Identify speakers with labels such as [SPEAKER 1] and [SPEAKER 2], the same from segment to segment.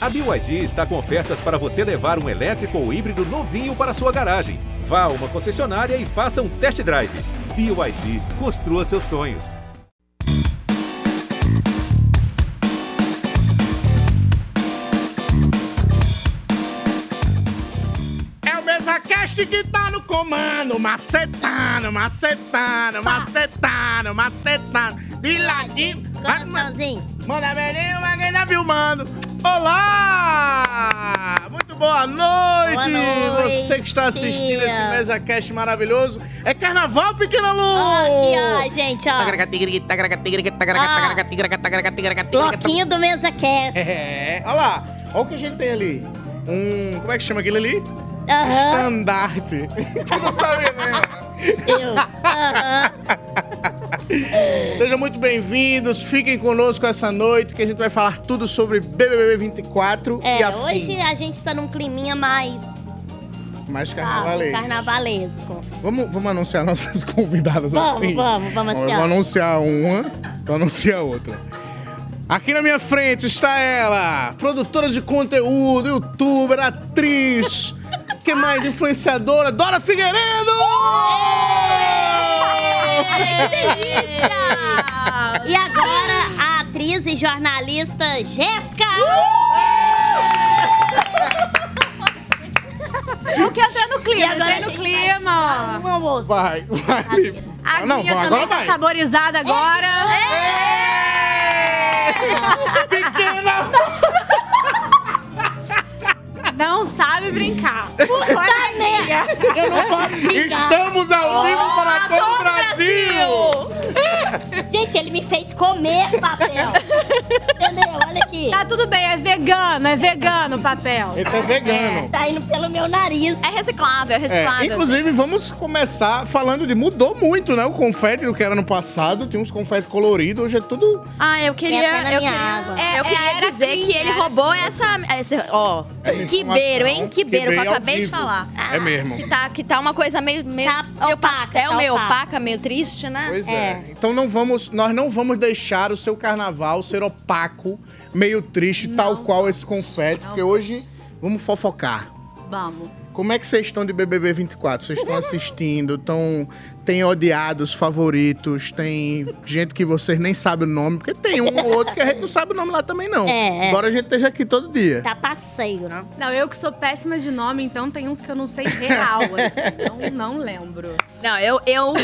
[SPEAKER 1] A BYD está com ofertas para você levar um elétrico ou híbrido novinho para sua garagem. Vá a uma concessionária e faça um test drive. BYD, construa seus sonhos.
[SPEAKER 2] É o MesaCast que tá no comando, macetando, macetando, macetando, macetando, de ladinho. Vai, ma-
[SPEAKER 3] Coraçãozinho.
[SPEAKER 2] Manda velhinho, mas quem tá filmando? Olá! Muito boa noite!
[SPEAKER 3] Boa noite.
[SPEAKER 2] Você que está assistindo esse MesaCast maravilhoso. É carnaval, pequena Lu!
[SPEAKER 3] Ó, aqui, ó, gente, ó.
[SPEAKER 4] Bloquinho.
[SPEAKER 3] Bloquinho do Mesa Cast.
[SPEAKER 2] É, olha lá. Olha o que a gente tem ali. Um. Como é que chama aquilo ali?
[SPEAKER 3] Aham,
[SPEAKER 2] Estandarte. tu não sabe, né?
[SPEAKER 3] eu. Aham.
[SPEAKER 2] Sejam muito bem-vindos, fiquem conosco essa noite que a gente vai falar tudo sobre BBB 24 e
[SPEAKER 3] É,
[SPEAKER 2] afins.
[SPEAKER 3] hoje a gente tá num climinha mais
[SPEAKER 2] Mais carnavalesco.
[SPEAKER 3] sabe, carnavalesco.
[SPEAKER 2] Vamos, vamos anunciar nossas convidadas
[SPEAKER 3] Vamos,
[SPEAKER 2] assim?
[SPEAKER 3] vamos, vamos
[SPEAKER 2] Eu
[SPEAKER 3] assim,
[SPEAKER 2] Vou
[SPEAKER 3] ó.
[SPEAKER 2] anunciar uma, vou anunciar outra. Aqui na minha frente está ela, produtora de conteúdo, youtuber, atriz, que mais? Influenciadora, Dora Figueiredo!
[SPEAKER 3] delícia! E agora a atriz e jornalista Jéssica.
[SPEAKER 2] Uh!
[SPEAKER 4] Eu quero entrar no
[SPEAKER 3] E
[SPEAKER 4] clima,
[SPEAKER 3] agora
[SPEAKER 4] entrei
[SPEAKER 3] a
[SPEAKER 4] no
[SPEAKER 3] gente
[SPEAKER 4] clima.
[SPEAKER 3] Uma ou outra.
[SPEAKER 2] Vai, vai.
[SPEAKER 4] A
[SPEAKER 2] não,
[SPEAKER 4] minha
[SPEAKER 2] vai,
[SPEAKER 4] também
[SPEAKER 2] agora
[SPEAKER 4] tá
[SPEAKER 2] vai.
[SPEAKER 4] saborizada agora.
[SPEAKER 2] Pequena!
[SPEAKER 4] Não sabe brincar. Puta merda.
[SPEAKER 3] Eu não posso ficar.
[SPEAKER 2] Estamos ao vivo para todo o Brasil!
[SPEAKER 3] Gente, ele me fez comer papel. Entendeu? Olha aqui.
[SPEAKER 4] Tá tudo bem, é vegano, é vegano o papel.
[SPEAKER 2] Esse é vegano.
[SPEAKER 3] Tá indo pelo meu nariz.
[SPEAKER 5] É reciclável, é
[SPEAKER 2] É,
[SPEAKER 5] reciclável.
[SPEAKER 2] inclusive, vamos começar falando de. Mudou muito, né? O confete do que era no passado, tinha uns confete coloridos, hoje é tudo.
[SPEAKER 5] Ah, eu queria.
[SPEAKER 3] Quer pôr na
[SPEAKER 5] eu
[SPEAKER 3] minha
[SPEAKER 5] queria,
[SPEAKER 3] água.
[SPEAKER 4] É,
[SPEAKER 5] eu queria
[SPEAKER 4] era
[SPEAKER 5] dizer
[SPEAKER 4] clean,
[SPEAKER 5] que ele
[SPEAKER 4] era
[SPEAKER 5] roubou essa. essa- ó.
[SPEAKER 2] Essa
[SPEAKER 5] que
[SPEAKER 2] assim, informação
[SPEAKER 5] beiro, hein? Que beiro, que eu
[SPEAKER 2] veio ao
[SPEAKER 5] acabei de
[SPEAKER 2] vivo.
[SPEAKER 5] falar.
[SPEAKER 2] É mesmo.
[SPEAKER 5] Que tá, que tá uma coisa meio. meio,
[SPEAKER 3] Tá
[SPEAKER 5] meio
[SPEAKER 3] opaca,
[SPEAKER 5] pastel,
[SPEAKER 3] tá
[SPEAKER 5] meio
[SPEAKER 3] opaca.
[SPEAKER 5] opaca. meio triste, né?
[SPEAKER 2] Pois é.
[SPEAKER 3] É.
[SPEAKER 2] Então não vamos, nós não vamos deixar o seu carnaval ser opaco, meio triste, tal qual esse confete, porque hoje vamos fofocar.
[SPEAKER 4] Vamos.
[SPEAKER 2] Como é que vocês estão de BBB 24? Vocês estão assistindo? Tão, tem odiados, favoritos, tem gente que vocês nem sabem o nome, porque tem um ou outro que a gente não sabe o nome lá também, não.
[SPEAKER 3] É, é.
[SPEAKER 2] Embora a gente esteja aqui todo dia.
[SPEAKER 3] Tá passeio, né?
[SPEAKER 4] Não, eu que sou péssima de nome, então tem uns que eu não sei real, assim, não, não lembro.
[SPEAKER 5] Não, eu. eu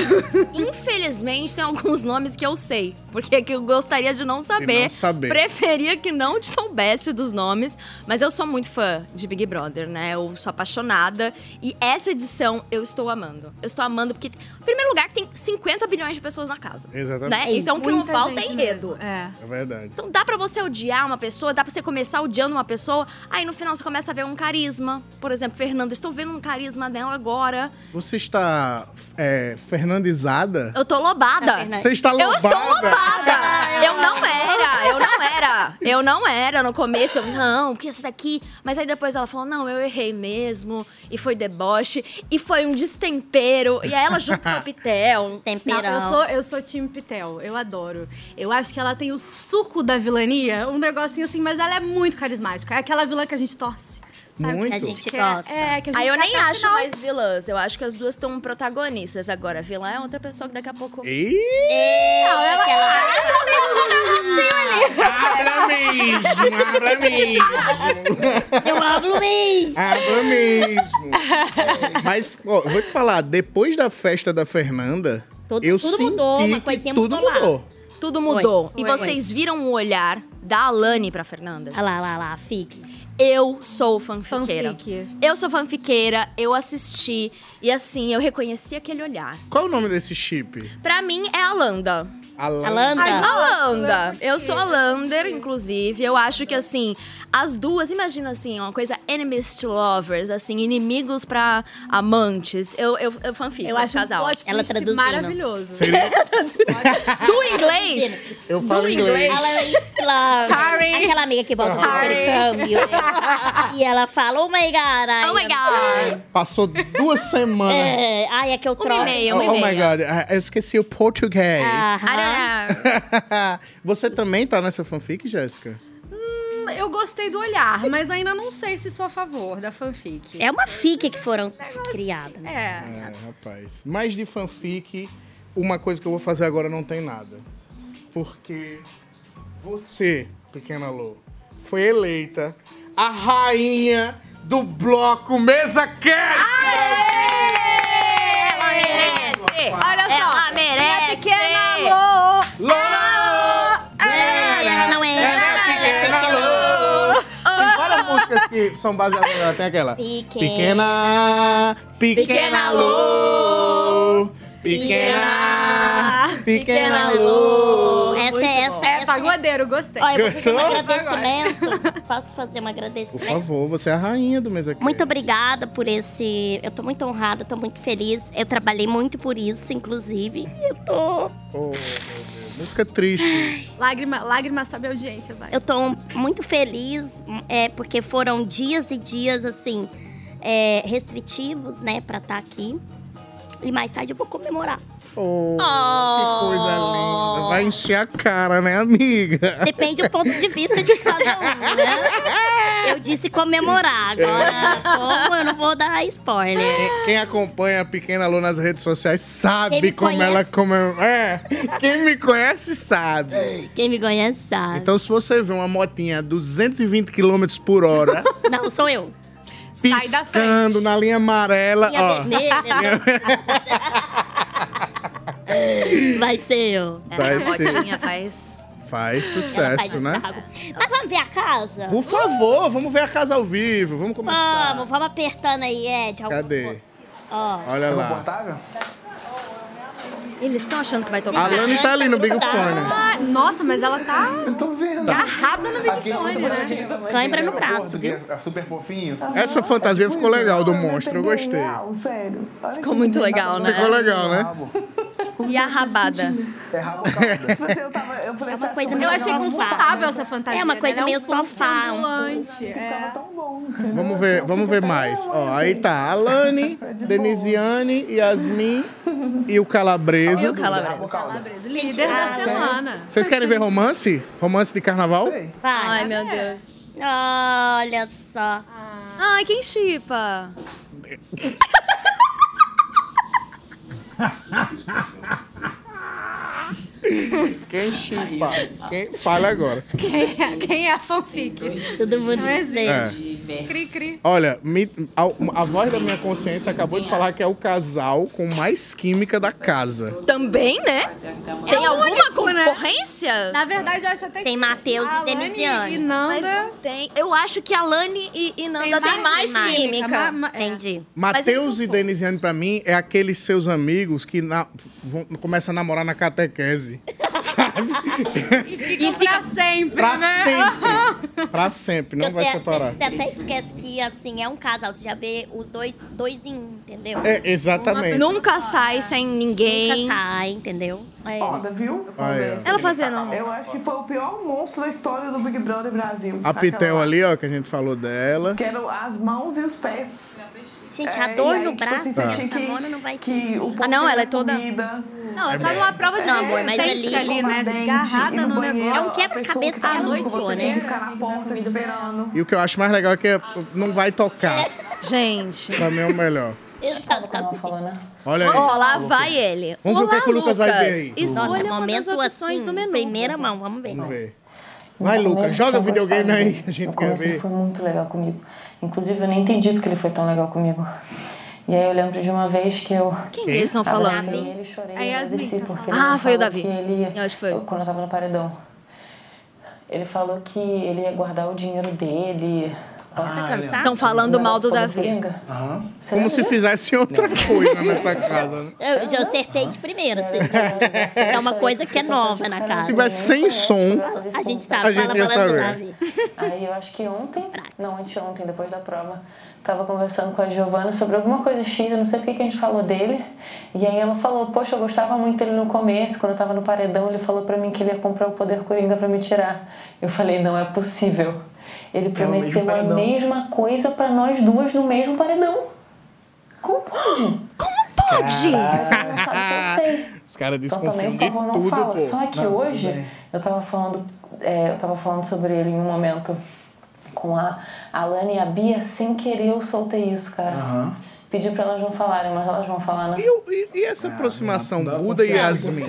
[SPEAKER 5] infelizmente, tem alguns nomes que eu sei. Porque que eu gostaria de não saber.
[SPEAKER 2] não saber.
[SPEAKER 5] Preferia que não te soubesse dos nomes. Mas eu sou muito fã de Big Brother, né? Eu sou apaixonada. E essa edição eu estou amando. Eu estou amando porque, em primeiro lugar, que tem 50 bilhões de pessoas na casa.
[SPEAKER 2] Exatamente.
[SPEAKER 5] Né? Então, o que não
[SPEAKER 4] Muita
[SPEAKER 5] falta é
[SPEAKER 4] gente
[SPEAKER 5] enredo.
[SPEAKER 4] mesmo, É.
[SPEAKER 3] Tá.
[SPEAKER 2] É verdade.
[SPEAKER 5] Então dá pra você odiar uma pessoa, dá pra você começar odiando uma pessoa, aí no final você começa a ver um carisma. Por exemplo, Fernanda, estou vendo um carisma dela agora.
[SPEAKER 2] Você está é, fernandizada?
[SPEAKER 5] Eu tô lobada.
[SPEAKER 3] Fernanda.
[SPEAKER 2] Você está
[SPEAKER 5] Eu estou
[SPEAKER 2] lobada?
[SPEAKER 5] lobada! Ah, Eu não era, eu não era. Eu não era no começo, eu, não, que essa daqui. Mas aí depois ela falou, não, eu errei mesmo. E foi deboche, e foi um destempero. E aí ela junto com a Pitel.
[SPEAKER 3] Temperão.
[SPEAKER 4] Não, eu sou, eu sou time Pitel, eu adoro. Eu acho que ela tem o suco da vilania, um negocinho assim, mas ela é muito carismática. É aquela vilã que a gente torce. Sabe?
[SPEAKER 2] Muito.
[SPEAKER 4] Que
[SPEAKER 2] A
[SPEAKER 3] gente
[SPEAKER 4] quer-
[SPEAKER 3] gosta.
[SPEAKER 4] É, que a gente
[SPEAKER 5] Aí eu
[SPEAKER 4] quer
[SPEAKER 5] nem
[SPEAKER 4] até o
[SPEAKER 5] acho
[SPEAKER 4] final.
[SPEAKER 5] mais vilãs. Eu acho que as duas estão protagonistas agora. Vilã é outra pessoa que daqui a pouco. é
[SPEAKER 2] Ih,
[SPEAKER 3] Ei, aquela-
[SPEAKER 5] tá
[SPEAKER 2] abra mesmo, abra mesmo.
[SPEAKER 3] Eu abro o mês.
[SPEAKER 2] Abra mesmo. Ah, Mas, ó, eu vou te falar, depois da festa da Fernanda,
[SPEAKER 3] Tudo-
[SPEAKER 2] eu
[SPEAKER 3] tudo
[SPEAKER 2] senti
[SPEAKER 3] mudou, uma
[SPEAKER 2] que
[SPEAKER 3] coisinha
[SPEAKER 2] tudo
[SPEAKER 3] mudou lá.
[SPEAKER 2] mudou.
[SPEAKER 5] Tudo mudou.
[SPEAKER 3] Foi,
[SPEAKER 5] e
[SPEAKER 3] foi.
[SPEAKER 5] vocês viram o olhar da Alane pra Fernanda?
[SPEAKER 3] Olha lá, lá, lá, fique.
[SPEAKER 5] Eu sou fanfiqueira.
[SPEAKER 4] Fanfic.
[SPEAKER 5] Eu sou fanfiqueira, eu assisti. E assim, eu reconheci aquele olhar.
[SPEAKER 2] Qual é o nome desse chip?
[SPEAKER 5] Pra mim, é a Landa.
[SPEAKER 2] Alan.
[SPEAKER 3] Alanda.
[SPEAKER 4] Ai,
[SPEAKER 3] Landa.
[SPEAKER 5] A
[SPEAKER 4] eu
[SPEAKER 5] Landa.
[SPEAKER 4] curti,
[SPEAKER 5] Eu sou a
[SPEAKER 4] eu
[SPEAKER 5] Lander, inclusive. Eu acho que, assim, as duas... Imagina, assim, uma coisa enemies to lovers. Assim, inimigos pra amantes. Eu, eu, eu fanfico
[SPEAKER 4] Eu
[SPEAKER 5] esse
[SPEAKER 4] acho um
[SPEAKER 5] casal.
[SPEAKER 4] plot
[SPEAKER 3] Ela
[SPEAKER 4] twist
[SPEAKER 3] traduzindo.
[SPEAKER 4] maravilhoso.
[SPEAKER 5] Do
[SPEAKER 3] é
[SPEAKER 5] inglês...
[SPEAKER 2] Eu
[SPEAKER 5] do
[SPEAKER 2] falo inglês.
[SPEAKER 3] Ela é Islã.
[SPEAKER 4] Sorry.
[SPEAKER 3] Aquela amiga que bota no intercâmbio. Né? E ela fala, oh my god. I
[SPEAKER 5] Oh, my
[SPEAKER 3] am-
[SPEAKER 5] God.
[SPEAKER 2] Passou duas semanas.
[SPEAKER 3] É, ai, é que eu
[SPEAKER 6] um
[SPEAKER 3] troco.
[SPEAKER 5] Um e-mail.
[SPEAKER 2] Oh,
[SPEAKER 5] uma
[SPEAKER 2] oh my
[SPEAKER 5] e-mail.
[SPEAKER 2] God, ah, eu esqueci o português.
[SPEAKER 5] I
[SPEAKER 3] Aham.
[SPEAKER 5] don't know.
[SPEAKER 2] Você também tá nessa fanfic, Jéssica?
[SPEAKER 4] Hum, Eu gostei do olhar, mas ainda não sei se sou a favor da fanfic.
[SPEAKER 6] É uma fique que foram criadas. né?
[SPEAKER 4] É.
[SPEAKER 2] É, rapaz. Mas de fanfic, uma coisa que eu vou fazer agora não tem nada. Porque você, pequena Lou, foi eleita a rainha do bloco Mesa Cast!
[SPEAKER 5] Ela merece!
[SPEAKER 4] Olha só.
[SPEAKER 5] Ela merece!
[SPEAKER 4] Pequena amor.
[SPEAKER 2] Lou!
[SPEAKER 6] É, ela não é.
[SPEAKER 2] É minha pequena Lou! Tem várias músicas que são baseadas nela. Tem aquela. Pequena, pequena Lou! Pequena, pequena Lou!
[SPEAKER 6] Essa, é essa,
[SPEAKER 4] É
[SPEAKER 6] essa.
[SPEAKER 4] pagodeiro, gostei.
[SPEAKER 6] Ó, eu vou fazer um
[SPEAKER 2] Gostou?
[SPEAKER 6] agradecimento. Posso fazer um
[SPEAKER 2] Por
[SPEAKER 6] agradecimento?
[SPEAKER 2] favor, você é a rainha do Mesa Cast.
[SPEAKER 6] Muito obrigada por esse. Eu tô muito honrada, tô muito feliz. Eu trabalhei muito por isso, inclusive. Eu tô.
[SPEAKER 2] Oh, meu Deus. Música triste.
[SPEAKER 4] é. Lágrima, lágrima sobe a audiência, vai.
[SPEAKER 6] Eu tô muito feliz, é, porque foram dias e dias, assim, é, restritivos, né, pra estar aqui. E mais tarde eu vou comemorar.
[SPEAKER 2] Oh, Que coisa linda. Vai encher a cara, né, amiga?
[SPEAKER 6] Depende do ponto de vista de cada um, né? Eu disse comemorar, agora como eu não vou dar spoiler.
[SPEAKER 2] Quem- Quem acompanha a pequena Lu nas redes sociais
[SPEAKER 6] Quem
[SPEAKER 2] sabe
[SPEAKER 6] me
[SPEAKER 2] como
[SPEAKER 6] conhece.
[SPEAKER 2] ela come... É, quem me conhece sabe.
[SPEAKER 6] Quem me conhece sabe.
[SPEAKER 2] Então, se você vê uma motinha a 220 km por hora
[SPEAKER 6] Não, sou eu.
[SPEAKER 4] Sai da
[SPEAKER 2] piscando
[SPEAKER 4] frente.
[SPEAKER 2] na linha amarela,
[SPEAKER 6] Minha
[SPEAKER 2] ó,
[SPEAKER 6] vermelha. né? Vai ser eu.
[SPEAKER 2] vai
[SPEAKER 5] Essa
[SPEAKER 2] ser.
[SPEAKER 5] botinha faz.
[SPEAKER 6] Ela
[SPEAKER 2] Faz
[SPEAKER 6] faz
[SPEAKER 2] sucesso,
[SPEAKER 6] esse
[SPEAKER 2] né?
[SPEAKER 6] trago. Mas vamos ver a casa?
[SPEAKER 2] Por favor, vamos ver a casa ao vivo. Vamos começar.
[SPEAKER 6] Vamos, vamos apertando aí, Ed. alguma
[SPEAKER 2] Cadê?
[SPEAKER 6] coisa. Ó.
[SPEAKER 2] Olha lá.
[SPEAKER 5] Eles estão achando que vai
[SPEAKER 2] A
[SPEAKER 5] tocar.
[SPEAKER 2] Lani tá ali no Big
[SPEAKER 6] Tá.
[SPEAKER 2] Fone.
[SPEAKER 4] Ah, nossa, mas ela tá
[SPEAKER 7] Eu tô vendo.
[SPEAKER 4] agarrada no Big
[SPEAKER 2] tá
[SPEAKER 4] Fone, né?
[SPEAKER 6] Cãibra no braço, viu?
[SPEAKER 7] É super fofinho.
[SPEAKER 2] Essa fantasia ficou
[SPEAKER 1] é,
[SPEAKER 2] legal do monstro, eu gostei.
[SPEAKER 5] Ficou muito legal, né?
[SPEAKER 2] Ficou legal, né?
[SPEAKER 5] E a rabada.
[SPEAKER 7] É rabo caldo.
[SPEAKER 8] Tipo assim, eu tava. Eu falei,
[SPEAKER 6] É uma
[SPEAKER 8] "Você
[SPEAKER 6] coisa
[SPEAKER 8] acha
[SPEAKER 6] meio
[SPEAKER 4] Eu achei confortável essa fantasia.
[SPEAKER 6] É uma
[SPEAKER 4] né?
[SPEAKER 6] coisa
[SPEAKER 4] Ela
[SPEAKER 6] meio
[SPEAKER 4] um ponto
[SPEAKER 6] sofá, um
[SPEAKER 4] ambulante, é.
[SPEAKER 8] tão bom.
[SPEAKER 2] Vamos ver, vamos ver mais. Ó, aí tá a Lani, Denisiane, Yasmin e o Calabreso.
[SPEAKER 5] E o calabreso.
[SPEAKER 4] Líder da semana.
[SPEAKER 2] Vocês querem ver romance? Romance de carnaval?
[SPEAKER 6] Vai.
[SPEAKER 5] Ai, meu Deus.
[SPEAKER 6] Olha só.
[SPEAKER 5] Ai, quem chipa?
[SPEAKER 2] Quem chipa? Quem fala agora?
[SPEAKER 4] Quem é, quem é a fanfic?
[SPEAKER 6] Todo mundo
[SPEAKER 2] É.
[SPEAKER 6] dizer.
[SPEAKER 4] Cri, cri.
[SPEAKER 2] Olha, me- a, a voz da minha consciência acabou de falar que é o casal com mais química da casa.
[SPEAKER 5] Também, né?
[SPEAKER 6] É
[SPEAKER 5] Tem alguma concorrência?
[SPEAKER 4] Na verdade, eu acho até que
[SPEAKER 6] Tem Matheus
[SPEAKER 4] a
[SPEAKER 6] e
[SPEAKER 4] Lani e
[SPEAKER 6] Denisiane.
[SPEAKER 4] Nanda
[SPEAKER 5] Tem. Eu acho que a Lani e, e Nanda tem mais, química.
[SPEAKER 4] ma- ma- é.
[SPEAKER 6] Entendi.
[SPEAKER 2] Matheus e Denisiane, pra mim, é aqueles seus amigos que na, vão- começam a namorar na catequese.
[SPEAKER 4] E fica pra sempre,
[SPEAKER 2] Pra
[SPEAKER 4] né?
[SPEAKER 2] sempre. Pra sempre, não
[SPEAKER 6] Porque
[SPEAKER 2] vai
[SPEAKER 6] você, é-
[SPEAKER 2] separar.
[SPEAKER 6] você até esquece que, assim, é um casal. Você já vê os dois, dois em um, entendeu?
[SPEAKER 2] É, exatamente.
[SPEAKER 5] Nunca sai sem ninguém.
[SPEAKER 6] Nunca sai, entendeu?
[SPEAKER 5] É isso.
[SPEAKER 8] Foda, viu?
[SPEAKER 2] Olha,
[SPEAKER 5] Ela fazendo.
[SPEAKER 8] Eu acho que foi o pior monstro da história do Big Brother Brasil.
[SPEAKER 2] a Pitel
[SPEAKER 8] Aquela-
[SPEAKER 2] ali, né? ó, que a gente falou dela.
[SPEAKER 8] Que eram as mãos e os pés.
[SPEAKER 6] Gente,
[SPEAKER 8] É,
[SPEAKER 6] a dor
[SPEAKER 8] e aí,
[SPEAKER 6] no
[SPEAKER 8] tipo
[SPEAKER 6] braço,
[SPEAKER 8] assim,
[SPEAKER 2] Ah.
[SPEAKER 8] você tinha
[SPEAKER 6] a Mona não vai
[SPEAKER 8] que
[SPEAKER 6] sentir.
[SPEAKER 8] o
[SPEAKER 5] Ah, não,
[SPEAKER 8] povo
[SPEAKER 5] ela é
[SPEAKER 8] tinha
[SPEAKER 5] toda-
[SPEAKER 8] comida,
[SPEAKER 4] Não, ela tá
[SPEAKER 2] É.
[SPEAKER 4] numa prova de
[SPEAKER 6] Não, amor, mas
[SPEAKER 4] resistência
[SPEAKER 6] ali-
[SPEAKER 4] ali, né?
[SPEAKER 8] escovar dente, ir
[SPEAKER 4] Agarrada no
[SPEAKER 8] banheiro,
[SPEAKER 4] negócio.
[SPEAKER 6] É um quebra-cabeça
[SPEAKER 8] a pessoa
[SPEAKER 6] que ela
[SPEAKER 8] tá
[SPEAKER 6] não
[SPEAKER 8] louca,
[SPEAKER 6] usou,
[SPEAKER 8] você
[SPEAKER 6] né?
[SPEAKER 8] tinha que ficar na porta te esperando.
[SPEAKER 2] E o que eu acho mais legal é que não vai tocar.
[SPEAKER 5] Gente.
[SPEAKER 2] Pra mim é o melhor.
[SPEAKER 6] Exatamente.
[SPEAKER 8] né?
[SPEAKER 2] Olha aí.
[SPEAKER 5] Ó, lá vai ele.
[SPEAKER 2] Vamos ver o que é
[SPEAKER 5] Olá,
[SPEAKER 2] que o Lucas vai ver aí.
[SPEAKER 5] Escolha
[SPEAKER 6] Nossa,
[SPEAKER 5] uma das
[SPEAKER 6] momento
[SPEAKER 5] opções
[SPEAKER 6] assim,
[SPEAKER 5] do menu.
[SPEAKER 6] primeira mão, vamos ver.
[SPEAKER 2] Vamos ver. Vai, Lucas,
[SPEAKER 9] Começo,
[SPEAKER 2] joga o
[SPEAKER 9] tinha
[SPEAKER 2] videogame
[SPEAKER 9] gostado
[SPEAKER 2] aí
[SPEAKER 9] dele.
[SPEAKER 2] que a gente
[SPEAKER 9] No
[SPEAKER 2] quer
[SPEAKER 9] começo ele
[SPEAKER 2] ver.
[SPEAKER 9] foi muito legal comigo. Inclusive, eu nem entendi porque ele foi tão legal comigo. E aí eu lembro de uma vez que eu...
[SPEAKER 5] Quem que eles assim? estão
[SPEAKER 9] abracei
[SPEAKER 5] falando?
[SPEAKER 9] Ele, chorei,
[SPEAKER 4] A Yasmin
[SPEAKER 9] agradeci,
[SPEAKER 4] tá
[SPEAKER 9] porque
[SPEAKER 5] falando.
[SPEAKER 9] ele me
[SPEAKER 5] Ah, foi o
[SPEAKER 9] falou
[SPEAKER 5] Davi.
[SPEAKER 9] que ele-
[SPEAKER 5] Eu acho que foi.
[SPEAKER 9] eu- Quando eu tava no paredão. Ele falou que ele ia guardar o dinheiro dele.
[SPEAKER 5] Ah,
[SPEAKER 6] Tá cansado?
[SPEAKER 5] Estão falando
[SPEAKER 9] Um
[SPEAKER 5] mal do
[SPEAKER 9] negócio
[SPEAKER 5] Davi.
[SPEAKER 9] todo gringa. Você
[SPEAKER 2] Como
[SPEAKER 9] lembra
[SPEAKER 2] se
[SPEAKER 9] disso?
[SPEAKER 2] fizesse outra coisa nessa casa, né?
[SPEAKER 6] Eu já acertei de primeira. assim. É uma coisa que é nova na
[SPEAKER 2] Se um,
[SPEAKER 6] casa.
[SPEAKER 2] tivesse sem som,
[SPEAKER 6] A gente sabe,
[SPEAKER 2] A gente
[SPEAKER 6] fala falando
[SPEAKER 2] ia
[SPEAKER 6] do
[SPEAKER 2] saber.
[SPEAKER 6] Davi.
[SPEAKER 9] Aí eu acho que ontem, não, anteontem, depois da prova, tava conversando com a Giovana sobre alguma coisa X, eu não sei o que que a gente falou dele. E aí ela falou, poxa, eu gostava muito dele no começo, quando eu tava no paredão, ele falou pra mim que ele ia comprar o poder Coringa pra me tirar. Eu falei, não é possível. Ele prometeu a mesma coisa pra nós duas no mesmo paredão. Como pode?
[SPEAKER 5] Como pode?
[SPEAKER 9] Ela não sabe que eu sei.
[SPEAKER 2] os caras
[SPEAKER 9] Então também,
[SPEAKER 2] desconfiam
[SPEAKER 9] por
[SPEAKER 2] de
[SPEAKER 9] favor, não
[SPEAKER 2] tudo,
[SPEAKER 9] fala.
[SPEAKER 2] pô.
[SPEAKER 9] é, Só que hoje eu tava falando, é, eu tava falando sobre ele em um momento com a Alane e a Bia, sem querer eu soltei isso, cara.
[SPEAKER 7] Aham.
[SPEAKER 9] Pedi pra elas não falarem, mas elas vão falar, né?
[SPEAKER 2] E, o- e- e essa aproximação Buda e Yasmin?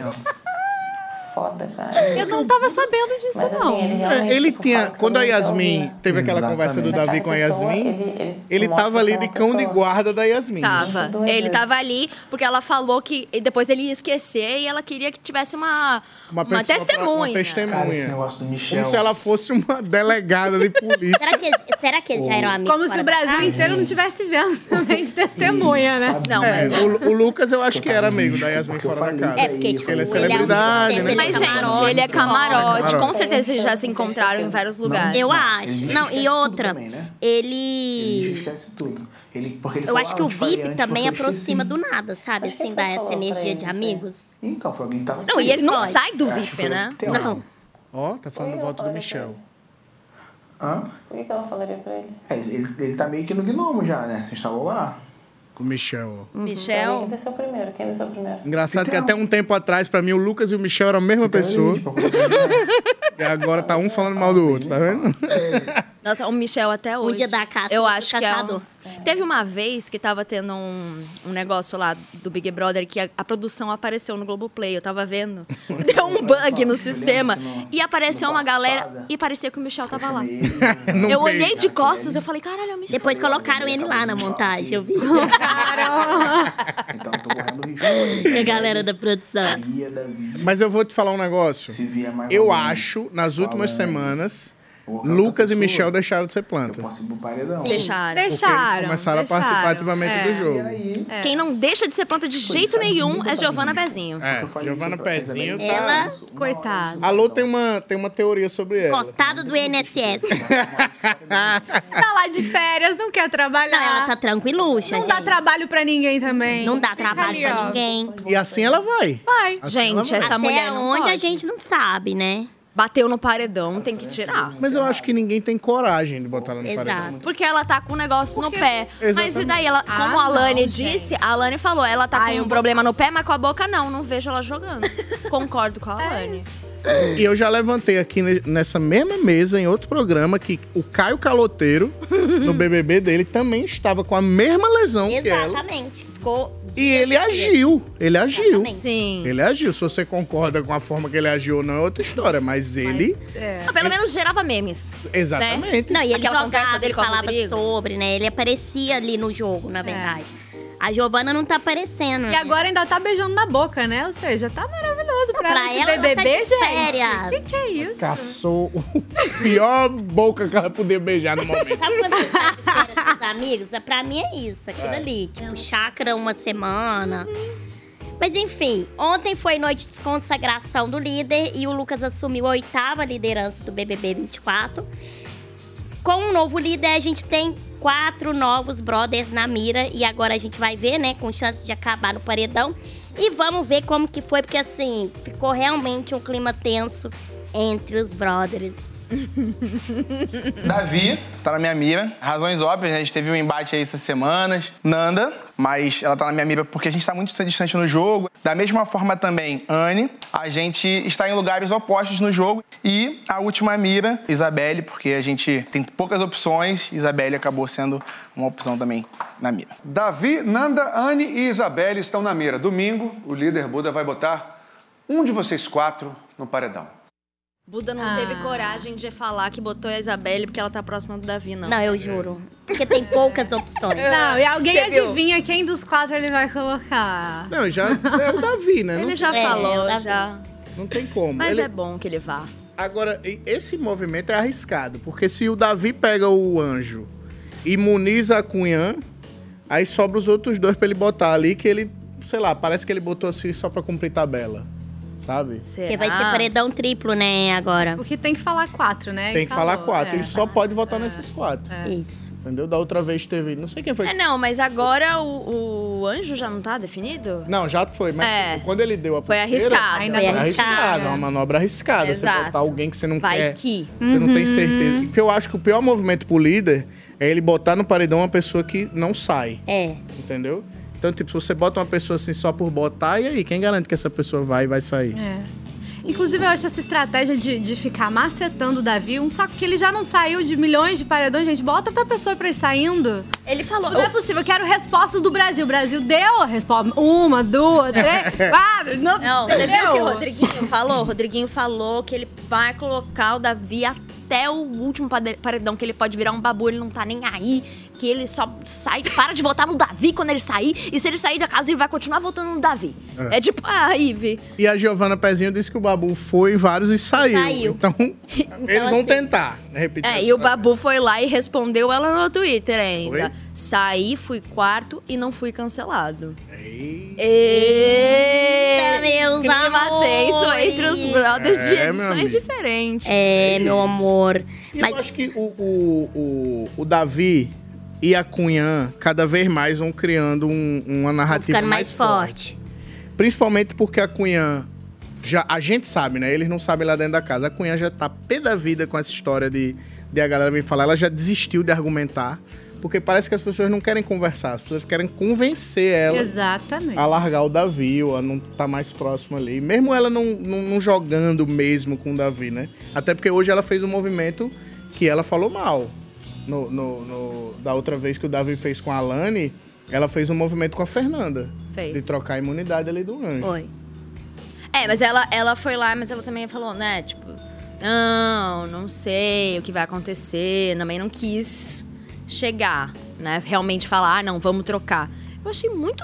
[SPEAKER 9] Foda, cara.
[SPEAKER 4] Eu não tava sabendo disso,
[SPEAKER 9] Mas
[SPEAKER 4] não.
[SPEAKER 9] assim, ele
[SPEAKER 2] É,
[SPEAKER 9] realmente.
[SPEAKER 2] ele
[SPEAKER 9] tipo,
[SPEAKER 2] tinha.
[SPEAKER 9] fala que
[SPEAKER 2] Quando a
[SPEAKER 9] ele tá
[SPEAKER 2] Yasmin
[SPEAKER 9] ouvindo.
[SPEAKER 2] teve aquela
[SPEAKER 7] Exatamente.
[SPEAKER 2] conversa do Davi
[SPEAKER 9] Cada
[SPEAKER 2] com a
[SPEAKER 9] pessoa,
[SPEAKER 2] Yasmin,
[SPEAKER 9] ele- ele
[SPEAKER 2] ele
[SPEAKER 9] mostra
[SPEAKER 2] tava ali
[SPEAKER 9] que é
[SPEAKER 2] de
[SPEAKER 9] uma
[SPEAKER 2] cão de
[SPEAKER 9] pessoa.
[SPEAKER 2] guarda da Yasmin.
[SPEAKER 5] Tava.
[SPEAKER 9] Doido
[SPEAKER 5] Ele
[SPEAKER 9] isso.
[SPEAKER 5] tava ali porque ela falou que e depois ele ia esquecer e ela queria que tivesse uma, uma,
[SPEAKER 2] pessoa pra-
[SPEAKER 5] testemunha.
[SPEAKER 2] Uma testemunha.
[SPEAKER 7] Cara, esse negócio do Michel.
[SPEAKER 2] Como se ela fosse uma delegada de polícia.
[SPEAKER 6] Será que, será que eles já eram amigos?
[SPEAKER 4] Como se
[SPEAKER 6] fora
[SPEAKER 4] o
[SPEAKER 6] da
[SPEAKER 4] Brasil
[SPEAKER 6] casa?
[SPEAKER 4] inteiro não estivesse vendo também de testemunha, né?
[SPEAKER 7] Sabe?
[SPEAKER 5] Não,
[SPEAKER 2] É,
[SPEAKER 5] mas.
[SPEAKER 2] o, o Lucas eu acho que era amigo da Yasmin
[SPEAKER 7] Porque eu
[SPEAKER 2] fora da
[SPEAKER 7] falei
[SPEAKER 2] casa.
[SPEAKER 7] pra
[SPEAKER 6] É, porque,
[SPEAKER 7] tipo,
[SPEAKER 2] ele é
[SPEAKER 6] ele é um
[SPEAKER 2] celebridade, né?
[SPEAKER 6] super
[SPEAKER 5] Mas, gente,
[SPEAKER 6] camarote.
[SPEAKER 5] ele é camarote. Com
[SPEAKER 2] Camarote.
[SPEAKER 5] certeza eles já se encontraram em vários lugares.
[SPEAKER 6] Eu
[SPEAKER 7] Não,
[SPEAKER 6] acho.
[SPEAKER 7] ele
[SPEAKER 6] Não,
[SPEAKER 7] esquece
[SPEAKER 6] e
[SPEAKER 7] tudo
[SPEAKER 6] outra,
[SPEAKER 7] também, né? Ele
[SPEAKER 6] ele.
[SPEAKER 7] esquece tudo. Ele, porque ele
[SPEAKER 6] Eu
[SPEAKER 7] falou,
[SPEAKER 6] acho
[SPEAKER 7] "Ah,
[SPEAKER 6] que o
[SPEAKER 7] te falei
[SPEAKER 6] VIP
[SPEAKER 7] antes
[SPEAKER 6] também é
[SPEAKER 7] porque eu esqueci."
[SPEAKER 6] aproxima do nada, sabe?
[SPEAKER 9] Acho que
[SPEAKER 6] Assim, dá
[SPEAKER 9] foi que
[SPEAKER 6] essa
[SPEAKER 9] falou pra
[SPEAKER 6] energia
[SPEAKER 9] ele,
[SPEAKER 6] de
[SPEAKER 7] é.
[SPEAKER 9] não sei.
[SPEAKER 6] amigos.
[SPEAKER 7] Então, foi alguém que tava
[SPEAKER 5] Não, e ele não
[SPEAKER 6] Pode.
[SPEAKER 5] sai do
[SPEAKER 7] Eu acho que é
[SPEAKER 5] VIP,
[SPEAKER 7] foi
[SPEAKER 5] né?
[SPEAKER 7] Theo.
[SPEAKER 6] Não.
[SPEAKER 2] Ó, tá falando
[SPEAKER 9] Oi,
[SPEAKER 2] volta do
[SPEAKER 9] olha,
[SPEAKER 2] Michel.
[SPEAKER 7] Hã?
[SPEAKER 9] Por que, que ela falaria pra
[SPEAKER 2] Uhum.
[SPEAKER 9] ele?
[SPEAKER 7] É, ele, ele tá meio que no gnomo já, né? Se instalou lá.
[SPEAKER 2] O Michel.
[SPEAKER 9] Pra mim, Quem
[SPEAKER 5] Michel.
[SPEAKER 9] desceu primeiro? Quem desceu primeiro?
[SPEAKER 2] Engraçado que
[SPEAKER 7] Então-
[SPEAKER 2] até um tempo atrás, pra mim, o Lucas e o Michel eram a mesma
[SPEAKER 7] Então,
[SPEAKER 2] pessoa.
[SPEAKER 7] ele, tipo, acordou-
[SPEAKER 2] E agora tá um falando mal do outro, tá vendo?
[SPEAKER 5] Nossa, o Michel até hoje.
[SPEAKER 6] Um dia da caça,
[SPEAKER 5] Eu
[SPEAKER 6] dia do
[SPEAKER 5] acho que é. Um...
[SPEAKER 6] caçador.
[SPEAKER 5] Teve uma vez que tava tendo um, um negócio lá do Big Brother que a, a produção apareceu no Globoplay. Eu tava vendo. Deu um bug no sistema. E apareceu uma galera e parecia que o Michel tava lá.
[SPEAKER 7] Ele-
[SPEAKER 2] No
[SPEAKER 5] Eu
[SPEAKER 2] meio.
[SPEAKER 5] olhei de costas, eu falei, caralho, é o Michel.
[SPEAKER 6] Depois colocaram ele lá na montagem, eu vi.
[SPEAKER 7] Então, eu tô correndo risco.
[SPEAKER 6] E a É, galera da produção.
[SPEAKER 7] Bia, Davi,
[SPEAKER 2] Mas eu vou te falar um negócio.
[SPEAKER 7] se vier mais
[SPEAKER 2] Eu
[SPEAKER 7] alguém,
[SPEAKER 2] acho, nas últimas
[SPEAKER 7] falando.
[SPEAKER 2] semanas,
[SPEAKER 7] Porra, outra
[SPEAKER 2] Lucas e
[SPEAKER 7] pessoa,
[SPEAKER 2] Michel deixaram de ser
[SPEAKER 7] Eu
[SPEAKER 2] planta. Porque
[SPEAKER 7] posso ir pro paredão.
[SPEAKER 5] Deixaram.
[SPEAKER 4] Deixaram.
[SPEAKER 2] eles começaram a participar
[SPEAKER 4] deixaram.
[SPEAKER 2] ativamente
[SPEAKER 4] É.
[SPEAKER 2] do
[SPEAKER 7] E
[SPEAKER 2] jogo.
[SPEAKER 7] aí,
[SPEAKER 5] Quem não deixa de ser planta de jeito nenhum é Giovana Bezinho.
[SPEAKER 7] eu falei
[SPEAKER 2] É,
[SPEAKER 7] isso
[SPEAKER 2] Giovana
[SPEAKER 7] pra-
[SPEAKER 2] Pezinho tá.
[SPEAKER 6] Ela,
[SPEAKER 4] Coitado.
[SPEAKER 2] Alô, tem uma, tem uma teoria sobre
[SPEAKER 7] é,
[SPEAKER 2] ela.
[SPEAKER 6] encostada do INSS.
[SPEAKER 4] Tá lá de férias, não quer trabalhar.
[SPEAKER 6] Não, ela tá tranquiluxa,
[SPEAKER 4] Não
[SPEAKER 6] gente.
[SPEAKER 4] dá trabalho pra ninguém também.
[SPEAKER 6] Não dá
[SPEAKER 4] Fica
[SPEAKER 6] trabalho
[SPEAKER 4] ali,
[SPEAKER 6] pra
[SPEAKER 4] ó.
[SPEAKER 6] ninguém.
[SPEAKER 2] E assim ela vai.
[SPEAKER 4] Vai.
[SPEAKER 2] Assim ela
[SPEAKER 5] Gente,
[SPEAKER 2] vai.
[SPEAKER 5] essa mulher
[SPEAKER 6] Até
[SPEAKER 5] não
[SPEAKER 6] onde a
[SPEAKER 5] pode.
[SPEAKER 6] gente não sabe, né?
[SPEAKER 5] Bateu no paredão, é tem que tirar.
[SPEAKER 2] Mas eu acho que ninguém tem coragem de botar ela no paredão.
[SPEAKER 6] Exato.
[SPEAKER 5] Porque ela tá com um negócio no pé. Mas e
[SPEAKER 2] Exatamente.
[SPEAKER 5] daí, ela, como a
[SPEAKER 4] não,
[SPEAKER 5] Alane
[SPEAKER 4] gente.
[SPEAKER 5] disse, a Alane falou, ela tá com um problema no pé, mas com a boca não, não vejo ela jogando. Concordo com a Alane.
[SPEAKER 2] E eu já levantei aqui ne- nessa mesma mesa, em outro programa, que o Caio Caloteiro, no BBB dele, também estava com a mesma lesão
[SPEAKER 7] é.
[SPEAKER 2] que ela.
[SPEAKER 6] Exatamente. Ficou.
[SPEAKER 5] é
[SPEAKER 2] E ele agiu. Ele agiu.
[SPEAKER 6] Exatamente.
[SPEAKER 5] Sim.
[SPEAKER 2] Ele agiu. Se você concorda com a forma que ele agiu ou não, é outra história. Mas ele.
[SPEAKER 5] Ah, pelo menos gerava memes.
[SPEAKER 4] né?
[SPEAKER 2] Exatamente.
[SPEAKER 6] Não, e ele
[SPEAKER 5] Aquela conversa
[SPEAKER 6] jogava,
[SPEAKER 5] dele
[SPEAKER 6] ele
[SPEAKER 5] com a
[SPEAKER 6] falava
[SPEAKER 5] Rodrigo.
[SPEAKER 6] sobre, né? Ele aparecia ali no jogo, na verdade. A Giovana não tá aparecendo.
[SPEAKER 4] É. E agora ainda tá beijando na boca, né? Ou seja, tá maravilhoso pra,
[SPEAKER 6] Pra
[SPEAKER 4] ela esse
[SPEAKER 6] ela, ela
[SPEAKER 4] BBB,
[SPEAKER 6] tá de
[SPEAKER 4] gente.
[SPEAKER 6] férias.
[SPEAKER 4] Que que é isso?
[SPEAKER 2] Caçou o pior boca que ela podia beijar no momento.
[SPEAKER 6] Sabe quando você sai de férias com os amigos? É, Pra mim é isso, aquilo ali. Tipo, chácara uma semana. Mas enfim, ontem foi noite de consagração do líder e o Lucas assumiu a oitava liderança do BBB 24. Com um novo líder, a gente tem quatro novos brothers na mira e agora a gente vai ver, né, com chance de acabar no paredão. E vamos ver como que foi, porque assim, ficou realmente um clima tenso entre os brothers.
[SPEAKER 10] Davi, tá na minha mira. Razões óbvias, né? a gente teve um embate aí essas semanas. Nanda, mas ela tá na minha mira porque a gente tá muito distante no jogo. Da mesma forma também, Anne. A gente está em lugares opostos no jogo. E a última mira, Isabelle, porque a gente tem poucas opções. Isabelle acabou sendo uma opção também na mira.
[SPEAKER 11] Davi, Nanda, Anne e Isabelle estão na mira. Domingo, o líder Buda vai botar um de vocês quatro no paredão.
[SPEAKER 5] Buda não teve coragem de falar que botou a Isabelle porque ela tá próxima do Davi, não.
[SPEAKER 6] Não, eu juro. Porque tem poucas opções.
[SPEAKER 4] é. Não, e alguém
[SPEAKER 5] É, Você viu?
[SPEAKER 4] adivinha quem dos quatro ele vai colocar.
[SPEAKER 2] Não, já é o Davi, né?
[SPEAKER 5] Ele
[SPEAKER 2] Não,
[SPEAKER 5] já
[SPEAKER 6] É,
[SPEAKER 5] falou,
[SPEAKER 6] o Davi.
[SPEAKER 5] Tá já.
[SPEAKER 2] não tem como.
[SPEAKER 5] Mas
[SPEAKER 2] Ele-
[SPEAKER 5] é bom que ele vá.
[SPEAKER 2] Agora, e- esse movimento é arriscado, porque se o Davi pega o anjo, imuniza a Cunhã, aí sobra os outros dois pra ele botar ali, que ele, sei lá, parece que ele botou assim só pra cumprir tabela, sabe?
[SPEAKER 6] Porque
[SPEAKER 5] Será?
[SPEAKER 6] vai
[SPEAKER 4] Ah.
[SPEAKER 6] ser paredão triplo, né, agora.
[SPEAKER 4] Porque tem que falar quatro, né?
[SPEAKER 2] Tem
[SPEAKER 4] Ele
[SPEAKER 2] que falar
[SPEAKER 4] falou,
[SPEAKER 2] quatro,
[SPEAKER 4] é.
[SPEAKER 2] ele só pode votar nesses quatro,
[SPEAKER 6] Isso.
[SPEAKER 2] entendeu? Da outra vez teve, não sei quem foi.
[SPEAKER 5] É, não, mas agora o, o anjo já não tá definido?
[SPEAKER 2] Não, já foi, mas
[SPEAKER 5] É.
[SPEAKER 2] tipo, quando ele deu a
[SPEAKER 5] Foi
[SPEAKER 2] pulseira,
[SPEAKER 5] arriscado.
[SPEAKER 4] Ainda
[SPEAKER 6] Foi
[SPEAKER 2] É
[SPEAKER 6] arriscado.
[SPEAKER 2] arriscado, é uma manobra arriscada. Você
[SPEAKER 5] Exato.
[SPEAKER 2] botar alguém que você não
[SPEAKER 5] Vai
[SPEAKER 2] quer.
[SPEAKER 5] que.
[SPEAKER 2] Você não tem certeza. Porque eu acho que o pior movimento pro líder é ele botar no paredão uma pessoa que não sai.
[SPEAKER 6] É.
[SPEAKER 2] Entendeu? Então, tipo, se você bota uma pessoa assim só por botar, e aí? Quem garante que essa pessoa vai e vai sair?
[SPEAKER 4] É. Inclusive, eu acho essa estratégia de, de ficar macetando o Davi um saco que ele já não saiu de milhões de paredões, gente. Bota outra pessoa pra ele saindo.
[SPEAKER 5] Ele falou. "Oh."
[SPEAKER 4] não é possível, eu quero resposta do Brasil. O Brasil deu a resposta. Uma, duas, três, quatro. Né? Não,
[SPEAKER 5] Não, você viu
[SPEAKER 4] entendeu?
[SPEAKER 5] o que o Rodriguinho falou? O Rodriguinho falou que ele vai colocar o Davi até o último pade- paredão, que ele pode virar um babu, ele não tá nem aí, que ele só sai, para de votar no Davi quando ele sair, e se ele sair da casa, ele vai continuar votando no Davi. É,
[SPEAKER 2] É.
[SPEAKER 5] tipo, ah, Ive.
[SPEAKER 2] E a Giovana Pezinho disse que o Babu foi vários e saiu.
[SPEAKER 5] Saiu.
[SPEAKER 2] Então, eles vão
[SPEAKER 5] assim-
[SPEAKER 2] tentar né, repetir.
[SPEAKER 5] É,
[SPEAKER 2] essa
[SPEAKER 5] e o
[SPEAKER 2] estratégia.
[SPEAKER 5] Babu foi lá e respondeu ela no Twitter ainda.
[SPEAKER 2] Foi?
[SPEAKER 5] Saí, fui quarto e não fui cancelado.
[SPEAKER 6] Eita,
[SPEAKER 5] Eita,
[SPEAKER 6] meus
[SPEAKER 5] Clima tenso
[SPEAKER 6] amores.
[SPEAKER 5] entre os brothers de
[SPEAKER 2] É, meu
[SPEAKER 5] edições
[SPEAKER 2] amigo.
[SPEAKER 5] diferentes.
[SPEAKER 6] É, meu amor.
[SPEAKER 2] E Eu acho que o, o, o, o Davi e a Cunhã cada vez mais vão criando um- uma narrativa
[SPEAKER 6] ficando mais
[SPEAKER 2] mais, forte. Principalmente porque a Cunhã. Já, a gente sabe, né? Eles não sabem lá dentro da casa. A Cunhã já tá pé da vida com essa história de, de a galera vir falar. Ela já desistiu de argumentar. Porque parece que as pessoas não querem conversar. As pessoas querem convencer ela
[SPEAKER 4] Exatamente.
[SPEAKER 2] a largar o Davi ou a não tá mais próximo ali. Mesmo ela não, não, não jogando mesmo com o Davi, né? Até porque hoje ela fez um movimento que ela falou mal. No, no- no- da outra vez que o Davi fez com a Alane, ela fez um movimento com a Fernanda.
[SPEAKER 5] Fez.
[SPEAKER 2] De trocar a imunidade ali do anjo.
[SPEAKER 5] Foi. É, mas ela, ela foi lá, mas ela também falou, né? Tipo, não, não sei o que vai acontecer. Também não quis chegar, né? Realmente falar, ah, não, vamos trocar. Eu achei muito,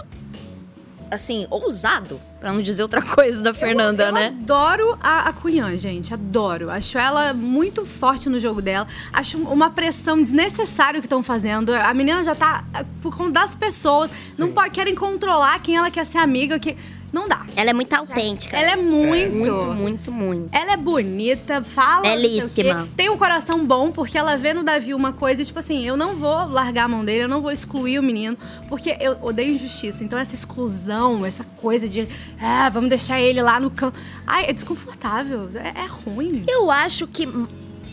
[SPEAKER 5] assim, ousado, pra não dizer outra coisa da Fernanda,
[SPEAKER 4] eu
[SPEAKER 5] né?
[SPEAKER 4] Adoro a, a Cunhã, gente. Adoro. Acho ela muito forte no jogo dela. Acho uma pressão desnecessária que estão fazendo. A menina já tá é, por conta das pessoas. Não pode, querem controlar quem ela quer ser amiga. Que... Não dá.
[SPEAKER 6] Ela é muito autêntica.
[SPEAKER 4] Ela é muito.
[SPEAKER 6] Muito, muito, muito.
[SPEAKER 4] Ela é bonita, fala. não sei o quê.
[SPEAKER 6] Belíssima.
[SPEAKER 4] Tem um coração bom, porque ela vê no Davi uma coisa, tipo assim, eu não vou largar a mão dele, eu não vou excluir o menino, porque eu odeio injustiça. Então, essa exclusão, essa coisa de, ah, vamos deixar ele lá no canto. Ai, é desconfortável. É, é ruim.
[SPEAKER 5] Eu acho que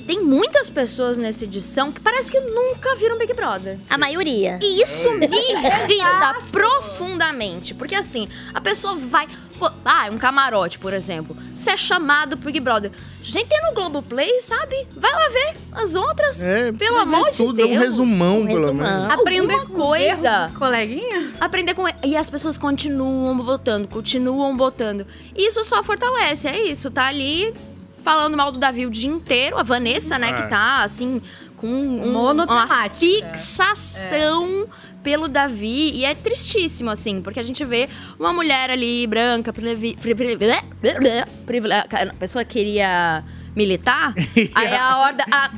[SPEAKER 5] tem muitas pessoas nessa edição que parece que nunca viram Big Brother.
[SPEAKER 6] A maioria. É.
[SPEAKER 5] E
[SPEAKER 2] É.
[SPEAKER 5] isso me
[SPEAKER 6] Exato.
[SPEAKER 5] irrita profundamente. Porque assim, a pessoa vai. pô, ah, um camarote, por exemplo. Você é chamado pro Big Brother. Gente, tem no Globoplay, sabe? Vai lá ver as outras.
[SPEAKER 2] É, precisa
[SPEAKER 5] pelo
[SPEAKER 2] ver
[SPEAKER 5] amor de
[SPEAKER 2] tudo, dá
[SPEAKER 5] Deus.
[SPEAKER 2] um resumão, Um pelo resumão. menos.
[SPEAKER 4] Aprender
[SPEAKER 5] Alguma
[SPEAKER 4] com os erros
[SPEAKER 5] coisa.
[SPEAKER 4] dos coleguinha?
[SPEAKER 5] Aprender com. E as pessoas continuam botando, continuam botando. Isso só fortalece, é isso. Tá ali falando mal do Davi o dia inteiro. A Vanessa, né,
[SPEAKER 4] É.
[SPEAKER 5] que tá assim, com um, uma
[SPEAKER 4] Monotemática.
[SPEAKER 5] fixação pelo Davi. E é tristíssimo, assim, porque a gente vê uma mulher ali branca, privi- privi- blé, blé, blé, privi- a pessoa queria. Militar? Aí a horda. A...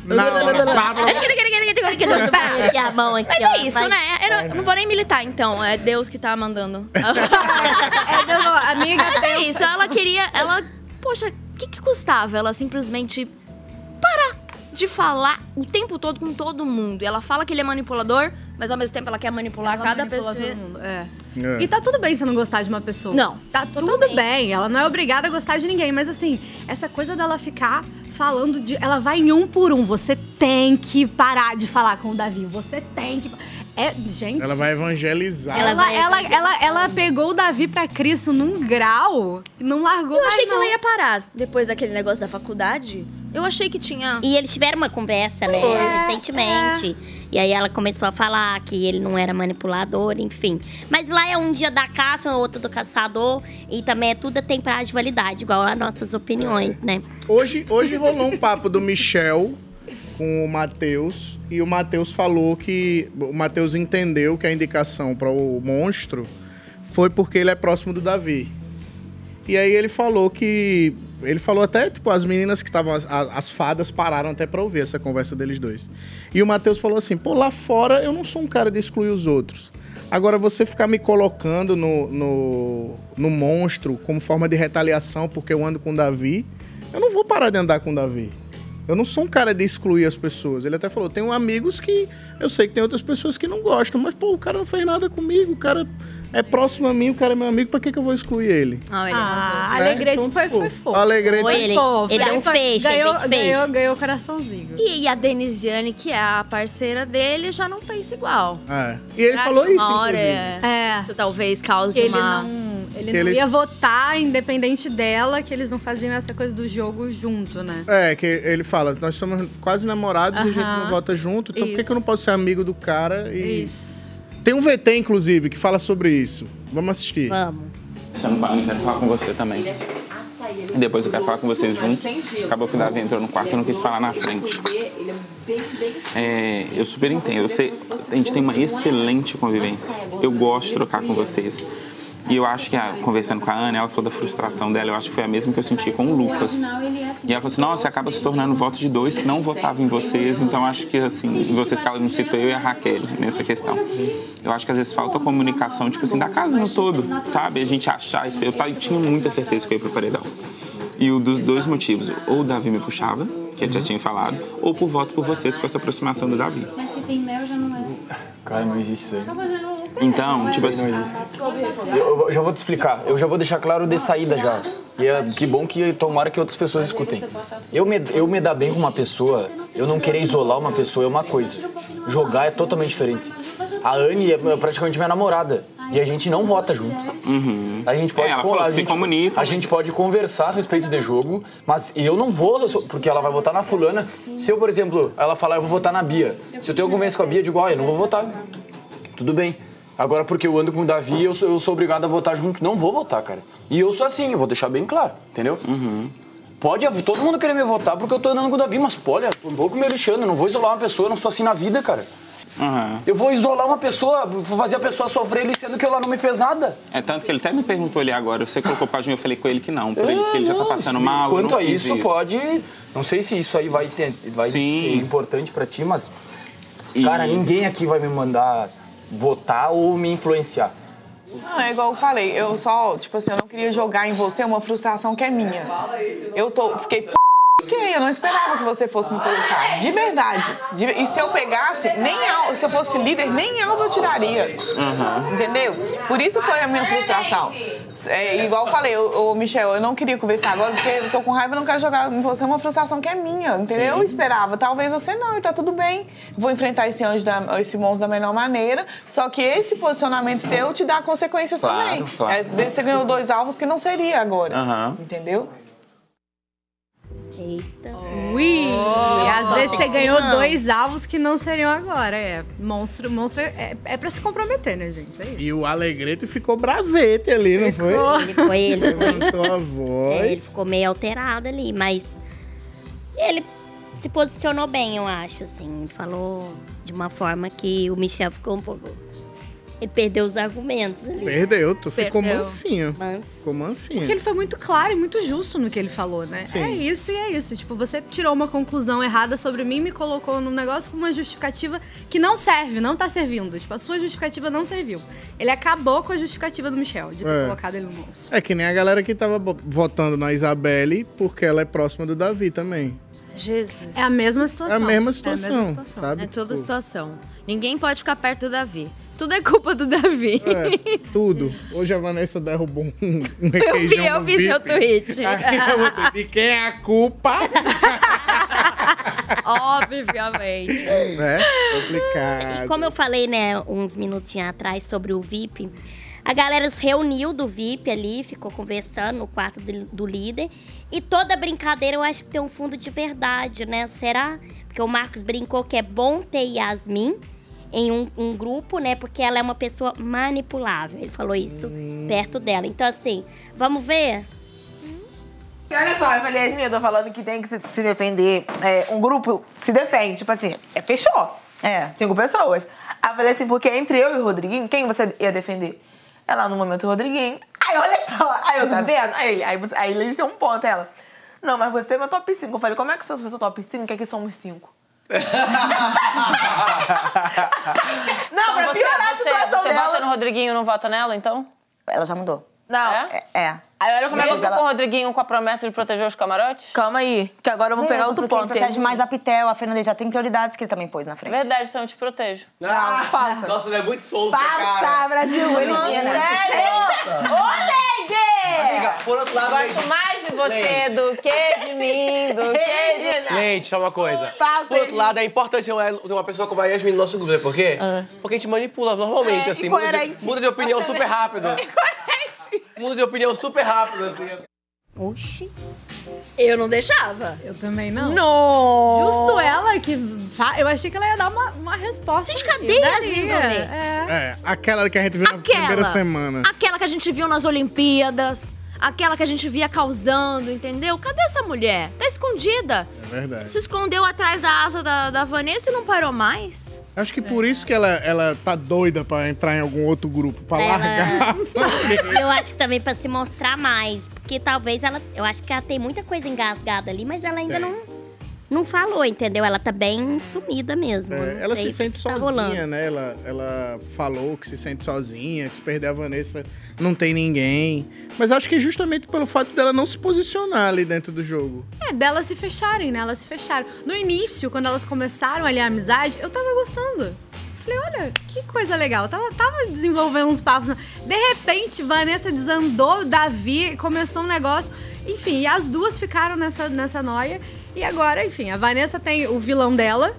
[SPEAKER 6] a mão aqui,
[SPEAKER 5] Mas
[SPEAKER 6] ó,
[SPEAKER 5] é isso,
[SPEAKER 6] vai.
[SPEAKER 5] né? Eu não, eu não vou nem militar, então. É Deus que tá mandando.
[SPEAKER 6] É,
[SPEAKER 4] amiga,
[SPEAKER 5] Mas é
[SPEAKER 4] pensa.
[SPEAKER 5] isso, ela queria. Ela. Poxa, o que, que custava ela simplesmente parar de falar o tempo todo com todo mundo? E ela fala que ele é manipulador, mas ao mesmo tempo ela quer manipular
[SPEAKER 4] Ela
[SPEAKER 5] cada
[SPEAKER 4] manipula
[SPEAKER 5] pessoa.
[SPEAKER 4] todo mundo, é. E tá tudo bem você não gostar de uma pessoa.
[SPEAKER 5] Não,
[SPEAKER 4] Tá tudo bem. Ela não é obrigada a gostar de ninguém. Mas assim, essa coisa dela ficar falando de. Ela vai em um por um. Você tem que parar de falar com o Davi. Você tem que. É, gente.
[SPEAKER 2] Ela vai evangelizar.
[SPEAKER 4] Ela, ela, ela, ela, pegou o Davi pra Cristo num grau e não largou
[SPEAKER 5] Eu achei
[SPEAKER 4] mais,
[SPEAKER 5] que ela
[SPEAKER 4] não.
[SPEAKER 5] ia parar depois daquele negócio da faculdade. Eu achei que tinha.
[SPEAKER 6] E eles tiveram uma conversa, né?
[SPEAKER 5] Foi.
[SPEAKER 6] recentemente. E aí ela começou a falar que ele não era manipulador, enfim. Mas lá é um dia da caça, outro do caçador. E também é tudo tem prazo de validade, igual as nossas opiniões, né?
[SPEAKER 2] Hoje, hoje rolou um papo do Michel com o Matheus. E o Matheus falou que. O Matheus entendeu que a indicação para o monstro foi porque ele é próximo do Davi. E aí ele falou que. Ele falou até, tipo, as meninas que estavam. As, a- as fadas pararam até pra ouvir essa conversa deles dois. E o Matheus falou assim: pô, lá fora eu não sou um cara de excluir os outros. Agora, você ficar me colocando no, no, no monstro como forma de retaliação porque eu ando com o Davi, eu não vou parar de andar com o Davi. Eu não sou um cara de excluir as pessoas. Ele até falou: tenho amigos que eu sei que tem outras pessoas que não gostam, mas pô, o cara não fez nada comigo, o cara é próximo a mim, o cara é meu amigo, pra que, que eu vou excluir ele?
[SPEAKER 5] Ah, ele
[SPEAKER 4] ah,
[SPEAKER 2] É,
[SPEAKER 4] Alegrete
[SPEAKER 2] então,
[SPEAKER 4] foi,
[SPEAKER 2] tipo,
[SPEAKER 4] foi fofo.
[SPEAKER 2] Alegrete- Foi,
[SPEAKER 4] foi
[SPEAKER 2] ele-
[SPEAKER 4] fofo.
[SPEAKER 5] é
[SPEAKER 2] ele deu um
[SPEAKER 4] foi-
[SPEAKER 2] feixe, ele
[SPEAKER 4] ganhou,
[SPEAKER 2] fez feixe.
[SPEAKER 4] ganhou, ganhou o coraçãozinho.
[SPEAKER 5] E, a Denisiane, que é a parceira dele, já não pensa igual.
[SPEAKER 2] É. E ele
[SPEAKER 5] Será
[SPEAKER 2] falou
[SPEAKER 5] que
[SPEAKER 2] isso,
[SPEAKER 5] uma hora
[SPEAKER 2] inclusive.
[SPEAKER 4] É.
[SPEAKER 5] isso talvez cause
[SPEAKER 4] Ele
[SPEAKER 5] uma...
[SPEAKER 4] não, ele
[SPEAKER 2] Que
[SPEAKER 4] não
[SPEAKER 2] eles-
[SPEAKER 4] ia votar independente dela, que eles não faziam essa coisa do jogo junto, né?
[SPEAKER 2] É, que ele fala, nós somos quase namorados e a gente
[SPEAKER 4] Aham.
[SPEAKER 2] não vota junto, então por que, que
[SPEAKER 4] Isso.
[SPEAKER 2] eu não posso ser amigo do cara e.
[SPEAKER 4] Isso.
[SPEAKER 2] Tem um VT, inclusive, que fala sobre isso. Vamos assistir. Vamos.
[SPEAKER 12] Você não fala, eu quero falar com você também. Depois eu quero falar com vocês juntos. Acabou que o Davi entrou no quarto e não quis falar na frente. É, eu super entendo. Você, a gente tem uma excelente convivência. Eu gosto de trocar com vocês. E eu acho que, a- conversando com a Ana, ela falou da frustração dela. Eu acho que foi a mesma que eu senti com o Lucas.
[SPEAKER 3] é
[SPEAKER 12] E ela falou assim, nossa, acaba se tornando voto de dois que não votavam em vocês. Então, acho que, assim, vocês que ela não citou, eu e a Raquel nessa questão. Eu acho que, às vezes, falta comunicação, tipo assim, da casa no todo, sabe? A gente achar... Eu tava- eu tinha muita certeza que eu ia pro paredão. E o dos dois motivos, ou o Davi me puxava, que ele já tinha falado, ou por voto por vocês com essa aproximação do Davi.
[SPEAKER 13] Mas se tem mel, já não é.
[SPEAKER 14] Cara, não existe isso aí.
[SPEAKER 3] um
[SPEAKER 12] Então, tipo assim...
[SPEAKER 14] Não existe. Eu, eu já vou te explicar. Eu já vou deixar claro de saída já. E é, que bom que tomara que outras pessoas escutem. Eu me, eu me dar bem com uma pessoa, eu não querer isolar uma pessoa é uma coisa. Jogar é totalmente diferente. A Anne é praticamente minha namorada. E a gente não vota junto. A gente pode
[SPEAKER 12] É, ela
[SPEAKER 14] colar,
[SPEAKER 12] falou
[SPEAKER 14] a
[SPEAKER 12] que se
[SPEAKER 14] gente, A gente pode conversar a respeito de jogo, mas eu não vou, eu sou- porque ela vai votar na fulana. Se eu, por exemplo, ela falar, eu vou votar na Bia. Se eu tenho conversa com a Bia, eu digo, olha, eu não vou votar. Tudo bem. Agora, porque eu ando com o Davi, eu sou, eu sou obrigado a votar junto. Não vou votar, cara. E eu sou assim, eu vou deixar bem claro, entendeu?
[SPEAKER 12] Uhum.
[SPEAKER 14] Pode todo mundo querer me votar porque eu tô andando com o Davi, mas olha, tô um pouco me lixando, eu não vou isolar uma pessoa, eu não sou assim na vida, cara.
[SPEAKER 12] Uhum.
[SPEAKER 14] Eu vou isolar uma pessoa, vou fazer a pessoa sofrer ali, sendo que ela não me fez nada.
[SPEAKER 12] É tanto que ele até me perguntou ali agora, você colocou pra mim, eu falei com ele que não, pra ele,
[SPEAKER 14] É,
[SPEAKER 12] que ele já tá
[SPEAKER 14] não,
[SPEAKER 12] passando
[SPEAKER 14] sim.
[SPEAKER 12] mal. eu
[SPEAKER 14] Quanto
[SPEAKER 12] não
[SPEAKER 14] a
[SPEAKER 12] quis
[SPEAKER 14] isso, pode. Não sei se isso aí vai, ter- vai
[SPEAKER 12] Sim.
[SPEAKER 14] ser importante pra ti, mas. Cara, ninguém aqui vai me mandar votar ou me influenciar.
[SPEAKER 15] Não, é igual eu falei, eu só, tipo assim, eu não queria jogar em você uma frustração que é minha. Eu tô, fiquei p... porque eu não esperava que você fosse me colocar, de verdade. De- e se eu pegasse, nem al- se eu fosse líder, nem alvo eu tiraria.
[SPEAKER 2] Ah.
[SPEAKER 15] Entendeu? Por isso foi a minha frustração. É, igual eu falei, ô ô, Michel, eu não queria conversar agora porque eu tô com raiva, eu não quero jogar em você uma frustração que é minha, entendeu? Eu esperava, talvez você não, e tá tudo bem. Vou enfrentar esse anjo, da- esse monstro da melhor maneira, só que esse posicionamento seu te dá consequências
[SPEAKER 12] Claro,
[SPEAKER 15] também.
[SPEAKER 12] claro.
[SPEAKER 15] Às vezes você ganhou dois alvos que não seria agora,
[SPEAKER 12] Aham.
[SPEAKER 15] entendeu?
[SPEAKER 6] Eita.
[SPEAKER 4] Ui! Oh. às vezes você ganhou
[SPEAKER 6] Não.
[SPEAKER 4] dois alvos que não seriam agora. É, monstro, monstro é, é pra se comprometer, né, gente? É isso.
[SPEAKER 2] E o Alegreto ficou bravete ali, não foi?
[SPEAKER 4] Ele foi, ele foi.
[SPEAKER 2] Levantou a
[SPEAKER 6] É, ele
[SPEAKER 2] voz.
[SPEAKER 6] ficou meio alterado ali, mas ele se posicionou bem, eu acho, assim. Falou de uma forma que o Michel ficou um pouco. Ele perdeu os argumentos ali.
[SPEAKER 2] Perdeu, tu ficou
[SPEAKER 6] Perdeu.
[SPEAKER 2] mansinho.
[SPEAKER 6] Manso.
[SPEAKER 2] Ficou mansinho.
[SPEAKER 4] Porque ele foi muito claro e muito justo no que ele falou, né?
[SPEAKER 2] Sim.
[SPEAKER 4] É isso e é isso. Tipo, você tirou uma conclusão errada sobre mim e me colocou num negócio com uma justificativa que não serve, não tá servindo. Tipo, a sua justificativa não serviu. Ele acabou com a justificativa do Michel, de ter
[SPEAKER 2] É.
[SPEAKER 4] colocado ele no monstro.
[SPEAKER 2] É que nem a galera que tava bo- votando na Isabelle porque ela é próxima do Davi também.
[SPEAKER 5] Jesus.
[SPEAKER 4] É a mesma
[SPEAKER 2] É
[SPEAKER 4] situação.
[SPEAKER 2] a mesma situação, sabe?
[SPEAKER 5] É toda
[SPEAKER 2] Tipo-
[SPEAKER 5] situação. Ninguém pode ficar perto do Davi. Tudo é culpa do Davi.
[SPEAKER 2] É, tudo. Hoje a Vanessa derrubou um, um
[SPEAKER 5] Eu vi,
[SPEAKER 2] requeijão
[SPEAKER 5] eu
[SPEAKER 2] no
[SPEAKER 5] vi seu
[SPEAKER 2] VIP.
[SPEAKER 5] tweet.
[SPEAKER 2] Aí eu botei, De quem é a culpa?
[SPEAKER 5] Obviamente.
[SPEAKER 2] né? Complicado.
[SPEAKER 6] E como eu falei, né, uns minutinhos atrás sobre o VIP, a galera se reuniu do VIP ali, ficou conversando no quarto do, do líder. E toda brincadeira eu acho que tem um fundo de verdade, né? Será? Porque o Marcos brincou que é bom ter Yasmin em um, um grupo, né? Porque ela é uma pessoa manipulável. Ele falou isso perto dela. Então, assim, vamos ver?
[SPEAKER 16] E é. Olha só, eu falei, Yasmin, eu tô falando que tem que se, se defender. é, um grupo se defende, tipo assim, é fechou. É, cinco pessoas. Aí eu falei assim, porque entre eu e o Rodriguinho, quem você ia defender? Ela, no momento, o Rodriguinho. Aí, olha só, aí eu, tá vendo? Aí, aí, você- aí eles têm um ponto, ela. Não, mas você é meu top 5. Eu falei, como é que você é o seu top 5? Que aqui somos cinco. Não, pra
[SPEAKER 9] Então você,
[SPEAKER 16] piorar a
[SPEAKER 9] você,
[SPEAKER 16] situação
[SPEAKER 9] você
[SPEAKER 16] dela.
[SPEAKER 9] vota no Rodriguinho e não vota nela, então?
[SPEAKER 16] Ela já mudou. Não, é? é. Aí olha como é que
[SPEAKER 9] Mesmo
[SPEAKER 16] ela-
[SPEAKER 9] com o Rodriguinho com a promessa de proteger os camarotes? Calma aí, que agora eu vou pegar
[SPEAKER 17] Beleza,
[SPEAKER 9] outro
[SPEAKER 17] porque
[SPEAKER 9] ponto.
[SPEAKER 17] ele protege
[SPEAKER 9] hein?
[SPEAKER 17] mais a Pitel, a Fernanda já tem prioridades que ele também pôs na frente.
[SPEAKER 9] Verdade, então eu te protejo.
[SPEAKER 17] Ah,
[SPEAKER 9] passa.
[SPEAKER 18] Nossa, ele é muito solto,
[SPEAKER 17] Passa,
[SPEAKER 18] cara.
[SPEAKER 17] Brasil,
[SPEAKER 9] Não,
[SPEAKER 18] Olimpíada.
[SPEAKER 9] sério? Ô, Leide!
[SPEAKER 18] Amiga, por outro lado,
[SPEAKER 9] Gosto
[SPEAKER 18] Leide.
[SPEAKER 9] mais de você
[SPEAKER 18] Leide.
[SPEAKER 9] do que de mim, do que de...
[SPEAKER 18] Leite, só uma coisa. Por outro lado, é importante ter uma- ter uma pessoa como a Yasmin no nosso grupo, né? Por quê? Porque a gente manipula normalmente,
[SPEAKER 16] É,
[SPEAKER 18] assim. Muda de,
[SPEAKER 16] incoerente.
[SPEAKER 18] muda de opinião
[SPEAKER 16] Você
[SPEAKER 18] super
[SPEAKER 16] vê-
[SPEAKER 18] rápido. Muda de opinião super rápido, assim.
[SPEAKER 4] Oxi.
[SPEAKER 5] Eu não deixava.
[SPEAKER 4] Eu também não.
[SPEAKER 5] Não.
[SPEAKER 4] Justo ela que. fa- Eu achei que ela ia dar uma, uma resposta. Gente,
[SPEAKER 5] cadê Yasmin Brunet?
[SPEAKER 4] É.
[SPEAKER 2] É, aquela que a gente viu na
[SPEAKER 5] Aquela.
[SPEAKER 2] primeira semana.
[SPEAKER 5] Aquela que a gente viu nas Olimpíadas. Aquela que a gente via causando, entendeu? Cadê essa mulher? Tá escondida.
[SPEAKER 2] É verdade.
[SPEAKER 5] Se escondeu atrás da asa da, da Vanessa e não parou mais.
[SPEAKER 2] Acho que por isso que ela, ela tá doida pra entrar em algum outro grupo, pra
[SPEAKER 6] Ela-
[SPEAKER 2] largar.
[SPEAKER 6] eu acho que também pra se mostrar mais. Porque talvez ela. Eu acho que ela tem muita coisa engasgada ali, mas ela ainda
[SPEAKER 2] Tem.
[SPEAKER 6] não. Não falou, entendeu? Ela tá bem sumida mesmo.
[SPEAKER 2] É,
[SPEAKER 6] não sei
[SPEAKER 2] ela se
[SPEAKER 6] o que
[SPEAKER 2] sente
[SPEAKER 6] tá
[SPEAKER 2] sozinha,
[SPEAKER 6] rolando.
[SPEAKER 2] né? Ela, ela falou que se sente sozinha, que se perder a Vanessa não tem ninguém. Mas acho que é justamente pelo fato dela não se posicionar ali dentro do jogo.
[SPEAKER 4] É, delas se fecharem, né? Elas se fecharam. No início, quando elas começaram ali a amizade, eu tava gostando. Falei, olha, que coisa legal. Tava, tava desenvolvendo uns papos. De repente, Vanessa desandou, Davi começou um negócio. Enfim, e as duas ficaram nessa, nessa noia. E agora, enfim, a Vanessa tem o vilão dela.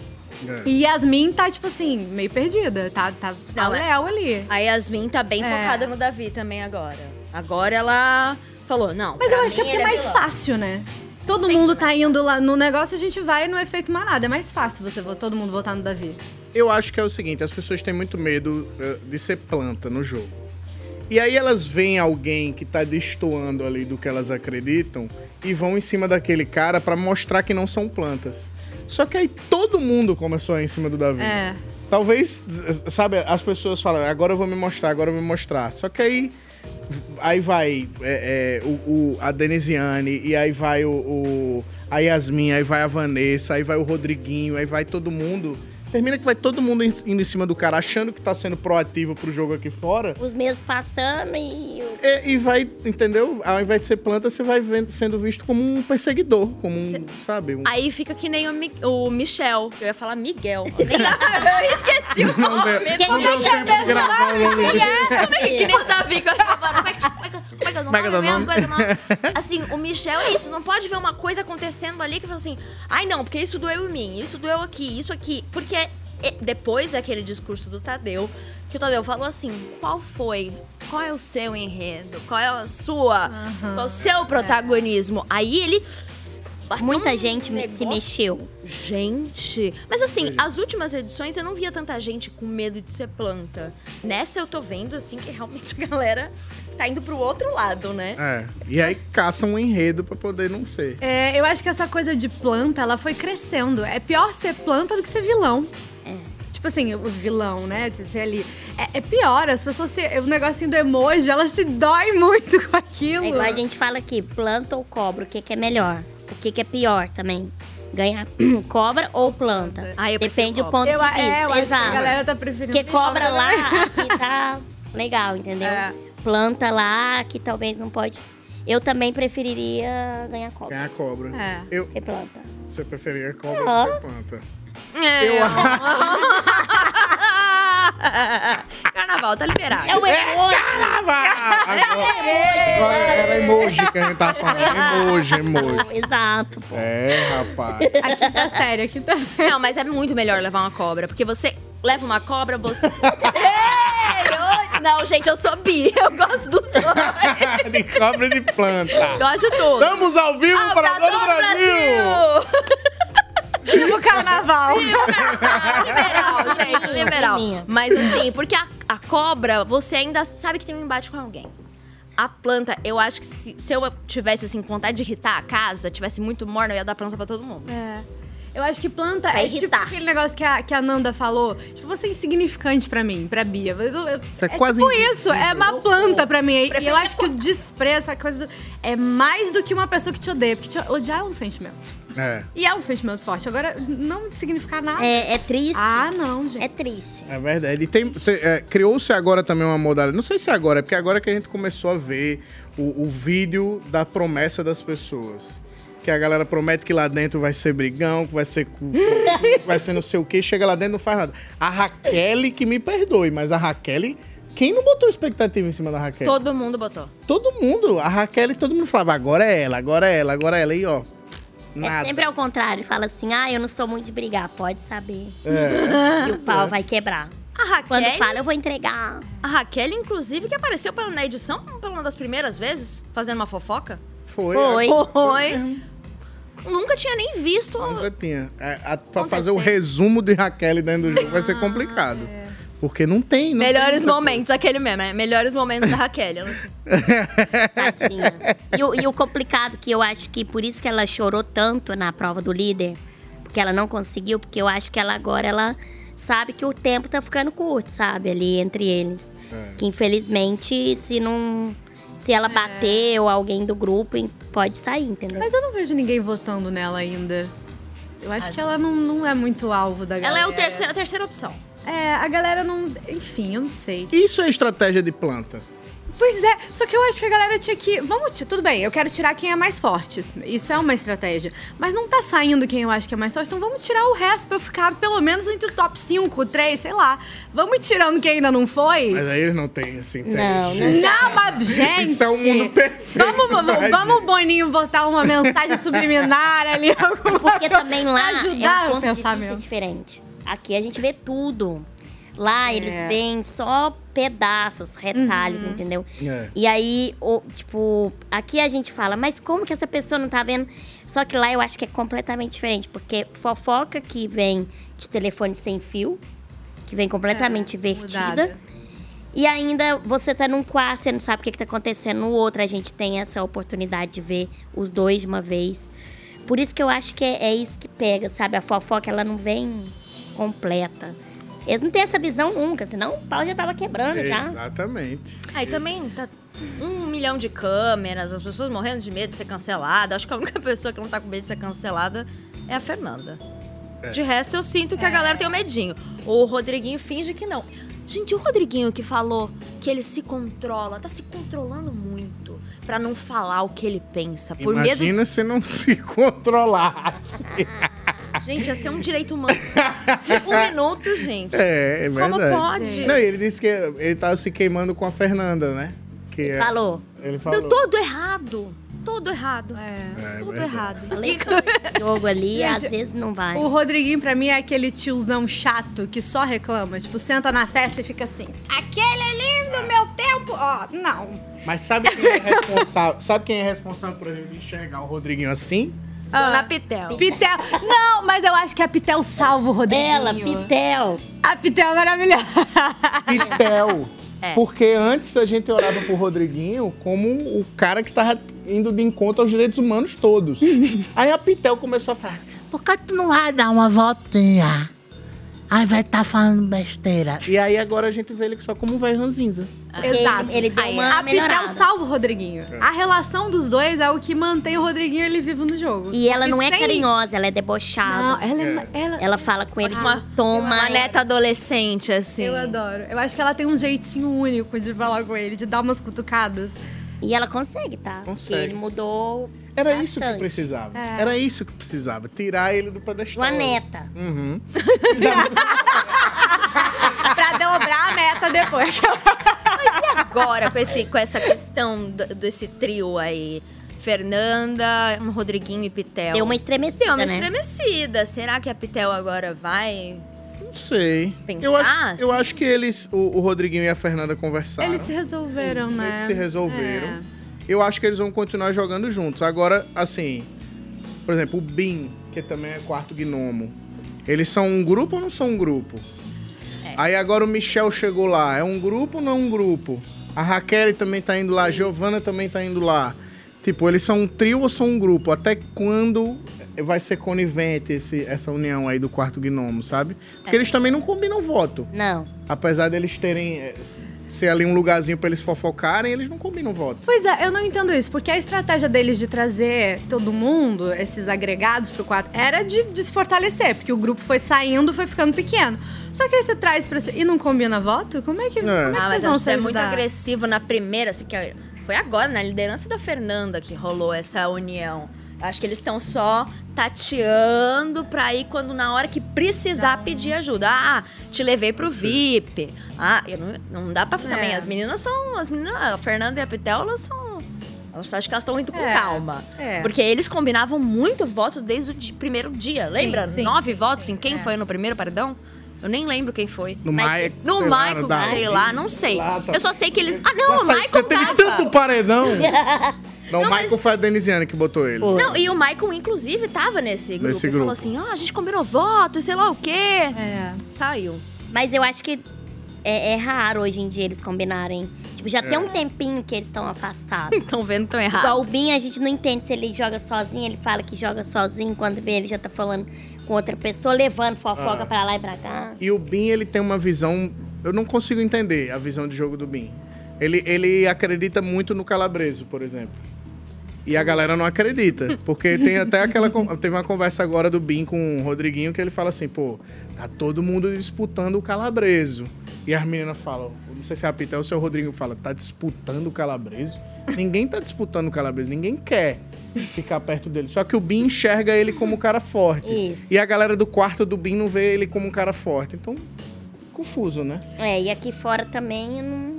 [SPEAKER 5] É.
[SPEAKER 4] E Yasmin tá, tipo assim, meio perdida. Tá, tá, tá o
[SPEAKER 5] é.
[SPEAKER 4] Léo ali. É.
[SPEAKER 5] A Yasmin tá bem focada no Davi também agora. Agora ela falou, não.
[SPEAKER 4] Mas
[SPEAKER 5] pra
[SPEAKER 4] eu acho que é
[SPEAKER 5] mim
[SPEAKER 4] porque é
[SPEAKER 5] ele
[SPEAKER 4] mais
[SPEAKER 5] vilão.
[SPEAKER 4] fácil, né? Todo mundo tá indo lá no negócio, a gente vai no efeito manada. É mais fácil você vo- todo mundo votar no Davi.
[SPEAKER 2] Eu acho que é o seguinte, as pessoas têm muito medo eh, de ser planta no jogo. E aí elas veem alguém que tá destoando ali do que elas acreditam e vão em cima daquele cara pra mostrar que não são plantas. Só que aí todo mundo começou a ir em cima do Davi.
[SPEAKER 4] É.
[SPEAKER 2] Talvez, s- sabe, as pessoas falam, agora eu vou me mostrar, agora eu vou me mostrar. Só que aí, aí vai é, é, o, o- a Denisiane, e aí vai o, o- a Yasmin, aí vai a Vanessa, aí vai o Rodriguinho, aí vai todo mundo. Termina que vai todo mundo in- indo em cima do cara, achando que tá sendo proativo pro jogo aqui fora.
[SPEAKER 6] Os meses passando e. o-
[SPEAKER 2] E, e vai, entendeu? Ao invés de ser planta, você vai vendo- sendo visto como um perseguidor, como um, sabe? Um...
[SPEAKER 5] Aí fica que nem o, Mi- o Michel. Eu ia falar Miguel. Nem eu esqueci o
[SPEAKER 2] Não
[SPEAKER 5] nome.
[SPEAKER 2] deu- não deu
[SPEAKER 5] Ah, Como é que é
[SPEAKER 2] tempo de
[SPEAKER 5] mesmo?
[SPEAKER 2] gravar o nome
[SPEAKER 5] Quem é?
[SPEAKER 2] dele.
[SPEAKER 5] Como é que, que nem o Davi que eu achava? Como é que- como é que- como é que é o
[SPEAKER 2] Como é que é o
[SPEAKER 5] nome mesmo?
[SPEAKER 2] nome?
[SPEAKER 5] Como é que é o nome? Assim, o Michel é isso. Não pode ver uma coisa acontecendo ali que fala assim... Ai, não, porque isso doeu em mim. Isso doeu aqui. Isso aqui. Porque é- é- depois daquele discurso do Tadeu... Que o Tadeu falou assim... Qual foi... Qual é o seu enredo? Qual é a sua? Qual é o seu protagonismo? Aí ele... um
[SPEAKER 6] Muita gente me- se mexeu.
[SPEAKER 5] Gente. Mas assim, as últimas edições eu não via tanta gente com medo de ser planta. Nessa eu tô vendo, assim, que realmente a galera tá indo pro outro lado, né?
[SPEAKER 2] É. E aí caça um enredo pra poder não ser.
[SPEAKER 4] É, eu acho que essa coisa de planta, ela foi crescendo. É pior ser planta do que ser vilão.
[SPEAKER 5] É.
[SPEAKER 4] Tipo assim, o vilão, né? De ser ali. É, é pior, as pessoas se. O negocinho do emoji, ela se dói muito com aquilo.
[SPEAKER 6] É igual a gente fala aqui, planta ou cobra, o que, que é melhor? O que, que é pior também? Ganhar cobra ou planta? Depende do ponto
[SPEAKER 4] Ah, Eu-
[SPEAKER 6] de
[SPEAKER 4] é,
[SPEAKER 6] vista.
[SPEAKER 4] eu acho que a
[SPEAKER 6] exato.
[SPEAKER 4] galera tá preferindo
[SPEAKER 6] Porque cobra
[SPEAKER 4] bicho,
[SPEAKER 6] lá,
[SPEAKER 4] né?
[SPEAKER 6] aqui tá legal, entendeu?
[SPEAKER 4] É.
[SPEAKER 6] Planta lá, que talvez não pode... Eu também preferiria ganhar cobra.
[SPEAKER 2] Ganhar cobra.
[SPEAKER 6] É.
[SPEAKER 2] Eu...
[SPEAKER 6] Que planta.
[SPEAKER 2] Você preferia cobra
[SPEAKER 6] Ah.
[SPEAKER 2] do que planta.
[SPEAKER 5] É. Eu Carnaval, tá liberado.
[SPEAKER 2] É o emoji.
[SPEAKER 5] carnaval!
[SPEAKER 2] Agora
[SPEAKER 5] É
[SPEAKER 2] era emoji que a gente tava falando. Emoji, emoji.
[SPEAKER 6] Exato.
[SPEAKER 2] É, rapaz.
[SPEAKER 5] Aqui tá sério, aqui tá sério. Não, mas é muito melhor levar uma cobra, porque você leva uma cobra, você. Ei, eu- Não, gente, eu sou bi, eu gosto dos dois.
[SPEAKER 2] de cobra e de planta.
[SPEAKER 5] Gosto de tudo. Ah,
[SPEAKER 2] Estamos ao vivo para todo o Brasil.
[SPEAKER 5] Viva o carnaval! Viva o carnaval! Liberal, gente, liberal. Mas assim, porque a, a cobra, você ainda sabe que tem um embate com alguém. A planta, eu acho que se, se eu tivesse, assim, com vontade de irritar a casa, tivesse muito morna, eu ia dar planta pra todo mundo.
[SPEAKER 4] É. Eu acho que planta
[SPEAKER 5] Pra
[SPEAKER 4] é tipo
[SPEAKER 5] irritar.
[SPEAKER 4] aquele negócio que a, que a Nanda falou. Tipo, você é insignificante pra mim, pra Bia. Eu- eu-
[SPEAKER 2] Você é
[SPEAKER 4] é
[SPEAKER 2] quase
[SPEAKER 4] tipo
[SPEAKER 2] invisível.
[SPEAKER 4] isso, é uma planta pra mim. E eu acho que o desprezo, essa coisa, é mais do que uma pessoa que te odeia. Porque te odiar é um sentimento.
[SPEAKER 2] É.
[SPEAKER 4] E é um sentimento forte. Agora, não significar nada.
[SPEAKER 6] É, é triste.
[SPEAKER 4] Ah, não, gente. É
[SPEAKER 6] triste.
[SPEAKER 2] É é verdade. E tem- cê, é, criou-se agora também uma modalidade. Não sei se agora, é porque agora que a gente começou a ver o, o vídeo da promessa das pessoas. Que a galera promete que lá dentro vai ser brigão, que vai ser. cu- que vai ser não sei o quê, chega lá dentro e não faz nada. A Raquel, que me perdoe, mas a Raquel. Quem não botou expectativa em cima da Raquel?
[SPEAKER 5] Todo mundo botou.
[SPEAKER 2] Todo mundo. A Raquel, todo mundo falava, agora é ela, agora é ela, agora é ela. E ó,
[SPEAKER 6] É
[SPEAKER 2] nada.
[SPEAKER 6] sempre ao contrário, fala assim, ah, eu não sou muito de brigar, pode saber.
[SPEAKER 2] É.
[SPEAKER 6] E o pau vai quebrar.
[SPEAKER 5] A Raquel.
[SPEAKER 6] Quando fala, eu vou entregar.
[SPEAKER 5] A Raquel, inclusive, que apareceu pela, na edição pela uma das primeiras vezes, fazendo uma fofoca.
[SPEAKER 2] Foi. é.
[SPEAKER 5] Foi.
[SPEAKER 2] Foi.
[SPEAKER 5] Nunca tinha nem visto.
[SPEAKER 2] Nunca tinha. É, a- pra
[SPEAKER 5] Acontecer.
[SPEAKER 2] fazer o resumo de Raquel dentro do jogo vai ser complicado. Porque não tem, não
[SPEAKER 5] Melhores
[SPEAKER 2] tem.
[SPEAKER 5] momentos, aquele mesmo, né? Melhores momentos da Raquel. eu não sei.
[SPEAKER 6] E, o- e o complicado que eu acho que por isso que ela chorou tanto na prova do líder, porque ela não conseguiu, porque eu acho que ela agora ela sabe que o tempo tá ficando curto, sabe, ali entre eles.
[SPEAKER 5] É.
[SPEAKER 6] Que infelizmente se não se
[SPEAKER 4] É.
[SPEAKER 6] ela bater ou alguém do grupo em- pode sair, entendeu?
[SPEAKER 4] Mas eu não vejo ninguém votando nela ainda. Eu acho que ela não, não é muito alvo da galera.
[SPEAKER 5] Ela é o terceiro, a terceira opção.
[SPEAKER 4] É, a galera não. Enfim, eu não sei.
[SPEAKER 2] Isso é estratégia de planta.
[SPEAKER 4] Pois é, só que eu acho que a galera tinha que. Vamos, ti- tudo bem, eu quero tirar quem é mais forte. Isso é uma estratégia. Mas não tá saindo quem eu acho que é mais forte, então vamos tirar o resto pra eu ficar pelo menos entre o top 5, 3, sei lá. Vamos tirando quem ainda não foi?
[SPEAKER 2] Mas aí eles não têm assim.
[SPEAKER 4] Não, não, mas, gente.
[SPEAKER 2] Isso é um mundo perfeito.
[SPEAKER 4] Vamos, vamos,
[SPEAKER 2] mas-
[SPEAKER 4] vamos, Boninho, botar uma mensagem subliminar ali. alguma
[SPEAKER 6] É Porque
[SPEAKER 4] coisa
[SPEAKER 6] também lá
[SPEAKER 4] ajudar
[SPEAKER 6] é
[SPEAKER 4] o
[SPEAKER 6] um ponto de vista
[SPEAKER 4] pensamento.
[SPEAKER 6] diferente. Aqui a gente vê tudo. Lá
[SPEAKER 4] É.
[SPEAKER 6] eles veem só pedaços, retalhos,
[SPEAKER 4] Uhum.
[SPEAKER 6] entendeu?
[SPEAKER 4] É.
[SPEAKER 6] E aí, o- tipo, aqui a gente fala, mas como que essa pessoa não tá vendo? Só que lá eu acho que é completamente diferente, porque fofoca que vem de telefone sem fio, que vem completamente invertida.
[SPEAKER 4] mudada.
[SPEAKER 6] E ainda você tá num quarto, você não sabe o que, que tá acontecendo no outro. A gente tem essa oportunidade de ver os dois de uma vez. Por isso que eu acho que é, é isso que pega, sabe? A fofoca, ela não vem completa. Eles não têm essa visão nunca, senão o pau já tava quebrando já.
[SPEAKER 2] Exatamente.
[SPEAKER 5] Aí também tá um milhão de câmeras, as pessoas morrendo de medo de ser cancelada. Acho que a única pessoa que não tá com medo de ser cancelada é a Fernanda.
[SPEAKER 2] É.
[SPEAKER 5] De resto, eu sinto que a galera tem um medinho. O Rodriguinho finge que não. Gente, o Rodriguinho que falou que ele se controla, tá se controlando muito pra não falar o que ele pensa. é Por
[SPEAKER 2] Imagina
[SPEAKER 5] medo de.
[SPEAKER 2] se não se controlasse.
[SPEAKER 5] Gente, ia ser um direito humano. um minuto, gente.
[SPEAKER 2] É, é
[SPEAKER 5] Como
[SPEAKER 2] verdade.
[SPEAKER 5] pode?
[SPEAKER 2] Não, e ele disse que ele tava se queimando com a Fernanda, né? Que é-
[SPEAKER 5] falou.
[SPEAKER 2] Ele
[SPEAKER 5] Deu
[SPEAKER 2] falou.
[SPEAKER 5] todo errado. Todo errado.
[SPEAKER 2] É,
[SPEAKER 5] Tudo
[SPEAKER 2] verdade.
[SPEAKER 5] errado.
[SPEAKER 6] Jogo ali,
[SPEAKER 4] Gente,
[SPEAKER 6] às vezes não vai.
[SPEAKER 4] O Rodriguinho, pra mim, é aquele tiozão chato que só reclama. Tipo, senta na festa e fica assim. Aquele ali no meu tempo. Ó, não.
[SPEAKER 2] Mas sabe quem é responsável? sabe quem é responsável por ele enxergar o Rodriguinho assim?
[SPEAKER 5] Na Pitel.
[SPEAKER 4] Ah. Pitel. Não, mas eu acho que a Pitel salva o Rodriguinho.
[SPEAKER 6] Ela, Pitel.
[SPEAKER 4] A Pitel é maravilhosa.
[SPEAKER 2] Pitel.
[SPEAKER 4] É.
[SPEAKER 2] Porque antes a gente olhava pro Rodriguinho como o cara que tava indo de encontro aos direitos humanos todos. Aí a Pitel começou a falar: por que tu não vai dar uma voltinha? Aí vai estar tá falando besteira. E aí agora a gente vê ele só como um velho ranzinza.
[SPEAKER 6] É.
[SPEAKER 4] Exato.
[SPEAKER 6] Ele deu uma
[SPEAKER 4] a Pitel
[SPEAKER 6] melhorada.
[SPEAKER 4] salva o Rodriguinho.
[SPEAKER 2] É.
[SPEAKER 4] A relação dos dois é o que mantém o Rodriguinho ele vivo no jogo.
[SPEAKER 6] E ela
[SPEAKER 4] Porque
[SPEAKER 6] não é
[SPEAKER 4] sem-
[SPEAKER 6] carinhosa, ela é debochada.
[SPEAKER 4] Não, ela é- Ela,
[SPEAKER 6] fala com ele,
[SPEAKER 4] Uma-
[SPEAKER 6] uma, toma.
[SPEAKER 4] uma
[SPEAKER 5] neta adolescente, assim.
[SPEAKER 4] Eu adoro. Eu acho que ela tem um jeitinho único de falar com ele, de dar umas cutucadas.
[SPEAKER 6] E ela consegue, tá? Porque
[SPEAKER 2] Consegue.
[SPEAKER 6] ele mudou.
[SPEAKER 2] Era isso que precisava.
[SPEAKER 6] É.
[SPEAKER 2] Era isso que precisava. Tirar ele do pedestal.
[SPEAKER 6] Uma neta.
[SPEAKER 2] Uhum.
[SPEAKER 4] pra dobrar a meta depois.
[SPEAKER 5] Mas e agora com, esse, com essa questão d- desse trio aí? Fernanda, um Rodriguinho e Pitel.
[SPEAKER 6] Deu uma estremecida,
[SPEAKER 5] Deu uma
[SPEAKER 6] né?
[SPEAKER 5] estremecida. Será que a Pitel agora vai?
[SPEAKER 2] Não sei.
[SPEAKER 5] Pensar,
[SPEAKER 2] eu, acho, eu
[SPEAKER 5] assim?
[SPEAKER 2] acho que eles, o, o Rodriguinho e a Fernanda conversaram.
[SPEAKER 4] Eles se resolveram, né?
[SPEAKER 2] Eles se resolveram.
[SPEAKER 4] É.
[SPEAKER 2] Eu acho que eles vão continuar jogando juntos. Agora, assim, por exemplo, o Bin, que também é quarto gnomo. Eles são um grupo ou não são um grupo? Aí agora o Michel chegou lá. É um grupo ou não é um grupo? A Raquel também tá indo lá, a Giovana também tá indo lá. Tipo, eles são um trio ou são um grupo? Até quando vai ser conivente esse- essa união aí do quarto gnomo, sabe? Porque eles também não combinam voto.
[SPEAKER 6] Não.
[SPEAKER 2] Apesar deles terem. eh, Ser ali um lugarzinho pra eles fofocarem, eles não combinam voto.
[SPEAKER 4] Pois é, eu não entendo isso, porque a estratégia deles de trazer todo mundo, esses agregados pro quarto, era de, de se fortalecer, porque o grupo foi saindo, foi ficando pequeno. Só que aí você traz pra. E não combina voto? Como é que, como é que
[SPEAKER 5] ah,
[SPEAKER 4] vocês
[SPEAKER 5] mas
[SPEAKER 4] vão
[SPEAKER 5] acho que
[SPEAKER 4] ser
[SPEAKER 5] é muito agressivo na primeira, assim, porque Foi agora, na liderança da Fernanda, que rolou essa união. Acho que eles estão só tateando pra ir quando na hora que precisar
[SPEAKER 4] um-
[SPEAKER 5] pedir ajuda. Ah, te levei pro VIP. Ah, eu não, não dá pra ficar
[SPEAKER 4] É.
[SPEAKER 5] bem. As meninas são. As meninas, a Fernanda e a Pitel, elas são. Elas acho que elas estão indo com
[SPEAKER 4] É,
[SPEAKER 5] calma.
[SPEAKER 4] é.
[SPEAKER 5] Porque eles combinavam muito voto desde o di- primeiro dia.
[SPEAKER 4] Sim,
[SPEAKER 5] Lembra?
[SPEAKER 4] sim, é.
[SPEAKER 5] Nove votos em quem foi no primeiro paredão? Eu nem lembro quem foi.
[SPEAKER 2] No
[SPEAKER 5] Mas-
[SPEAKER 2] Maico,
[SPEAKER 5] No
[SPEAKER 2] sei lá,
[SPEAKER 5] Maico,
[SPEAKER 2] da-
[SPEAKER 5] sei lá, não sei.
[SPEAKER 2] tá.
[SPEAKER 5] Eu só sei que eles. Ah,
[SPEAKER 2] Já
[SPEAKER 5] não, o
[SPEAKER 2] sa-
[SPEAKER 5] Michael
[SPEAKER 2] já teve
[SPEAKER 5] tava.
[SPEAKER 2] tanto paredão. Não, o Michael foi a Denisiane que botou ele.
[SPEAKER 5] Não, e o Michael, inclusive, tava nesse grupo.
[SPEAKER 2] Nesse
[SPEAKER 5] Ele Falou
[SPEAKER 2] grupo.
[SPEAKER 5] assim, ó, a gente combinou voto, sei lá o quê. É. Saiu.
[SPEAKER 6] Mas eu acho que é, é raro hoje em dia eles combinarem. Tipo, já
[SPEAKER 5] É.
[SPEAKER 6] tem um tempinho que eles estão afastados.
[SPEAKER 5] Estão vendo tão errado.
[SPEAKER 6] Igual o Bin, a gente não entende se ele joga sozinho, ele fala que joga sozinho, quando vê ele já tá falando com outra pessoa, levando fofoca
[SPEAKER 2] Ah.
[SPEAKER 6] pra lá e pra cá.
[SPEAKER 2] E o Bin, ele tem uma visão. Eu não consigo entender a visão de jogo do Bin. Ele, ele acredita muito no calabreso, por exemplo. E a galera não acredita. Porque tem até aquela. con- Teve uma conversa agora do Bin com o Rodriguinho que ele fala assim, pô, tá todo mundo disputando o calabreso. E as meninas falam, não sei se é a Pitel ou se é o Rodrigo fala, tá disputando o calabreso? Ninguém tá disputando o calabreso, ninguém quer ficar perto dele. Só que o Bin enxerga ele como um cara forte. E a galera do quarto do Bin não vê ele como um cara forte. Então, confuso, né?
[SPEAKER 6] É, e aqui fora também eu não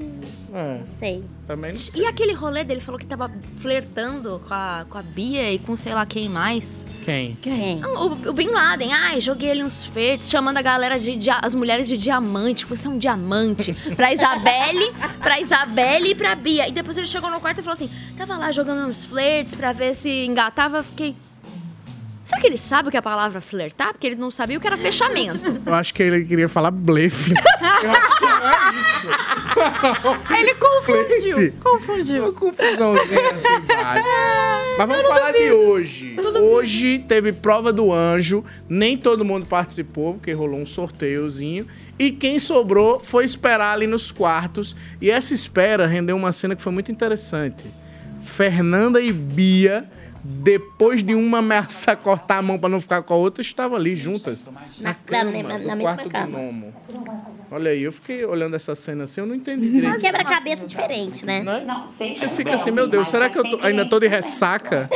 [SPEAKER 2] É,
[SPEAKER 6] sei.
[SPEAKER 2] também não.
[SPEAKER 5] E aquele rolê dele falou que tava flertando com a, com a Bia e com sei lá quem mais.
[SPEAKER 2] Quem?
[SPEAKER 5] Quem? Ah, O, o Bin Laden. Ai, joguei ele uns feitos, chamando a galera de, dia- as mulheres de diamante. que Você é um diamante. Pra Isabelle, pra Isabelle e pra Bia. E depois ele chegou no quarto e falou assim: tava lá jogando uns flertes pra ver se engatava. Fiquei. Será que ele sabe o que é a palavra flertar? Porque ele não sabia o que era fechamento.
[SPEAKER 2] Eu acho que ele queria falar blefe.
[SPEAKER 5] ele confundiu.
[SPEAKER 2] Confundiu. Uma confusãozinha assim básica. Mas vamos falar de hoje. Hoje teve prova do anjo, nem todo mundo participou, porque rolou um sorteiozinho. E quem sobrou foi esperar ali nos quartos. E essa espera rendeu uma cena que foi muito interessante. Fernanda e Bia, depois de uma ameaçar cortar a mão pra não ficar com a outra, estavam ali juntas. Na cama,
[SPEAKER 6] na- na
[SPEAKER 2] no
[SPEAKER 6] mesma
[SPEAKER 2] quarto do
[SPEAKER 6] cama.
[SPEAKER 2] gnomo. Olha aí, eu fiquei olhando essa cena assim, eu não entendi direito.
[SPEAKER 6] Quebra-cabeça diferente, né?
[SPEAKER 13] Não, sei.
[SPEAKER 2] Você fica assim, meu Deus, será que eu tô- ainda tô de ressaca?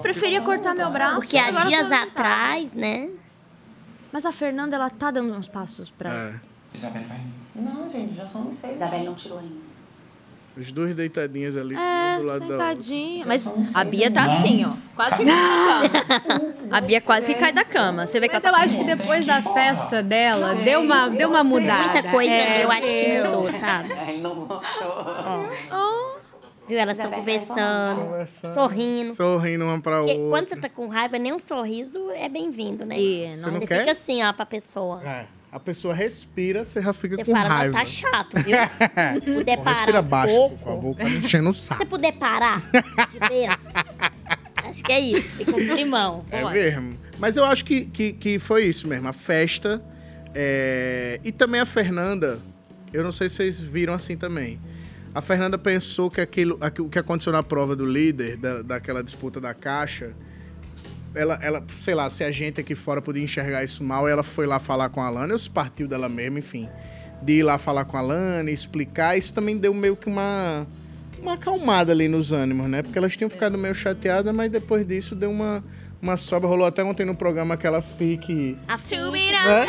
[SPEAKER 5] Preferia cortar meu braço.
[SPEAKER 6] Porque há
[SPEAKER 5] agora
[SPEAKER 6] dias
[SPEAKER 5] tô-
[SPEAKER 6] atrás, né?
[SPEAKER 5] Mas a Fernanda, ela tá dando uns passos
[SPEAKER 2] É.
[SPEAKER 5] pra.
[SPEAKER 18] Isabelle vai.
[SPEAKER 9] Não, gente, já são seis.
[SPEAKER 13] Isabelle não tirou ainda.
[SPEAKER 2] Os dois deitadinhas ali,
[SPEAKER 5] É,
[SPEAKER 2] um do lado
[SPEAKER 6] tá
[SPEAKER 2] da outra.
[SPEAKER 5] sentadinha. Mas a Bia tá assim, ó. Quase que cai da cama. A Bia é quase que cai da cama. Você vê que
[SPEAKER 4] Mas
[SPEAKER 5] ela
[SPEAKER 4] eu
[SPEAKER 5] tá
[SPEAKER 4] acho que depois da festa dela, deu uma, deu uma mudada.
[SPEAKER 6] Muita coisa
[SPEAKER 4] É,
[SPEAKER 6] eu acho que
[SPEAKER 4] deu.
[SPEAKER 6] mudou, sabe?
[SPEAKER 13] Ele não gostou.
[SPEAKER 6] Viu? Elas estão conversando, sorrindo.
[SPEAKER 2] Sorrindo uma pra
[SPEAKER 6] Porque
[SPEAKER 2] outra.
[SPEAKER 6] quando você tá com raiva, nem um sorriso é bem-vindo, né?
[SPEAKER 2] E Você não- não
[SPEAKER 6] você
[SPEAKER 2] quer?
[SPEAKER 6] fica assim, ó, pra pessoa.
[SPEAKER 2] É, a pessoa respira, você já fica
[SPEAKER 6] Você
[SPEAKER 2] com
[SPEAKER 6] fala, não,
[SPEAKER 2] raiva.
[SPEAKER 6] tá chato, viu? Se puder
[SPEAKER 2] Bom,
[SPEAKER 6] parar
[SPEAKER 2] respira
[SPEAKER 6] um
[SPEAKER 2] baixo,
[SPEAKER 6] pouco.
[SPEAKER 2] por favor, pra não encher no saco.
[SPEAKER 6] Se puder parar de vez, acho que é isso. Fica um climão.
[SPEAKER 2] É mesmo. Mas eu acho que, que, que foi isso mesmo, a festa. é, E também a Fernanda, eu não sei se vocês viram assim também. A Fernanda pensou que aquilo, aqui- o que aconteceu na prova do líder, da, daquela disputa da caixa, ela, ela, sei lá, se a gente aqui fora podia enxergar isso mal, ela foi lá falar com a Alana, ou se partiu dela mesma, enfim. De ir lá falar com a Alana, explicar, isso também deu meio que uma, uma acalmada ali nos ânimos, né? Porque elas tinham ficado meio chateadas, mas depois disso deu uma, uma sobra. Rolou até ontem no programa Né? que ela fique.
[SPEAKER 6] A to
[SPEAKER 5] be
[SPEAKER 2] Hã?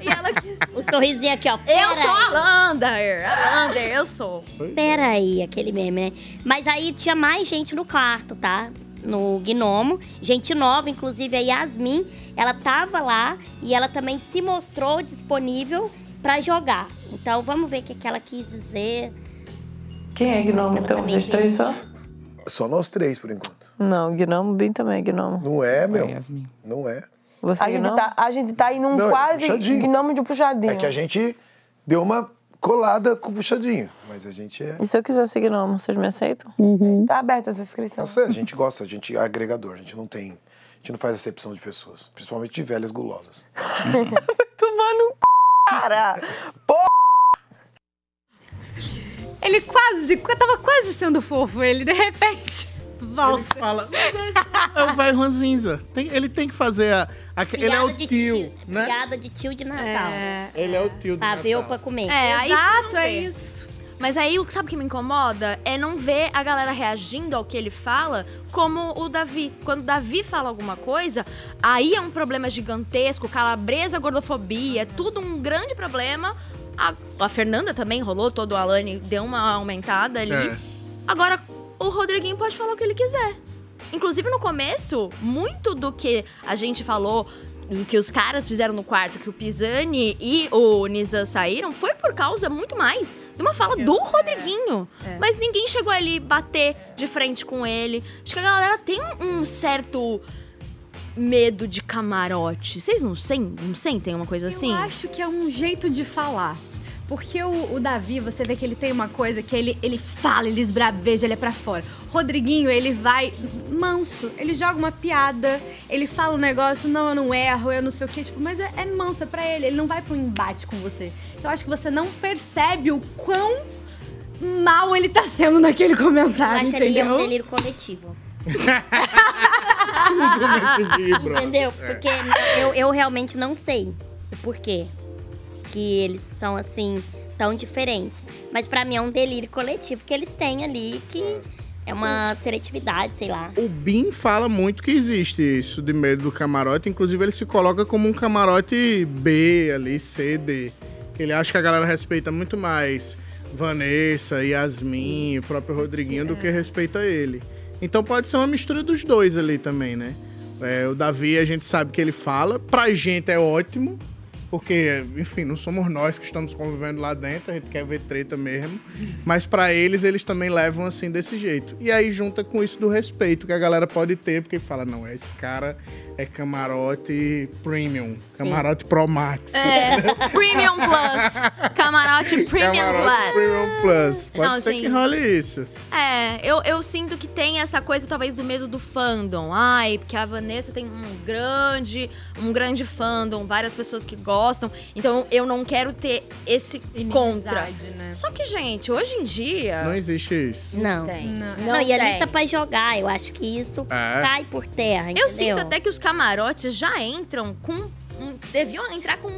[SPEAKER 5] E ela quis.
[SPEAKER 6] O sorrisinho aqui, ó.
[SPEAKER 5] Eu
[SPEAKER 6] Pera
[SPEAKER 5] sou
[SPEAKER 6] aí.
[SPEAKER 5] a Lander. A Lander, eu sou.
[SPEAKER 2] é.
[SPEAKER 6] Pera aí, aquele meme, né? Mas aí tinha mais gente no quarto, tá? No Gnomo. Gente nova, inclusive a Yasmin. Ela tava lá e ela também se mostrou disponível pra jogar. Então vamos ver o que, que ela quis dizer.
[SPEAKER 9] Quem é gnomo, então? Vocês três só?
[SPEAKER 19] Só nós três, por enquanto.
[SPEAKER 9] Não, gnomo, bem também é gnomo.
[SPEAKER 19] Não é, meu? Não é.
[SPEAKER 9] Você
[SPEAKER 19] A gente
[SPEAKER 9] gnomo?
[SPEAKER 19] tá-
[SPEAKER 9] a gente tá aí
[SPEAKER 5] um
[SPEAKER 9] num
[SPEAKER 19] Não, é
[SPEAKER 9] quase
[SPEAKER 19] puxadinho.
[SPEAKER 9] gnomo de puxadinho.
[SPEAKER 19] É que a gente deu uma colada com o puxadinho. Mas a gente é.
[SPEAKER 9] E se eu quiser ser gnomo, vocês me aceitam? Tá aberta essa inscrição.
[SPEAKER 19] Nossa, a gente gosta, a gente é agregador, a gente não tem. A gente não faz acepção de pessoas, principalmente de velhas gulosas.
[SPEAKER 9] Tomando cara!
[SPEAKER 4] Ele quase, tava quase sendo fofo, ele de repente volta.
[SPEAKER 2] Ele fala, É o vai Ranzinza. Tem- ele tem que fazer a. a- ele é o
[SPEAKER 6] de
[SPEAKER 2] tio,
[SPEAKER 6] tio,
[SPEAKER 2] né?
[SPEAKER 6] Piada de tio de Natal.
[SPEAKER 2] Ele é o tio do
[SPEAKER 6] Pra ver ou pra
[SPEAKER 2] Natal.
[SPEAKER 6] comer.
[SPEAKER 5] É, aí isso
[SPEAKER 4] Exato,
[SPEAKER 5] não
[SPEAKER 4] é
[SPEAKER 5] vê.
[SPEAKER 4] isso.
[SPEAKER 5] Mas aí, o que sabe o que me incomoda? É não ver a galera reagindo ao que ele fala como o Davi. Quando o Davi fala alguma coisa, aí é um problema gigantesco, calabresa, gordofobia, é tudo um grande problema. A, a Fernanda também rolou, todo o Alane deu uma aumentada ali.
[SPEAKER 20] É.
[SPEAKER 5] Agora, o Rodriguinho pode falar o que ele quiser. Inclusive, no começo, muito do que a gente falou, do que os caras fizeram no quarto, que o Pisani e o Nizam saíram, foi por causa muito mais de uma fala
[SPEAKER 4] É.
[SPEAKER 5] do Rodriguinho. Mas ninguém chegou ali bater de frente com ele. Acho que a galera tem um, um certo medo de camarote. Vocês não, sen- não sentem uma coisa assim?
[SPEAKER 4] Eu acho que é um jeito de falar. Porque o, o Davi, você vê que ele tem uma coisa que ele, ele fala, ele esbraveja, ele é pra fora. Rodriguinho, ele vai manso. Ele joga uma piada, ele fala um negócio, não, eu não erro, eu não sei o quê. Tipo, mas é, é manso, é pra ele. Ele não vai pro embate com você. Então, eu acho que você não percebe o quão mal ele tá sendo naquele comentário,
[SPEAKER 6] Eu acho ali é um
[SPEAKER 4] Tá, entendeu?
[SPEAKER 6] delírio coletivo.
[SPEAKER 4] Entendeu?
[SPEAKER 6] Entendeu?
[SPEAKER 2] É.
[SPEAKER 6] Porque n- eu, eu realmente não sei o porquê que eles são assim tão diferentes. Mas pra mim é um delírio coletivo que eles têm ali, que é uma seletividade, sei lá.
[SPEAKER 2] O Bin fala muito que existe isso de medo do camarote. Inclusive, ele se coloca como um camarote B ali, C, D. Ele acha que a galera respeita muito mais Vanessa, Yasmin, o próprio Rodriguinho do que respeita ele. Então pode ser uma mistura dos dois ali também, né? É, o Davi, a gente sabe que ele fala. Pra gente é ótimo, porque, enfim, não somos nós que estamos convivendo lá dentro, a gente quer ver treta mesmo. Mas pra eles, eles também levam assim desse jeito. E aí junta com isso do respeito que a galera pode ter, porque fala, não, esse cara é camarote premium, camarote Pro Max.
[SPEAKER 5] É, Premium Plus. Camarote Premium
[SPEAKER 2] Camarote
[SPEAKER 5] Plus.
[SPEAKER 2] Premium Plus. Pode
[SPEAKER 5] Não,
[SPEAKER 2] ser que
[SPEAKER 5] gente.
[SPEAKER 2] role isso.
[SPEAKER 5] É, eu, eu sinto que tem essa coisa, talvez, do medo do fandom. Ai, porque a Vanessa tem um grande, um grande fandom, várias pessoas que gostam. Então eu não quero ter esse contra. Só que, gente, hoje em dia.
[SPEAKER 2] Não existe isso.
[SPEAKER 6] Não.
[SPEAKER 5] Não,
[SPEAKER 6] Não, e
[SPEAKER 5] tem.
[SPEAKER 6] ali tá pra jogar. Eu acho que isso
[SPEAKER 2] É.
[SPEAKER 6] cai por terra, entendeu?
[SPEAKER 5] Eu sinto até que os camarotes já entram com. um- deviam entrar com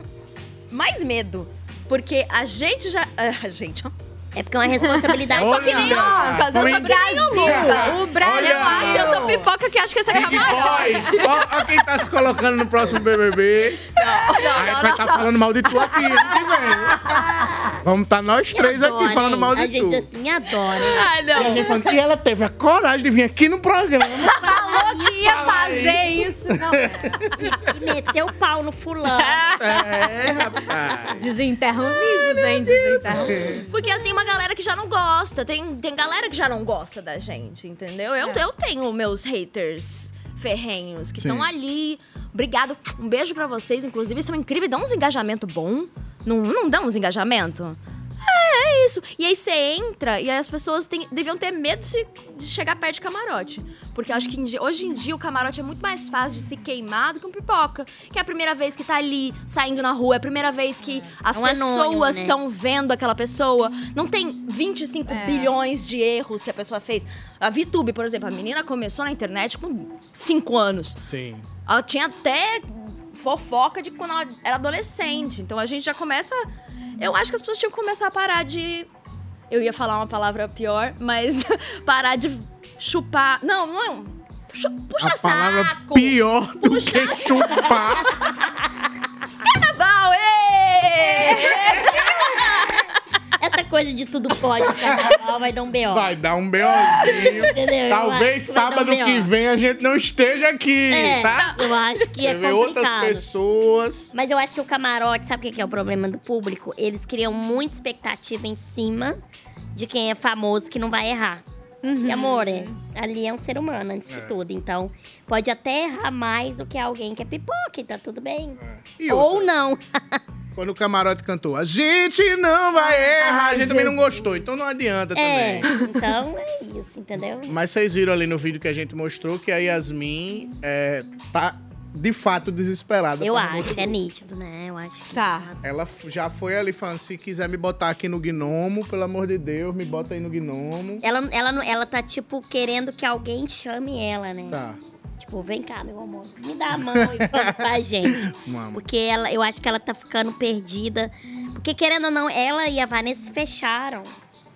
[SPEAKER 5] mais medo. Porque a gente já. A gente, ó.
[SPEAKER 6] É porque é uma responsabilidade.
[SPEAKER 5] Eu sou que nem o
[SPEAKER 6] Olha,
[SPEAKER 5] Lucas, eu sou que nem o
[SPEAKER 6] Brasil.
[SPEAKER 5] Lucas.
[SPEAKER 6] O Brasil.
[SPEAKER 5] Eu acho, eu sou pipoca que acha que essa é camarote.
[SPEAKER 2] Olha quem tá se colocando no próximo BBB. Aí vai estar falando mal de tu aqui. ano que vem. Vamos estar nós três
[SPEAKER 6] Adoro,
[SPEAKER 2] aqui falando
[SPEAKER 6] hein?
[SPEAKER 2] mal de
[SPEAKER 6] A
[SPEAKER 2] tu.
[SPEAKER 6] gente assim adora. hein?
[SPEAKER 5] Ai,
[SPEAKER 2] E, a gente falando, e ela teve a coragem de vir aqui no programa.
[SPEAKER 4] Falou que ia
[SPEAKER 2] Fala
[SPEAKER 4] fazer
[SPEAKER 2] isso.
[SPEAKER 4] isso.
[SPEAKER 6] E, e meteu o pau no fulano.
[SPEAKER 2] É, rapaz.
[SPEAKER 4] Desenterram vídeos, hein? Desenterram vídeos.
[SPEAKER 5] Porque assim, tem uma galera que já não gosta, tem, tem galera que já não gosta da gente, entendeu? Eu, eu tenho meus haters ferrenhos que
[SPEAKER 4] Sim.
[SPEAKER 5] estão ali. Obrigado, um beijo pra vocês. Inclusive, são incríveis, dão uns engajamento bom. Não, não dão uns engajamento? É, é isso. E aí você entra e aí as pessoas têm- deviam ter medo de, se- de chegar perto de camarote. Porque eu acho que em di- hoje em dia o camarote é muito mais fácil de se queimar do que um pipoca. Que é a primeira vez que tá ali saindo na rua, é a primeira vez que as
[SPEAKER 6] É um anônimo,
[SPEAKER 5] pessoas
[SPEAKER 6] né?
[SPEAKER 5] estão vendo aquela pessoa. Não tem 25 bilhões de erros que a pessoa fez. A VTube, por exemplo, a menina começou na internet com 5 anos.
[SPEAKER 2] Sim.
[SPEAKER 5] Ela tinha até fofoca de quando ela era adolescente. Então a gente já começa. Eu acho que as pessoas tinham que começar a parar de. Eu ia falar uma palavra pior, mas parar de chupar. Não, não. Chu- Puxa
[SPEAKER 2] a palavra
[SPEAKER 5] saco!
[SPEAKER 2] pior do que chupar.
[SPEAKER 5] Carnaval, ê!
[SPEAKER 6] Essa coisa de tudo pode, carnaval, vai dar um B.O.
[SPEAKER 2] Vai dar um BOzinho.
[SPEAKER 6] Entendeu? Eu
[SPEAKER 2] Talvez
[SPEAKER 6] acho que vai
[SPEAKER 2] sábado
[SPEAKER 6] dar um
[SPEAKER 2] que
[SPEAKER 6] BO.
[SPEAKER 2] vem a gente não esteja aqui,
[SPEAKER 6] É,
[SPEAKER 2] tá?
[SPEAKER 6] Eu acho que é
[SPEAKER 2] Vai ver outras
[SPEAKER 6] complicado.
[SPEAKER 2] pessoas.
[SPEAKER 6] Mas eu acho que o camarote, sabe o que que é o problema do público? Eles criam muita expectativa em cima de quem é famoso que não vai errar. E amor, é, ali é um ser humano, antes de tudo. Então, pode até errar mais do que alguém que é pipoca, e tá tudo bem.
[SPEAKER 2] É. E
[SPEAKER 6] Ou não.
[SPEAKER 2] Quando o camarote cantou, a gente não vai errar, a gente também não gostou, então não adianta
[SPEAKER 6] Ah, É,
[SPEAKER 2] também.
[SPEAKER 6] então é isso, entendeu?
[SPEAKER 2] Mas vocês viram ali no vídeo que a gente mostrou que a Yasmin é, tá de fato desesperada.
[SPEAKER 6] Eu
[SPEAKER 2] por
[SPEAKER 6] acho,
[SPEAKER 2] conta
[SPEAKER 6] é
[SPEAKER 2] do-
[SPEAKER 6] nítido, né? Eu acho que.
[SPEAKER 4] Tá.
[SPEAKER 2] Ela f- já foi ali falando, se quiser me botar aqui no gnomo, pelo amor de Deus, me bota aí no gnomo.
[SPEAKER 6] Ela, ela, não- ela tá, tipo, querendo que alguém chame ela, né?
[SPEAKER 2] Tá.
[SPEAKER 6] Tipo, vem cá, meu amor, me dá a mão e vamos pra gente.
[SPEAKER 2] Vamos.
[SPEAKER 6] Porque ela, eu acho que ela tá ficando perdida. Porque, querendo ou não, ela e a Vanessa fecharam.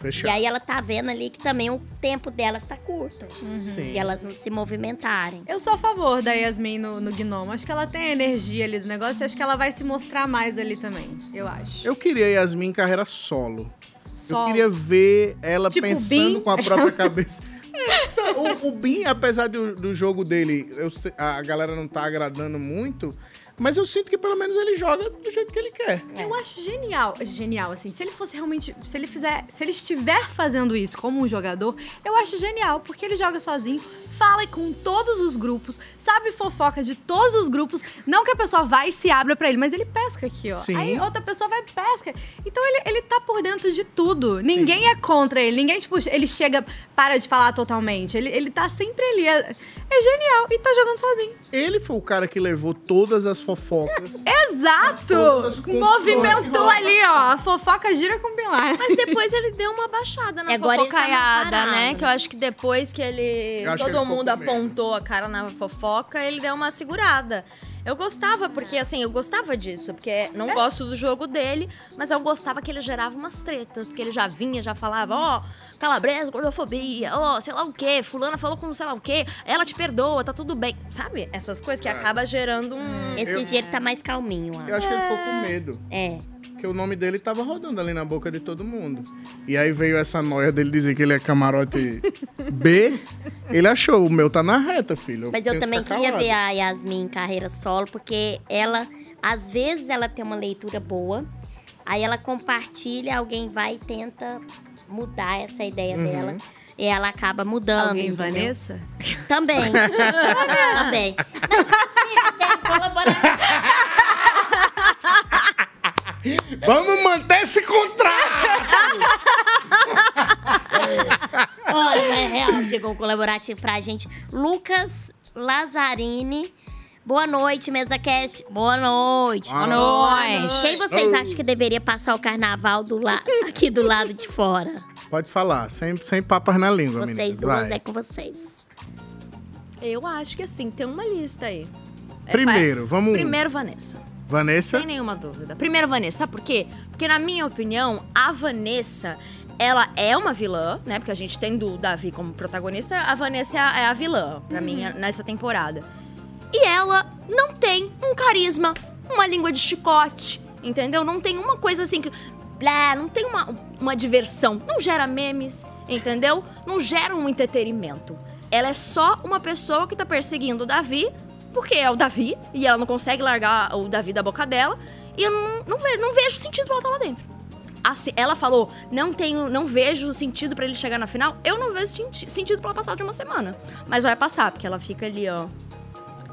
[SPEAKER 2] Fechado.
[SPEAKER 6] E aí ela tá vendo ali que também o tempo delas tá curto. Se elas não se movimentarem.
[SPEAKER 4] Eu sou a favor da Yasmin no, no Gnomo. Acho que ela tem a energia ali do negócio e acho que ela vai se mostrar mais ali também. Eu acho.
[SPEAKER 2] Eu queria Yasmin em carreira solo. Eu
[SPEAKER 4] Solo.
[SPEAKER 2] queria ver ela
[SPEAKER 4] Tipo
[SPEAKER 2] pensando
[SPEAKER 4] Bin?
[SPEAKER 2] com a própria cabeça. É, então, o, o Bin, apesar do, do jogo dele, eu sei- a galera não tá agradando muito, mas eu sinto que pelo menos ele joga do jeito que ele quer.
[SPEAKER 4] Eu acho genial, genial, assim. Se ele fosse realmente. Se ele fizer. Se ele estiver fazendo isso como um jogador, eu acho genial, porque ele joga sozinho, fala com todos os grupos, sabe fofoca de todos os grupos. Não que a pessoa vá e se abra pra ele, mas ele pesca aqui, ó.
[SPEAKER 20] Sim.
[SPEAKER 4] Aí outra pessoa vai e pesca. Então ele, ele tá por dentro de tudo. Ninguém é contra ele. Ninguém, tipo, ele chega, para de falar totalmente. Ele, ele tá sempre ali. É, é genial. E tá jogando sozinho.
[SPEAKER 2] Ele foi o cara que levou todas as fofocas.
[SPEAKER 4] Exato!
[SPEAKER 2] Todas as
[SPEAKER 4] Movimentou
[SPEAKER 2] confusões.
[SPEAKER 4] ali, ó. A fofoca gira com o Pilar.
[SPEAKER 5] Mas depois ele deu uma baixada na
[SPEAKER 4] É, agora ele tá mais
[SPEAKER 5] fofocaiada,
[SPEAKER 4] parado.
[SPEAKER 5] né? Que eu acho que depois que ele.
[SPEAKER 4] Eu acho
[SPEAKER 5] Todo
[SPEAKER 4] que ele ficou
[SPEAKER 5] mundo
[SPEAKER 4] com medo.
[SPEAKER 5] apontou a cara na fofoca, ele deu uma segurada. Eu gostava, porque assim, eu gostava disso, porque não gosto do jogo dele, mas eu gostava que ele gerava umas tretas, porque ele já vinha, já falava, ó, calabresa, gordofobia, ó, sei lá o quê, fulana falou com sei lá o quê, ela te perdoa, tá tudo bem. Sabe? Essas coisas que
[SPEAKER 2] É.
[SPEAKER 5] acaba gerando um. Ah.
[SPEAKER 2] Esse Eu- dia ele
[SPEAKER 6] tá mais calminho,
[SPEAKER 2] Eu acho que ele ficou com medo.
[SPEAKER 6] É.
[SPEAKER 2] Porque o nome dele tava rodando ali na boca de todo mundo. E aí veio essa noia dele dizer que ele é camarote B. Ele achou, o meu tá na reta, filho.
[SPEAKER 6] Mas eu
[SPEAKER 2] tenho que
[SPEAKER 6] também
[SPEAKER 2] ficar
[SPEAKER 6] queria
[SPEAKER 2] calado.
[SPEAKER 6] ver a Yasmin em carreira solo, porque ela, às vezes, ela tem uma leitura boa, aí ela compartilha, alguém vai e tenta mudar essa ideia
[SPEAKER 4] Uhum.
[SPEAKER 6] dela. E ela acaba mudando.
[SPEAKER 4] Alguém,
[SPEAKER 6] entendeu?
[SPEAKER 4] Vanessa?
[SPEAKER 6] Também. Também.
[SPEAKER 2] Vamos manter esse contrato!
[SPEAKER 6] Olha, é real, chegou um colaborativo pra gente. Lucas Lazzarini. Boa noite, MesaCast. Boa noite.
[SPEAKER 5] Boa noite.
[SPEAKER 6] Quem vocês acham que deveria passar o carnaval do la- aqui do lado de fora?
[SPEAKER 2] Pode falar, sem, sem papas na língua,
[SPEAKER 6] Vocês
[SPEAKER 2] meninas.
[SPEAKER 6] duas
[SPEAKER 2] vai.
[SPEAKER 6] é com vocês.
[SPEAKER 5] Eu acho que assim, tem uma lista aí. É,
[SPEAKER 2] Primeiro,
[SPEAKER 5] vai-
[SPEAKER 2] vamos-
[SPEAKER 5] Primeiro, Vanessa.
[SPEAKER 2] Vanessa?
[SPEAKER 5] Sem nenhuma dúvida. Primeiro, Vanessa, sabe por quê? Porque, na minha opinião, a Vanessa, ela é uma vilã, né? Porque a gente tem do Davi como protagonista, a Vanessa é a, é a vilã, pra mim,
[SPEAKER 17] Uhum.
[SPEAKER 5] nessa temporada. E ela não tem um carisma, uma língua de chicote, entendeu? Não tem uma coisa assim que. Blá, não tem uma, uma diversão. Não gera memes, entendeu? Não gera um entretenimento. Ela é só uma pessoa que tá perseguindo o Davi, porque é o Davi, e ela não consegue largar o Davi da boca dela. E eu não, não, vejo, não vejo sentido pra ela estar lá dentro. Assim, ela falou, não tenho, não vejo sentido pra ele chegar na final. Eu não vejo senti- sentido pra ela passar de uma semana. Mas vai passar, porque ela fica ali, ó,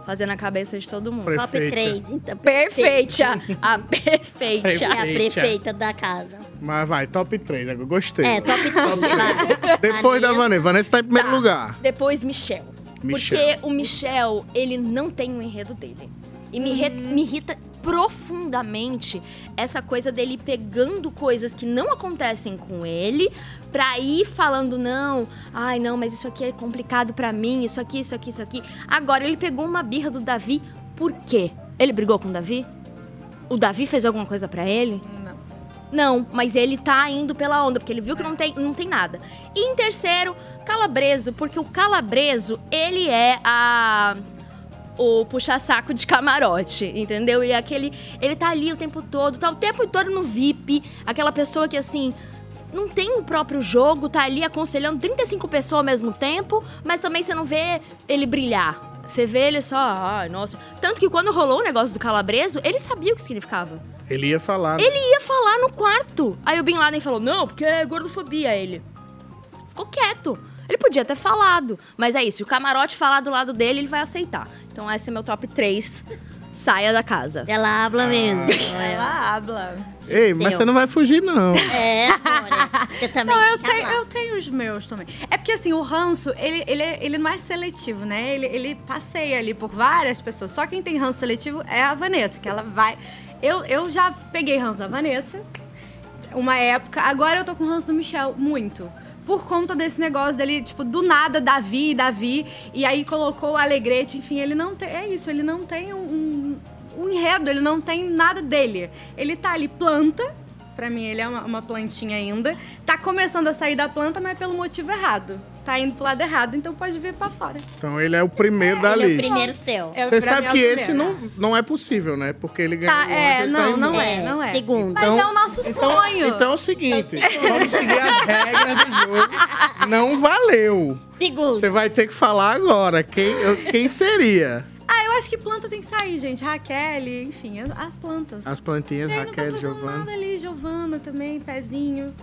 [SPEAKER 5] fazendo a cabeça de todo mundo.
[SPEAKER 6] Top Prefeita. três, então.
[SPEAKER 5] Perfeita. A perfeita.
[SPEAKER 2] Prefeita.
[SPEAKER 6] É a prefeita da casa.
[SPEAKER 2] Mas vai, top 3, agora gostei.
[SPEAKER 5] É, top três,
[SPEAKER 2] Depois da Vanessa, Vanessa tá em primeiro lugar.
[SPEAKER 5] Depois, Michel.
[SPEAKER 2] Michel.
[SPEAKER 5] Porque o Michel, ele não tem o enredo dele. E me, irri- me irrita profundamente essa coisa dele pegando coisas que não acontecem com ele pra ir falando, não, ai não, mas isso aqui é complicado pra mim, isso aqui, isso aqui, isso aqui. Agora, ele pegou uma birra do Davi, por quê? Ele brigou com o Davi? O Davi fez alguma coisa pra ele?
[SPEAKER 4] Não.
[SPEAKER 5] Não, mas ele tá indo pela onda, porque ele viu que não tem, não tem nada. E em terceiro, Calabreso, porque o Calabreso, ele é a o puxa-saco de camarote, entendeu? E aquele. Ele tá ali o tempo todo, tá o tempo todo no VIP, aquela pessoa que assim. Não tem o próprio jogo, tá ali aconselhando 35 pessoas ao mesmo tempo, mas também você não vê ele brilhar. Você vê ele só, ai, nossa. Tanto que quando rolou o negócio do calabreso, ele sabia o que significava.
[SPEAKER 2] Ele ia falar. né?
[SPEAKER 5] Ele ia falar no quarto. Aí o Bin Laden falou, não, porque é gordofobia ele. Ficou quieto. Ele podia ter falado. Mas é isso, se o camarote falar do lado dele, ele vai aceitar. Então esse é meu top 3. Saia da casa. Ah.
[SPEAKER 6] Ela habla mesmo.
[SPEAKER 4] Ela habla.
[SPEAKER 2] Ei, mas você não vai fugir, não.
[SPEAKER 6] É, amor, eu também.
[SPEAKER 4] Não, eu tenho,
[SPEAKER 5] é
[SPEAKER 4] eu tenho os meus também. É porque, assim, o ranço, ele, ele, é- ele não é seletivo, né? Ele, ele passeia ali por várias pessoas. Só quem tem ranço seletivo é a Vanessa, que ela vai... Eu, eu já peguei ranço da Vanessa, uma época. Agora eu tô com ranço do Michel, muito. Por conta desse negócio dele, tipo, do nada, Davi e Davi. E aí colocou o Alegrete, enfim, ele não tem... É isso, ele não tem um, um- um enredo, ele não tem nada dele. Ele tá ali, planta... Pra mim, ele é uma, uma plantinha ainda. Tá começando a sair da planta, mas é pelo motivo errado. Tá indo pro lado errado, então pode vir pra fora.
[SPEAKER 2] Então ele é o primeiro da
[SPEAKER 4] ele é o
[SPEAKER 2] lista.
[SPEAKER 4] primeiro seu. É,
[SPEAKER 2] Você
[SPEAKER 4] pra mim
[SPEAKER 2] sabe
[SPEAKER 4] é o
[SPEAKER 2] que
[SPEAKER 4] primeiro,
[SPEAKER 2] esse
[SPEAKER 4] né?
[SPEAKER 2] não, não é possível, né? Porque ele ganhou.
[SPEAKER 4] Tá, é,
[SPEAKER 2] ele tá
[SPEAKER 4] não,
[SPEAKER 2] indo.
[SPEAKER 4] não é, não é. Mas
[SPEAKER 2] Então-
[SPEAKER 4] é o nosso sonho. Tá
[SPEAKER 2] Então é o seguinte, vamos seguir a regra do jogo. Não valeu.
[SPEAKER 4] Segundo.
[SPEAKER 2] Você vai ter que falar agora quem, eu- quem seria.
[SPEAKER 4] Ah, eu acho que planta tem que sair, gente. Raquel, enfim, as- as plantas.
[SPEAKER 2] As plantinhas,
[SPEAKER 4] E aí não tá
[SPEAKER 2] Raquel,
[SPEAKER 4] fazendo
[SPEAKER 2] Giovanna.
[SPEAKER 4] nada ali, Giovana também, pezinho.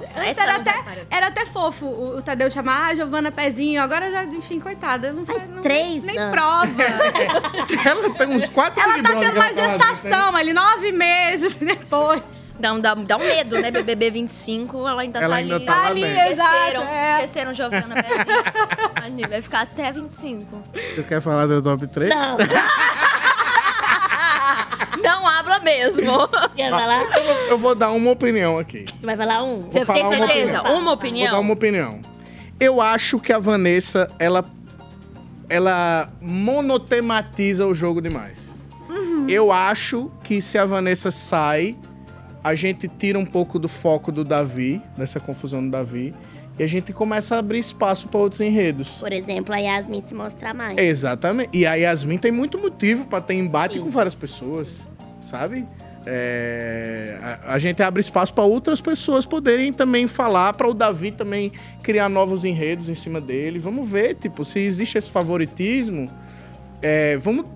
[SPEAKER 4] Antes
[SPEAKER 5] essa
[SPEAKER 4] era,
[SPEAKER 5] não vai
[SPEAKER 4] até, era até fofo o, o Tadeu chamar, ah, Giovana Pezinho. Agora já, enfim, coitada. Não faz não-
[SPEAKER 6] três
[SPEAKER 4] Nem
[SPEAKER 6] anos.
[SPEAKER 4] prova.
[SPEAKER 2] Ela tem uns quatro
[SPEAKER 4] ela
[SPEAKER 2] Big
[SPEAKER 4] tá
[SPEAKER 2] Brother
[SPEAKER 4] tendo
[SPEAKER 2] que ela tá lá
[SPEAKER 4] uma
[SPEAKER 2] dentro, né?
[SPEAKER 4] gestação ali, nove meses depois.
[SPEAKER 5] Dá um, dá, um- dá um medo, né? BBB 25, ela ainda
[SPEAKER 2] Ela
[SPEAKER 5] tá
[SPEAKER 2] ainda
[SPEAKER 5] ali.
[SPEAKER 2] tá lá Ali, dentro.
[SPEAKER 5] esqueceram,
[SPEAKER 4] exato, é.
[SPEAKER 5] esqueceram Giovana Brasil. Ali, vai ficar até 25.
[SPEAKER 2] Tu quer falar do top 3?
[SPEAKER 5] Não. Não habla mesmo.
[SPEAKER 2] Eu, vou, eu vou dar uma opinião aqui.
[SPEAKER 6] Vai falar um?
[SPEAKER 5] Você
[SPEAKER 2] Vou
[SPEAKER 5] tem
[SPEAKER 2] falar uma
[SPEAKER 5] certeza?
[SPEAKER 2] opinião.
[SPEAKER 5] Uma
[SPEAKER 2] Vou
[SPEAKER 5] opinião?
[SPEAKER 2] dar uma opinião. Eu acho que a Vanessa, ela, ela monotematiza o jogo demais.
[SPEAKER 5] Uhum.
[SPEAKER 2] Eu acho que se a Vanessa sai, a gente tira um pouco do foco do Davi, dessa confusão do Davi, e a gente começa a abrir espaço para outros enredos.
[SPEAKER 6] Por exemplo, a Yasmin se mostrar mais.
[SPEAKER 2] É, Exatamente. E a Yasmin tem muito motivo pra ter embate com várias pessoas, sabe? É, a, a gente abre espaço pra outras pessoas poderem também falar, pra o Davi também criar novos enredos em cima dele. Vamos ver, tipo, se existe esse favoritismo, é, vamos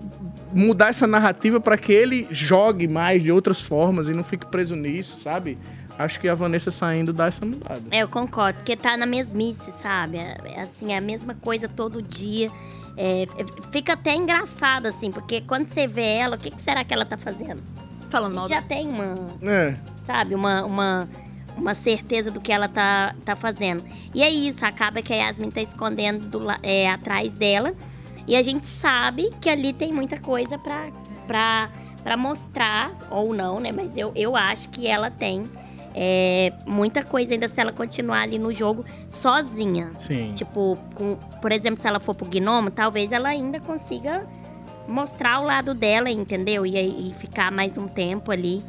[SPEAKER 2] mudar essa narrativa pra que ele jogue mais de outras formas e não fique preso nisso, sabe? Acho que a Vanessa saindo dá essa mudada.
[SPEAKER 6] É, eu concordo, porque tá na mesmice, sabe? É, é, Assim, é a mesma coisa todo dia. É, f- fica até engraçado, assim, porque quando você vê ela, o que, que será que ela tá fazendo?
[SPEAKER 5] Falando
[SPEAKER 6] mal. Já tem uma,
[SPEAKER 2] É.
[SPEAKER 6] sabe, uma, uma, uma certeza do que ela tá, tá fazendo. E é isso, acaba que a Yasmin tá escondendo do la- é, atrás dela. E a gente sabe que ali tem muita coisa pra, pra, pra mostrar, ou não, né? Mas eu, eu acho que ela tem é, muita coisa ainda se ela continuar ali no jogo sozinha.
[SPEAKER 2] Sim.
[SPEAKER 6] Tipo, com- por exemplo, se ela for pro Gnomo, talvez ela ainda consiga mostrar o lado dela, entendeu? E, aí- e ficar mais um tempo ali.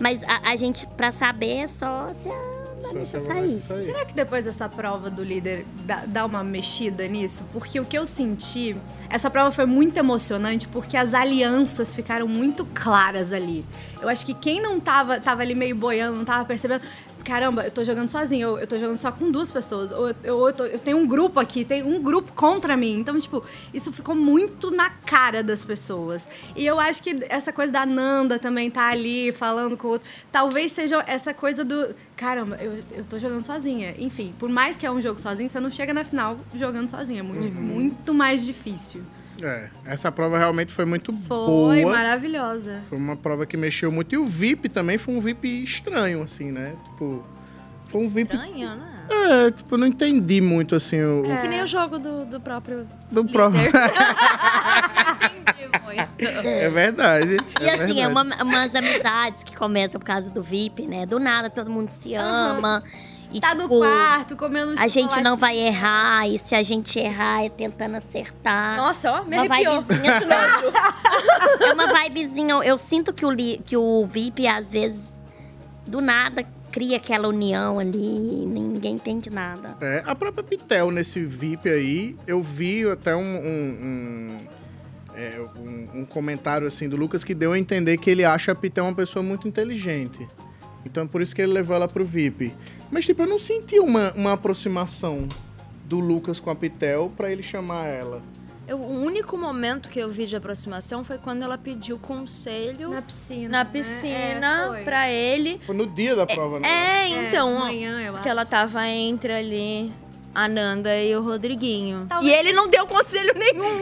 [SPEAKER 6] Mas a, a gente, pra saber, é só se a Vanessa sair.
[SPEAKER 4] Será que depois dessa prova do líder dá, dá uma mexida nisso? Porque o que eu senti, essa prova foi muito emocionante porque as alianças ficaram muito claras ali. Eu acho que quem não tava, tava ali meio boiando, não tava percebendo. Caramba, eu tô jogando sozinho, eu, eu tô jogando só com duas pessoas. Ou eu, ou eu tô- eu tenho um grupo aqui, tem um grupo contra mim. Então, tipo, isso ficou muito na cara das pessoas. E eu acho que essa coisa da Nanda também tá ali falando com o outro. Talvez seja essa coisa do. Caramba, eu, eu tô jogando sozinha. Enfim, por mais que é um jogo sozinho, você não chega na final jogando sozinha. É muito,
[SPEAKER 2] Uhum.
[SPEAKER 4] muito mais difícil.
[SPEAKER 2] É, essa prova realmente foi muito boa.
[SPEAKER 4] Foi maravilhosa.
[SPEAKER 2] Foi uma prova que mexeu muito. E o VIP também foi um VIP estranho, assim, né? Tipo. Foi um VIP.
[SPEAKER 20] Estranho, né?
[SPEAKER 2] É, tipo, não entendi muito, assim, o.
[SPEAKER 20] É. Que nem o jogo do, do próprio.
[SPEAKER 2] Do próprio. é verdade.
[SPEAKER 6] E
[SPEAKER 2] é
[SPEAKER 6] assim,
[SPEAKER 2] verdade.
[SPEAKER 6] é uma, umas amizades que começam por causa do VIP, né? Do nada todo mundo se ama. E,
[SPEAKER 4] tá no
[SPEAKER 6] tipo,
[SPEAKER 4] quarto, comendo
[SPEAKER 6] A gente não
[SPEAKER 4] chocolatinho.
[SPEAKER 6] vai errar, e se a gente errar é tentando acertar.
[SPEAKER 5] Nossa, ó, me
[SPEAKER 6] uma
[SPEAKER 5] arrepiou.
[SPEAKER 6] vibezinha
[SPEAKER 5] Que
[SPEAKER 6] nojo. É uma vibezinha. Eu sinto que o, li- que o VIP, às vezes, do nada cria aquela união ali e ninguém entende nada.
[SPEAKER 2] É, a própria Pitel nesse VIP aí, eu vi até um, um, um, é, um- um comentário assim do Lucas que deu a entender que ele acha a Pitel uma pessoa muito inteligente. Então é por isso que ele levou ela pro VIP. Mas, tipo, eu não senti uma, uma aproximação do Lucas com a Pitel pra ele chamar ela.
[SPEAKER 20] Eu- o único momento que eu vi de aproximação foi quando ela pediu conselho na
[SPEAKER 4] piscina,
[SPEAKER 20] na
[SPEAKER 4] É,
[SPEAKER 20] piscina
[SPEAKER 4] foi.
[SPEAKER 20] pra ele.
[SPEAKER 2] Foi no dia da prova, né?
[SPEAKER 20] É, então.
[SPEAKER 4] de manhã, eu
[SPEAKER 20] que ela tava entre ali a Nanda e o Rodriguinho.
[SPEAKER 4] Talvez-
[SPEAKER 20] E ele não deu conselho nenhum.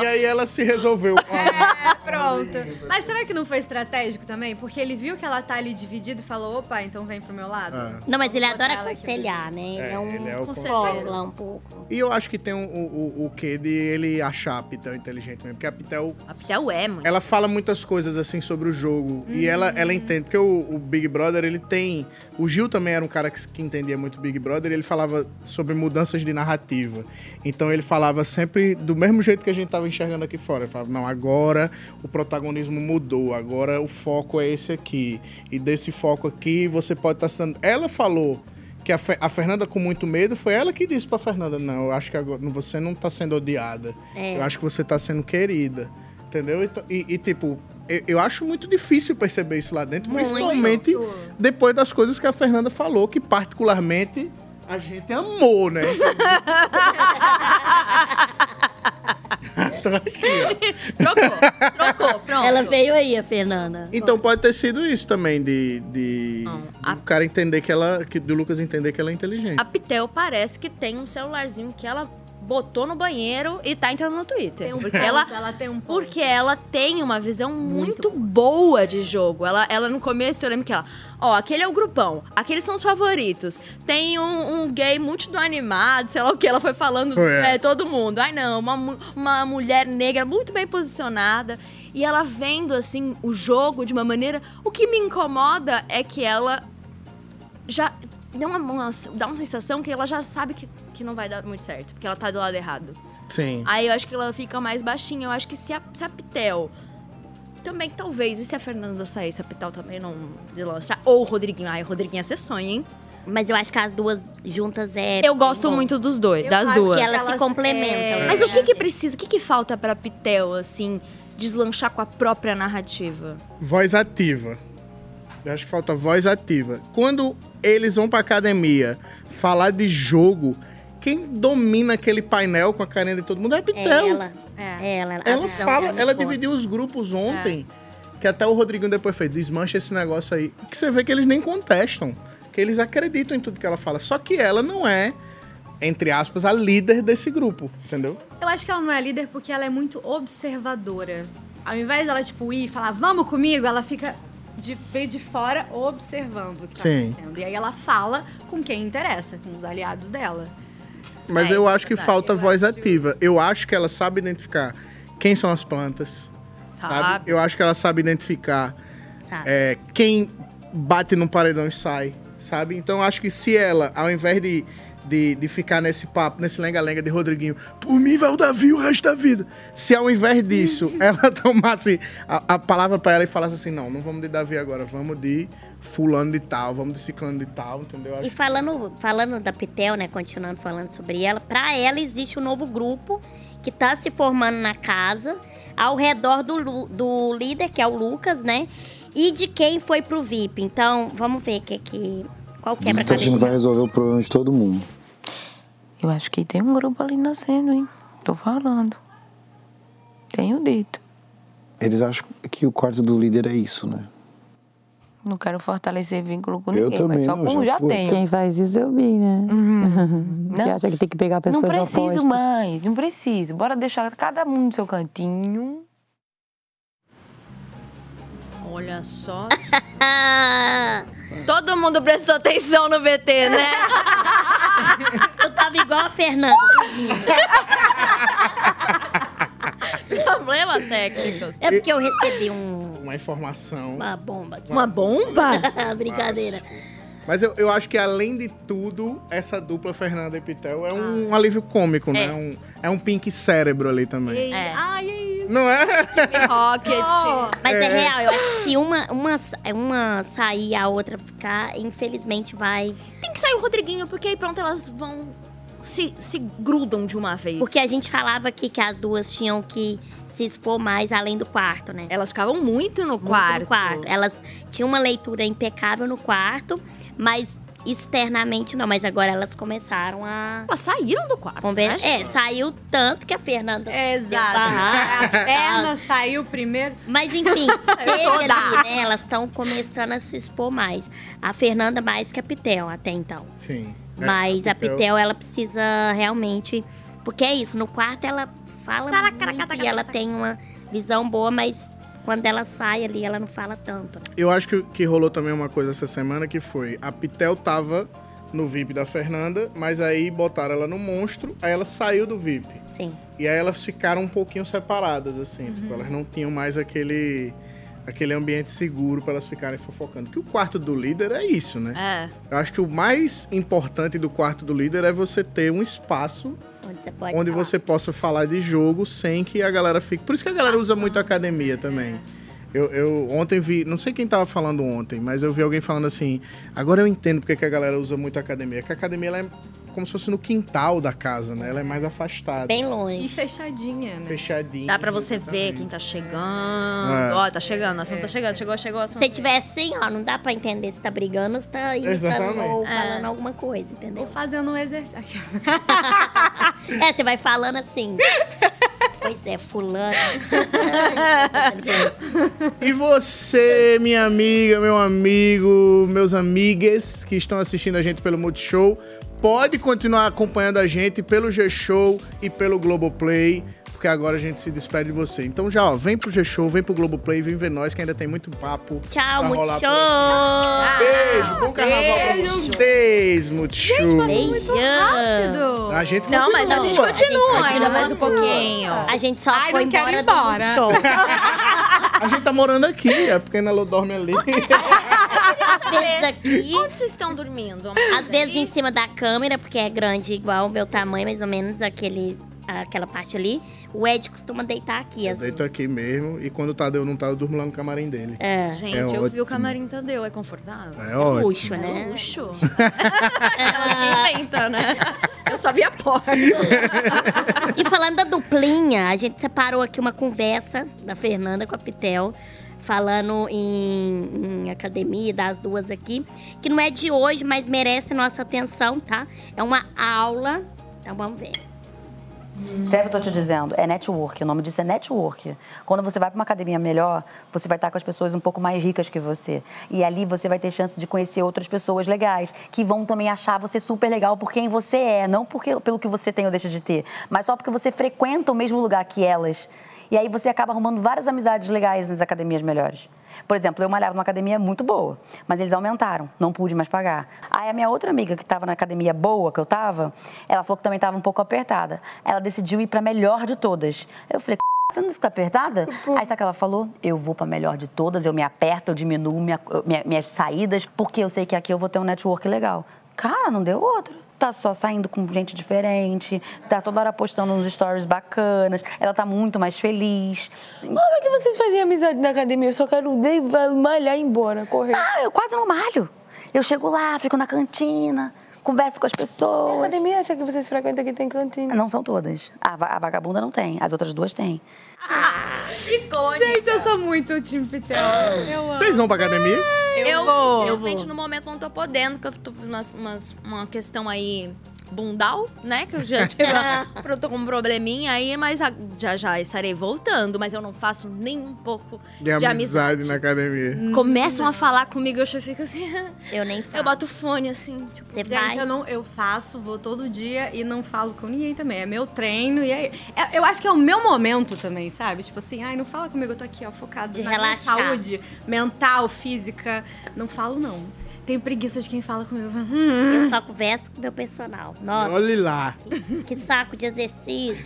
[SPEAKER 2] E aí ela se resolveu.
[SPEAKER 4] É, pronto. Mas será que não foi estratégico também? Porque ele viu que ela tá ali dividida e falou: opa, então vem pro meu lado.
[SPEAKER 2] Ah.
[SPEAKER 6] Não, mas ele
[SPEAKER 4] Vou botar
[SPEAKER 6] adora
[SPEAKER 4] ela aqui
[SPEAKER 6] aconselhar, né? Ele
[SPEAKER 2] É,
[SPEAKER 6] é, um
[SPEAKER 2] ele é o
[SPEAKER 6] psicólogo um pouco.
[SPEAKER 2] E eu acho que tem um, o, o, o quê de ele achar a Pitel inteligente mesmo. Porque a Pitel.
[SPEAKER 20] A Pitel é, mano.
[SPEAKER 2] Ela fala muitas coisas assim sobre o jogo. E
[SPEAKER 20] Uhum.
[SPEAKER 2] ela, ela entende. Porque o, o Big Brother, ele tem. O Gil também era um cara que, que entendia muito Big Brother. Ele falava sobre mudanças de narrativa. Então ele falava sempre do mesmo jeito que a gente estava enxergando aqui fora. Ele falava, não, agora o protagonismo mudou, agora o foco é esse aqui. E desse foco aqui você pode estar sendo. Ela falou que a, Fe- a Fernanda com muito medo foi ela que disse para Fernanda, não, eu acho que agora você não está sendo odiada.
[SPEAKER 6] É.
[SPEAKER 2] Eu acho que você está sendo querida. Entendeu? Então, E, e, tipo, eu, eu acho muito difícil perceber isso lá dentro,
[SPEAKER 6] Muito.
[SPEAKER 2] principalmente depois das coisas que a Fernanda falou, que particularmente a gente amou, né?
[SPEAKER 6] pronto. Ela veio aí, a Fernanda.
[SPEAKER 2] Então pode ter sido isso também, de, de do cara entender que ela. Que, do Lucas entender que ela é inteligente.
[SPEAKER 5] A Pitel parece que tem um celularzinho que ela botou no banheiro e tá entrando no Twitter. porque
[SPEAKER 4] ponto,
[SPEAKER 5] ela, Porque ela tem uma visão muito, boa de jogo. Ela, ela no começo, eu lembro que ela, ó, aquele é o grupão, aqueles são os favoritos. Tem um, um gay muito do animado, sei lá o que, ela foi falando
[SPEAKER 20] Foi, é.
[SPEAKER 5] é, todo mundo. Ai não, uma, mu- uma mulher negra muito bem posicionada. E ela vendo, assim, o jogo de uma maneira. O que me incomoda é que ela já dá uma, uma- dá uma sensação que ela já sabe que, que não vai dar muito certo, porque ela tá do lado errado.
[SPEAKER 2] Sim.
[SPEAKER 5] Aí eu acho que ela fica mais baixinha. Eu acho que se a, se a Pitel. Também, talvez. E se a Fernanda sair, se a Pitel também não lançar? Ou o Rodriguinho. Ai, o Rodriguinho ia ser sonho, hein?
[SPEAKER 6] Mas eu acho que as duas juntas é.
[SPEAKER 5] Eu gosto muito dos dois,
[SPEAKER 6] Eu
[SPEAKER 5] das
[SPEAKER 6] acho
[SPEAKER 5] duas.
[SPEAKER 6] que elas se complementam, né?
[SPEAKER 5] Mas o que que precisa, o que que falta pra Pitel, assim, deslanchar com a própria narrativa?
[SPEAKER 2] Voz ativa. Eu acho que falta voz ativa. Quando eles vão pra academia falar de jogo, quem domina aquele painel com a carinha de todo mundo é a
[SPEAKER 6] É
[SPEAKER 2] Pitel.
[SPEAKER 6] ela. É ela. a
[SPEAKER 2] Ela
[SPEAKER 6] visão
[SPEAKER 2] fala,
[SPEAKER 6] dela é
[SPEAKER 2] ela
[SPEAKER 6] importa.
[SPEAKER 2] dividiu os grupos ontem, que até o Rodriguinho depois fez, desmancha esse negócio aí. Que você vê que eles nem contestam, que eles acreditam em tudo que ela fala. Só que ela não é, entre aspas, a líder desse grupo, entendeu?
[SPEAKER 4] Eu acho que ela não é líder porque ela é muito observadora. Ao invés dela, tipo, ir e falar, vamos comigo, ela fica de, meio de fora observando o que tá
[SPEAKER 2] Sim.
[SPEAKER 4] acontecendo. E aí ela fala com quem interessa, com os aliados dela.
[SPEAKER 2] Mas
[SPEAKER 4] É,
[SPEAKER 2] eu
[SPEAKER 4] isso é
[SPEAKER 2] acho que
[SPEAKER 4] verdade.
[SPEAKER 2] falta voz ativa. Eu acho que ela sabe identificar quem são as plantas. Sabe? Eu acho que ela sabe identificar
[SPEAKER 6] Sabe.
[SPEAKER 2] é, quem bate num paredão e sai, sabe? Então eu acho que se ela, ao invés de, de, de ficar nesse papo, nesse lenga-lenga de Rodriguinho, por mim vai o Davi o resto da vida. Se ao invés disso
[SPEAKER 6] Uhum.
[SPEAKER 2] ela tomasse a, a palavra pra ela e falasse assim: não, não vamos de Davi agora, vamos de Fulano de Tal, vamos de Ciclano de Tal, entendeu?
[SPEAKER 6] E falando, falando da Pitel, né? Continuando falando sobre ela, pra ela existe um novo grupo que tá se formando na casa, ao redor do, Lu- do líder, que é o Lucas, né? E de quem foi pro VIP. Então, vamos ver que, que, qual
[SPEAKER 21] Então a gente
[SPEAKER 6] quebra-cabeça.
[SPEAKER 21] não vai resolver o problema de todo mundo.
[SPEAKER 22] Eu acho que tem um grupo ali nascendo, hein? Tô falando. Tenho dito.
[SPEAKER 21] Eles acham que o quarto do líder é isso, né?
[SPEAKER 22] Não quero fortalecer vínculo com
[SPEAKER 21] Eu
[SPEAKER 22] ninguém, mas
[SPEAKER 21] também
[SPEAKER 22] só
[SPEAKER 21] não,
[SPEAKER 22] com um
[SPEAKER 21] já
[SPEAKER 22] já
[SPEAKER 21] fui.
[SPEAKER 22] tenho.
[SPEAKER 23] Quem faz isso é o Bi, né? que
[SPEAKER 22] Não.
[SPEAKER 23] acha que tem que pegar pessoas
[SPEAKER 22] Não preciso
[SPEAKER 23] opostas.
[SPEAKER 22] mais, não preciso. Bora deixar cada um no seu cantinho.
[SPEAKER 5] Olha só. Todo mundo prestou atenção no VT, né?
[SPEAKER 6] Eu tava igual a Fernanda.
[SPEAKER 5] Problemas técnicos.
[SPEAKER 6] É porque eu recebi um.
[SPEAKER 2] Uma informação.
[SPEAKER 6] Uma bomba aqui.
[SPEAKER 2] Uma
[SPEAKER 5] bomba?
[SPEAKER 6] Brincadeira.
[SPEAKER 2] Mas eu, eu acho que, além de tudo, essa dupla Fernanda e Pitel é
[SPEAKER 6] Ah.
[SPEAKER 2] um alívio cômico, né?
[SPEAKER 4] É.
[SPEAKER 2] É um, é um pink cérebro ali também.
[SPEAKER 4] É. Ai, é isso.
[SPEAKER 2] Não é?
[SPEAKER 5] Rocket.
[SPEAKER 6] Mas é.
[SPEAKER 2] É.
[SPEAKER 6] real, eu acho que se uma, uma, sa- uma sair e a outra ficar, infelizmente vai.
[SPEAKER 5] Tem que sair o Rodriguinho, porque aí pronto, elas vão. Se, se grudam de uma vez.
[SPEAKER 6] Porque a gente falava aqui que as duas tinham que se expor mais além do quarto, né?
[SPEAKER 5] Elas ficavam muito no
[SPEAKER 6] quarto. Elas tinham uma leitura impecável no quarto, mas externamente não. Mas agora elas começaram a.
[SPEAKER 5] Elas saíram do quarto.
[SPEAKER 4] né,
[SPEAKER 6] Conver... É,
[SPEAKER 4] gente?
[SPEAKER 6] saiu tanto que a Fernanda.
[SPEAKER 4] É, Exato. A perna saiu primeiro. É
[SPEAKER 6] Mas enfim, teve
[SPEAKER 4] Toda.
[SPEAKER 6] ali, né, elas estão começando a se expor mais. A Fernanda mais que a Pitel até então.
[SPEAKER 2] Sim. É,
[SPEAKER 6] Mas a Pitel, ela precisa realmente. Porque é isso, no quarto ela fala muito e ela tem uma visão boa, mas quando ela sai ali, ela não fala tanto.
[SPEAKER 2] Eu acho que, que rolou também uma coisa essa semana que foi: a Pitel tava no VIP da Fernanda, mas aí botaram ela no monstro, aí ela saiu do VIP.
[SPEAKER 6] Sim. Uhum.
[SPEAKER 2] E aí elas ficaram um pouquinho separadas, assim. Tipo, elas não tinham mais aquele. aquele ambiente seguro pra elas ficarem fofocando. Porque o quarto do líder é isso, né?
[SPEAKER 5] É.
[SPEAKER 2] Eu acho que o mais importante do quarto do líder é você ter um espaço
[SPEAKER 6] Onde você pode
[SPEAKER 2] onde
[SPEAKER 6] falar.
[SPEAKER 2] você possa falar de jogo sem que a galera fique. Por isso que a galera usa muito academia também.
[SPEAKER 5] É.
[SPEAKER 2] Eu, eu ontem vi, não sei quem tava falando ontem, mas eu vi alguém falando assim. Agora eu entendo porque que a galera usa muito academia. Que a academia ela é como se fosse no quintal da casa, né? Ela é mais afastada.
[SPEAKER 5] E fechadinha, né?
[SPEAKER 2] Fechadinha.
[SPEAKER 5] Dá pra você ver quem tá chegando.
[SPEAKER 2] É.
[SPEAKER 5] Ó, tá chegando, o assunto tá chegando. Chegou, chegou o assunto.
[SPEAKER 6] Se tiver assim, ó, não dá pra entender se tá brigando ou se tá imitando
[SPEAKER 5] Exatamente.
[SPEAKER 6] ou
[SPEAKER 5] É.
[SPEAKER 6] falando alguma coisa, entendeu? Ou
[SPEAKER 4] fazendo um exercício.
[SPEAKER 6] é, você vai falando assim. pois é, fulano.
[SPEAKER 2] E você, minha amiga, meu amigo, meus amigues que estão assistindo a gente pelo Multishow, pode continuar acompanhando a gente pelo G-Show e pelo Globoplay, porque agora a gente se despede de você. Então já, ó, vem pro G-Show, vem pro Globoplay, vem ver nós que ainda tem muito papo.
[SPEAKER 6] Tchau,
[SPEAKER 2] pra rolar
[SPEAKER 6] Multishow!
[SPEAKER 2] por aqui. Beijo, bom carnaval pra
[SPEAKER 6] Beijo.
[SPEAKER 2] vocês, Multishow!
[SPEAKER 6] rápido.
[SPEAKER 2] A gente
[SPEAKER 5] Não, mas a
[SPEAKER 2] continua.
[SPEAKER 5] gente continua
[SPEAKER 6] A gente
[SPEAKER 5] ainda
[SPEAKER 6] continua.
[SPEAKER 5] mais um pouquinho.
[SPEAKER 6] A gente só
[SPEAKER 5] Ai,
[SPEAKER 6] foi
[SPEAKER 5] não quero
[SPEAKER 6] embora,
[SPEAKER 5] ir
[SPEAKER 6] do
[SPEAKER 5] embora.
[SPEAKER 6] show.
[SPEAKER 2] A gente tá morando aqui, é porque ainda dorme ali.
[SPEAKER 5] Onde vocês estão dormindo?
[SPEAKER 6] Às vezes em cima da câmera, porque é grande igual o meu tamanho, mais ou menos, aquele, aquela parte ali. O Ed costuma deitar aqui.
[SPEAKER 2] Eu
[SPEAKER 6] às vezes.
[SPEAKER 2] deito aqui mesmo e quando o Tadeu não tá, eu durmo lá no camarim dele.
[SPEAKER 6] É.
[SPEAKER 5] Gente, eu vi o camarim Tadeu, é confortável?
[SPEAKER 2] É ótimo.
[SPEAKER 5] Luxo, né? Luxo. Ela inventa, né? Eu só vi a porta.
[SPEAKER 6] E falando da duplinha, a gente separou aqui uma conversa da Fernanda com a Pitel, falando em, em academia das duas aqui, que não é de hoje, mas merece nossa atenção, tá? É uma aula. Então vamos ver.
[SPEAKER 17] Steph, eu tô te dizendo, é network. O nome disso é network. Quando você vai pra uma academia melhor, você vai estar com as pessoas um pouco mais ricas que você. E ali você vai ter chance de conhecer outras pessoas legais, que vão também achar você super legal por quem você é, não porque, pelo que você tem ou deixa de ter, mas só porque você frequenta o mesmo lugar que elas. E aí você acaba arrumando várias amizades legais nas academias melhores. Por exemplo, eu malhava numa academia muito boa, mas eles aumentaram, não pude mais pagar. Aí a minha outra amiga que estava na academia boa que eu estava, ela falou que também estava um pouco apertada. Ela decidiu ir para a melhor de todas. Eu falei, "C****, você não disse que tá apertada? Aí sabe o que ela falou? Eu vou para a melhor de todas, eu me aperto, eu diminuo minha- minha- minhas saídas, porque eu sei que aqui eu vou ter um network legal. Cara, não deu outra. Tá só saindo com gente diferente, tá toda hora postando uns stories bacanas, ela tá muito mais feliz.
[SPEAKER 23] Como é que vocês fazem amizade na academia? Eu só quero de- malhar e ir embora, correr.
[SPEAKER 17] Ah, eu quase não malho. Eu chego lá, fico na cantina, converso com as pessoas.
[SPEAKER 23] A academia é essa que vocês frequentam que tem cantina?
[SPEAKER 17] Não são todas. A, va- a vagabunda não tem, as outras duas têm.
[SPEAKER 4] Gente, eu sou muito o time Pitel. Eu amo.
[SPEAKER 2] Vocês vão pra academia?
[SPEAKER 5] Eu,
[SPEAKER 4] vou.
[SPEAKER 5] infelizmente,
[SPEAKER 4] Eu
[SPEAKER 5] no
[SPEAKER 4] vou.
[SPEAKER 5] momento não tô podendo, porque eu tô fazendo umas- umas- uma questão aí bundal, né? Que eu já tive uma- eu tô com um probleminha aí, mas a- já já estarei voltando. Mas eu não faço nem um pouco
[SPEAKER 2] De amizade na academia.
[SPEAKER 5] Hum. Começam a falar comigo, eu já fico assim.
[SPEAKER 6] Eu nem
[SPEAKER 5] Eu boto fone assim. Tipo,
[SPEAKER 4] Gente, eu, não, eu faço, vou todo dia e não falo com ninguém também. É meu treino e aí. é- eu acho que é o meu momento também, sabe? Tipo assim, ai, não fala comigo, eu tô aqui, ó, focado
[SPEAKER 6] De
[SPEAKER 4] na minha
[SPEAKER 6] relaxar.
[SPEAKER 4] saúde mental, física. Não falo, não. Tenho preguiça de quem fala comigo. "Hum,
[SPEAKER 6] Eu só converso com meu personal. Nossa.
[SPEAKER 2] Olha lá.
[SPEAKER 6] Que saco de exercício.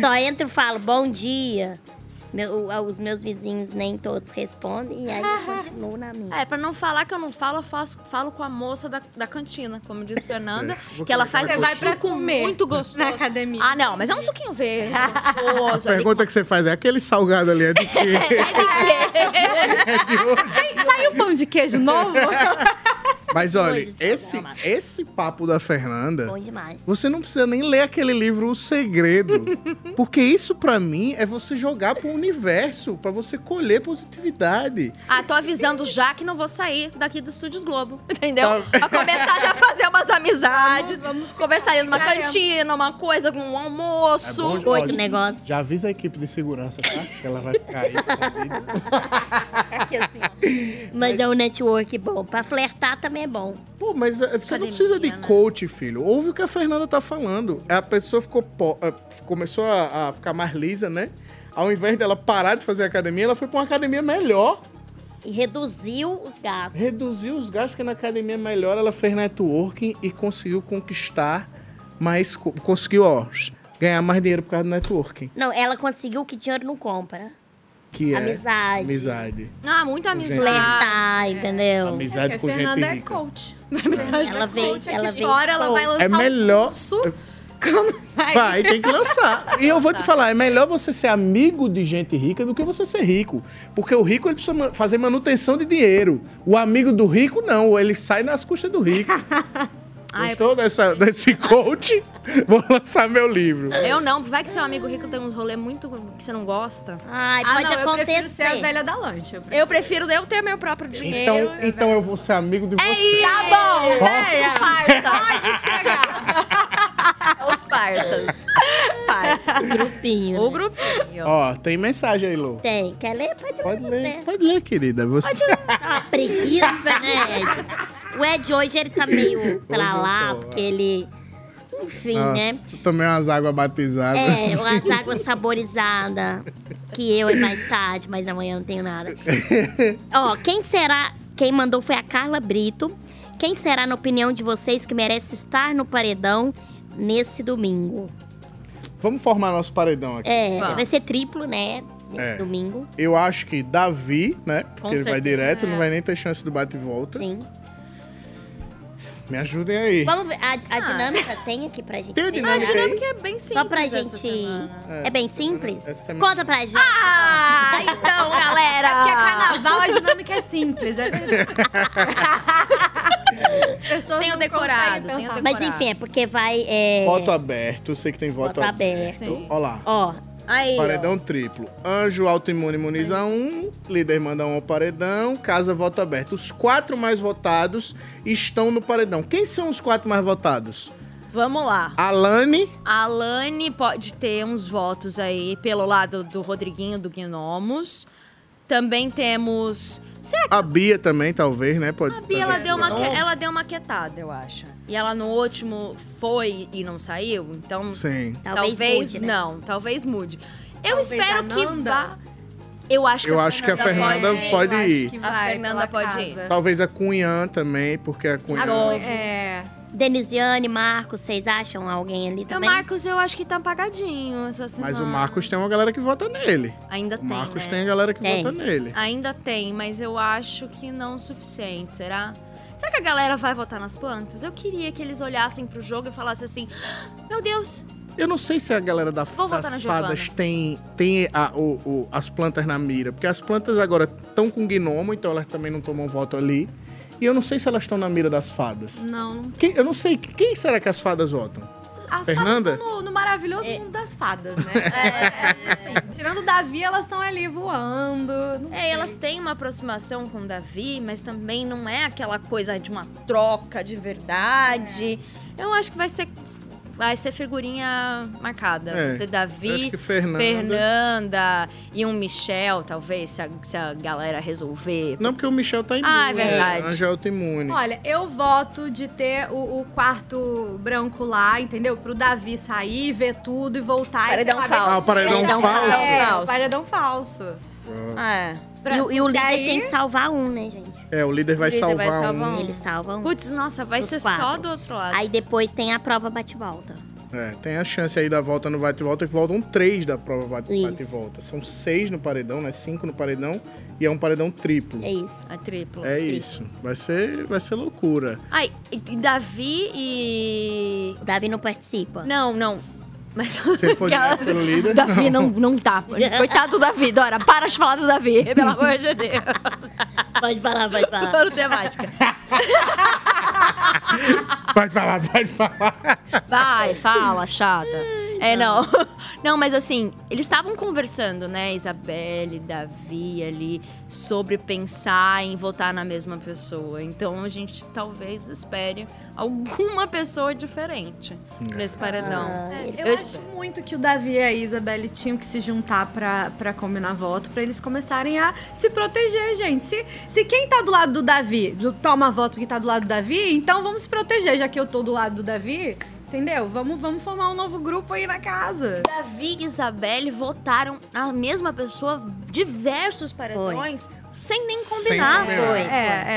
[SPEAKER 6] Só entro e falo bom dia. Meu- o- os meus vizinhos nem todos respondem é e aí eu continuo na minha.
[SPEAKER 5] É, pra não falar que eu não falo, eu faço, falo com a moça da, da cantina, como diz Fernanda,
[SPEAKER 2] vou
[SPEAKER 5] que ela
[SPEAKER 2] comer
[SPEAKER 5] faz
[SPEAKER 2] também.
[SPEAKER 5] um
[SPEAKER 2] Você vai pra
[SPEAKER 5] suco
[SPEAKER 4] comer
[SPEAKER 5] muito gostoso. Na
[SPEAKER 4] academia.
[SPEAKER 5] Ah, não, mas é um suquinho verde,
[SPEAKER 2] A
[SPEAKER 5] gostoso. ali com-
[SPEAKER 2] pergunta que você faz é: aquele salgado ali é de quê?
[SPEAKER 4] Saiu pão de queijo novo?
[SPEAKER 2] Mas olha, esse, esse papo da Fernanda.
[SPEAKER 6] Bom demais.
[SPEAKER 2] Você não precisa nem ler aquele livro O Segredo. Porque isso, pra mim, é você jogar pro universo, pra você colher positividade.
[SPEAKER 5] Ah, tô avisando já que não vou sair daqui dos Estúdios Globo, entendeu?
[SPEAKER 2] Tá.
[SPEAKER 5] Pra começar já a fazer umas amizades, conversar ali numa
[SPEAKER 4] ficaremos.
[SPEAKER 5] cantina, uma coisa, um
[SPEAKER 2] É
[SPEAKER 5] almoço.
[SPEAKER 2] ó, Já avisa a equipe de segurança, tá? Que ela vai ficar isso.
[SPEAKER 6] Assim, Mas é um network bom. Pra flertar também é bom.
[SPEAKER 2] Pô, mas é, você não precisa de coach, filho. Ouve o que a Fernanda tá falando. A pessoa ficou po- eh, começou a, a ficar mais lisa, né? Ao invés dela parar de fazer academia, ela foi pra uma academia melhor.
[SPEAKER 6] E reduziu os gastos.
[SPEAKER 2] Reduziu os gastos, porque na academia é melhor ela fez networking e conseguiu conquistar mais. co- Conseguiu, ó, ganhar mais dinheiro por causa do networking.
[SPEAKER 6] Não, ela conseguiu o que dinheiro não compra.
[SPEAKER 2] que é
[SPEAKER 6] Amizade.
[SPEAKER 2] amizade.
[SPEAKER 5] Ah, muita
[SPEAKER 2] Gente,
[SPEAKER 5] amizade. É.
[SPEAKER 6] Flertar, entendeu?
[SPEAKER 2] Amizade com gente
[SPEAKER 4] Fernanda é
[SPEAKER 2] rica.
[SPEAKER 4] coach. Amizade
[SPEAKER 6] Ela
[SPEAKER 4] ela
[SPEAKER 6] veio-
[SPEAKER 4] coach.
[SPEAKER 6] ela
[SPEAKER 4] Aqui
[SPEAKER 6] veio
[SPEAKER 4] fora, ela vai
[SPEAKER 6] coach.
[SPEAKER 4] lançar
[SPEAKER 2] É
[SPEAKER 4] um
[SPEAKER 2] melhor.
[SPEAKER 4] curso quando sair.
[SPEAKER 2] Vai, tem que lançar. E eu vou te
[SPEAKER 4] Tá.
[SPEAKER 2] falar, é melhor você ser amigo de gente rica do que você ser rico. Porque o rico ele precisa ma- fazer manutenção de dinheiro. O amigo do rico, não, ele sai nas custas do rico. Gostou dessa, desse coach? Vou lançar meu livro.
[SPEAKER 5] Eu não, vai que seu amigo rico tem uns rolê muito que você não gosta.
[SPEAKER 6] Ai,
[SPEAKER 5] ah,
[SPEAKER 6] pode
[SPEAKER 5] não, Eu prefiro
[SPEAKER 6] acontecer.
[SPEAKER 5] ser a velha da lancha. Eu prefiro eu ter meu próprio dinheiro.
[SPEAKER 2] Então, então eu vou ser amigo de
[SPEAKER 5] É
[SPEAKER 2] você.
[SPEAKER 5] isso. Tá bom, velha.
[SPEAKER 2] Nossa.
[SPEAKER 5] Parça. Os parças.
[SPEAKER 6] O grupinho.
[SPEAKER 5] O grupinho.
[SPEAKER 2] Ó, tem mensagem aí, Lou.
[SPEAKER 6] Tem. Quer ler? Pode, ler.
[SPEAKER 2] Pode ler, querida. Você...
[SPEAKER 6] Pode ler. Tá uma preguiça, né, Ed? O Ed hoje ele tá meio pra
[SPEAKER 2] eu
[SPEAKER 6] lá,
[SPEAKER 2] tô,
[SPEAKER 6] porque ele. Enfim,
[SPEAKER 2] Nossa, assim.
[SPEAKER 6] né?
[SPEAKER 2] eu Tomei umas águas batizadas.
[SPEAKER 6] É, umas águas saborizadas. Que eu é mais tarde, mas amanhã não tenho nada. Ó, quem será. Quem mandou foi a Carla Brito. Quem será, na opinião de vocês, que merece estar no paredão nesse domingo?
[SPEAKER 2] Vamos formar nosso paredão aqui.
[SPEAKER 6] É, vai ser triplo, né? Nesse
[SPEAKER 2] É.
[SPEAKER 6] domingo.
[SPEAKER 2] Eu acho que Davi, né? Porque
[SPEAKER 6] Com
[SPEAKER 2] ele vai
[SPEAKER 6] certeza,
[SPEAKER 2] direto,
[SPEAKER 6] é.
[SPEAKER 2] não vai nem ter chance do bate e volta.
[SPEAKER 6] Sim.
[SPEAKER 2] Me ajudem aí.
[SPEAKER 6] Vamos ver. A, a
[SPEAKER 5] Ah.
[SPEAKER 6] dinâmica tem aqui pra gente.
[SPEAKER 2] Tem a
[SPEAKER 6] ver? né?
[SPEAKER 2] dinâmica aí? A dinâmica
[SPEAKER 5] é bem
[SPEAKER 6] Só pra
[SPEAKER 5] simples essa
[SPEAKER 6] gente. É,
[SPEAKER 2] É,
[SPEAKER 6] bem
[SPEAKER 2] essa
[SPEAKER 6] simples?
[SPEAKER 2] semana- essa semana-
[SPEAKER 6] Conta pra gente. Ah,
[SPEAKER 5] então, galera.
[SPEAKER 4] É porque é carnaval, a dinâmica é simples, é verdade. As pessoas
[SPEAKER 5] Tenho
[SPEAKER 4] não
[SPEAKER 5] decorado,
[SPEAKER 4] conseguem
[SPEAKER 5] tenho
[SPEAKER 4] pensar.
[SPEAKER 6] Mas enfim, é porque vai. É...
[SPEAKER 2] Voto aberto, eu sei que tem voto,
[SPEAKER 6] Voto aberto. Sim.
[SPEAKER 2] Olha lá.
[SPEAKER 6] Ó.
[SPEAKER 5] Aí,
[SPEAKER 2] Paredão triplo. Anjo autoimune imuniza um, líder manda um ao paredão, casa voto aberto. Os quatro mais votados estão no paredão. Quem são os quatro mais votados?
[SPEAKER 5] Vamos lá.
[SPEAKER 2] Alane,
[SPEAKER 5] A Alane pode ter uns votos aí pelo lado do Rodriguinho do Gnomos. Também temos. Será que
[SPEAKER 2] a Bia também, talvez, né? Pode
[SPEAKER 5] a Bia ela
[SPEAKER 2] talvez.
[SPEAKER 5] deu, uma que- ela deu uma quietada, eu acho. E ela no último foi e não saiu, então.
[SPEAKER 2] Sim.
[SPEAKER 5] Talvez,
[SPEAKER 13] Talvez mude, né?
[SPEAKER 5] não, talvez mude. Eu
[SPEAKER 4] Talvez
[SPEAKER 5] espero
[SPEAKER 4] a
[SPEAKER 5] que
[SPEAKER 4] Nanda.
[SPEAKER 5] vá. Eu acho que
[SPEAKER 2] Eu
[SPEAKER 5] a
[SPEAKER 2] acho que a
[SPEAKER 5] Fernanda,
[SPEAKER 2] Fernanda pode
[SPEAKER 5] Eu acho
[SPEAKER 2] ir.
[SPEAKER 5] que
[SPEAKER 2] A
[SPEAKER 5] A Fernanda pode ir.
[SPEAKER 2] Talvez a Cunhã também, porque a Cunhã...
[SPEAKER 6] É. Denisiane, Marcos, vocês acham alguém ali
[SPEAKER 5] O
[SPEAKER 6] também?
[SPEAKER 5] Marcos, eu acho que tá apagadinho essa semana.
[SPEAKER 2] Mas o Marcos tem uma galera que vota nele.
[SPEAKER 5] Ainda
[SPEAKER 2] o
[SPEAKER 5] tem.
[SPEAKER 2] Marcos
[SPEAKER 5] né?
[SPEAKER 2] tem a galera que vota nele.
[SPEAKER 5] Ainda tem, mas eu acho que não o suficiente, será? Será que a galera vai votar nas plantas? Eu queria que eles olhassem pro jogo e falassem assim: "Ah, Meu Deus,
[SPEAKER 2] Eu não sei se a galera da,
[SPEAKER 5] Vou votar na
[SPEAKER 2] das fadas
[SPEAKER 5] Giovana.
[SPEAKER 2] tem, tem a- o- o- as plantas na mira. Porque as plantas agora estão com gnomo, então elas também não tomam voto ali. E eu não sei se elas estão na mira das fadas.
[SPEAKER 4] Não,
[SPEAKER 2] Quem- eu não sei, quem será que as fadas votam?
[SPEAKER 4] As
[SPEAKER 2] Fernanda?
[SPEAKER 4] fadas estão no, no maravilhoso
[SPEAKER 6] É.
[SPEAKER 4] mundo das fadas, né? É, enfim, tirando o Davi, elas estão ali voando.
[SPEAKER 5] É, elas têm uma aproximação com o Davi, mas também não é aquela coisa de uma troca de verdade.
[SPEAKER 4] É.
[SPEAKER 5] Eu acho que vai ser vai ser figurinha marcada.
[SPEAKER 2] É,
[SPEAKER 5] vai ser Davi,
[SPEAKER 2] acho que Fernanda.
[SPEAKER 5] Fernanda e um Michel, talvez, se a, se a galera resolver.
[SPEAKER 2] Não, porque o Michel tá imune.
[SPEAKER 5] Ah, é verdade.
[SPEAKER 2] né? Angel tá imune.
[SPEAKER 4] É, Olha, eu voto de ter o, o quarto branco lá, entendeu? Pro Davi sair, ver tudo e voltar.
[SPEAKER 5] Paredão
[SPEAKER 4] e ser cabeça-
[SPEAKER 5] falso. Ah, o paredão falso.
[SPEAKER 4] É,
[SPEAKER 5] Falso.
[SPEAKER 4] o paredão falso.
[SPEAKER 5] É.
[SPEAKER 6] E, o- e o
[SPEAKER 4] Porque
[SPEAKER 6] líder
[SPEAKER 4] aí-
[SPEAKER 6] tem que salvar um, né, gente?
[SPEAKER 2] É, o líder vai
[SPEAKER 6] O líder
[SPEAKER 2] salvar
[SPEAKER 6] vai salvar
[SPEAKER 2] um.
[SPEAKER 6] um. Ele salva um.
[SPEAKER 5] Putz, nossa, vai
[SPEAKER 6] Dos
[SPEAKER 5] ser só
[SPEAKER 6] quatro.
[SPEAKER 5] do outro lado.
[SPEAKER 6] Aí depois tem a prova bate-volta.
[SPEAKER 2] É, tem a chance aí da volta no bate e volta, que voltam três da prova bate,
[SPEAKER 6] Isso.
[SPEAKER 2] bate e volta. São seis no paredão, né? Cinco no paredão e é um paredão triplo.
[SPEAKER 6] É isso.
[SPEAKER 5] A triplo.
[SPEAKER 2] É isso. Vai ser, vai ser loucura.
[SPEAKER 5] Ai, e- e Davi e.
[SPEAKER 6] O Davi não participa.
[SPEAKER 5] Não, não. Mas
[SPEAKER 2] Se ele for direto pelo líder,
[SPEAKER 5] Davi não,
[SPEAKER 2] não.
[SPEAKER 5] não tá. Coitado do Davi, Dora. Para de falar do Davi, pelo amor de Deus.
[SPEAKER 6] Pode falar, pode falar.
[SPEAKER 5] Para temática.
[SPEAKER 2] Pode falar, pode falar.
[SPEAKER 5] Vai, fala, chata. É, não. Não, mas assim, eles estavam conversando, né, Isabelle, Davi ali, sobre pensar em votar na mesma pessoa. Então a gente talvez espere alguma pessoa diferente
[SPEAKER 2] É.
[SPEAKER 5] nesse paredão.
[SPEAKER 4] É, Eu, acho muito que o Davi e a Isabelle tinham que se juntar pra, pra combinar voto, pra eles começarem a se proteger, gente. Se, se quem tá do lado do Davi do- toma voto porque tá do lado do Davi, então vamos se proteger, já que eu tô do lado do Davi, entendeu? Vamos, vamos formar um novo grupo aí na casa.
[SPEAKER 5] Davi e Isabelle votaram na mesma pessoa diversos paredões sem nem combinar.
[SPEAKER 4] É,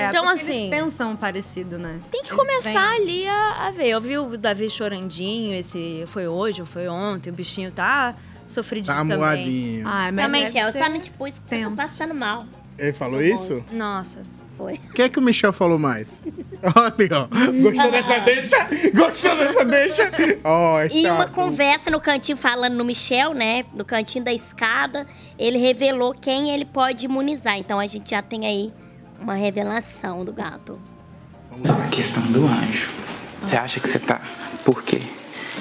[SPEAKER 4] é,
[SPEAKER 5] então,
[SPEAKER 4] porque
[SPEAKER 5] assim,
[SPEAKER 4] Eles pensam parecido, né?
[SPEAKER 5] tem que começar ali a, a ver. Eu vi o Davi chorandinho, esse foi hoje ou foi ontem, o bichinho tá Sofridinho
[SPEAKER 2] Tá
[SPEAKER 5] também.
[SPEAKER 2] amuadinho. Ai,
[SPEAKER 6] mas
[SPEAKER 5] também
[SPEAKER 6] deve Michel,
[SPEAKER 5] ser um
[SPEAKER 6] só me tipo isso que você tá passando mal.
[SPEAKER 2] Ele falou isso?
[SPEAKER 5] Nossa.
[SPEAKER 6] Foi.
[SPEAKER 2] O que é que o Michel falou mais? Olha, ó. Gostou dessa deixa? Gostou dessa deixa? Ó, oh,
[SPEAKER 6] E uma conversa no cantinho falando no Michel, né? No cantinho da escada, ele revelou quem ele pode imunizar. Então a gente já tem aí uma revelação do gato.
[SPEAKER 12] A questão do anjo. Você acha que você tá. Por quê?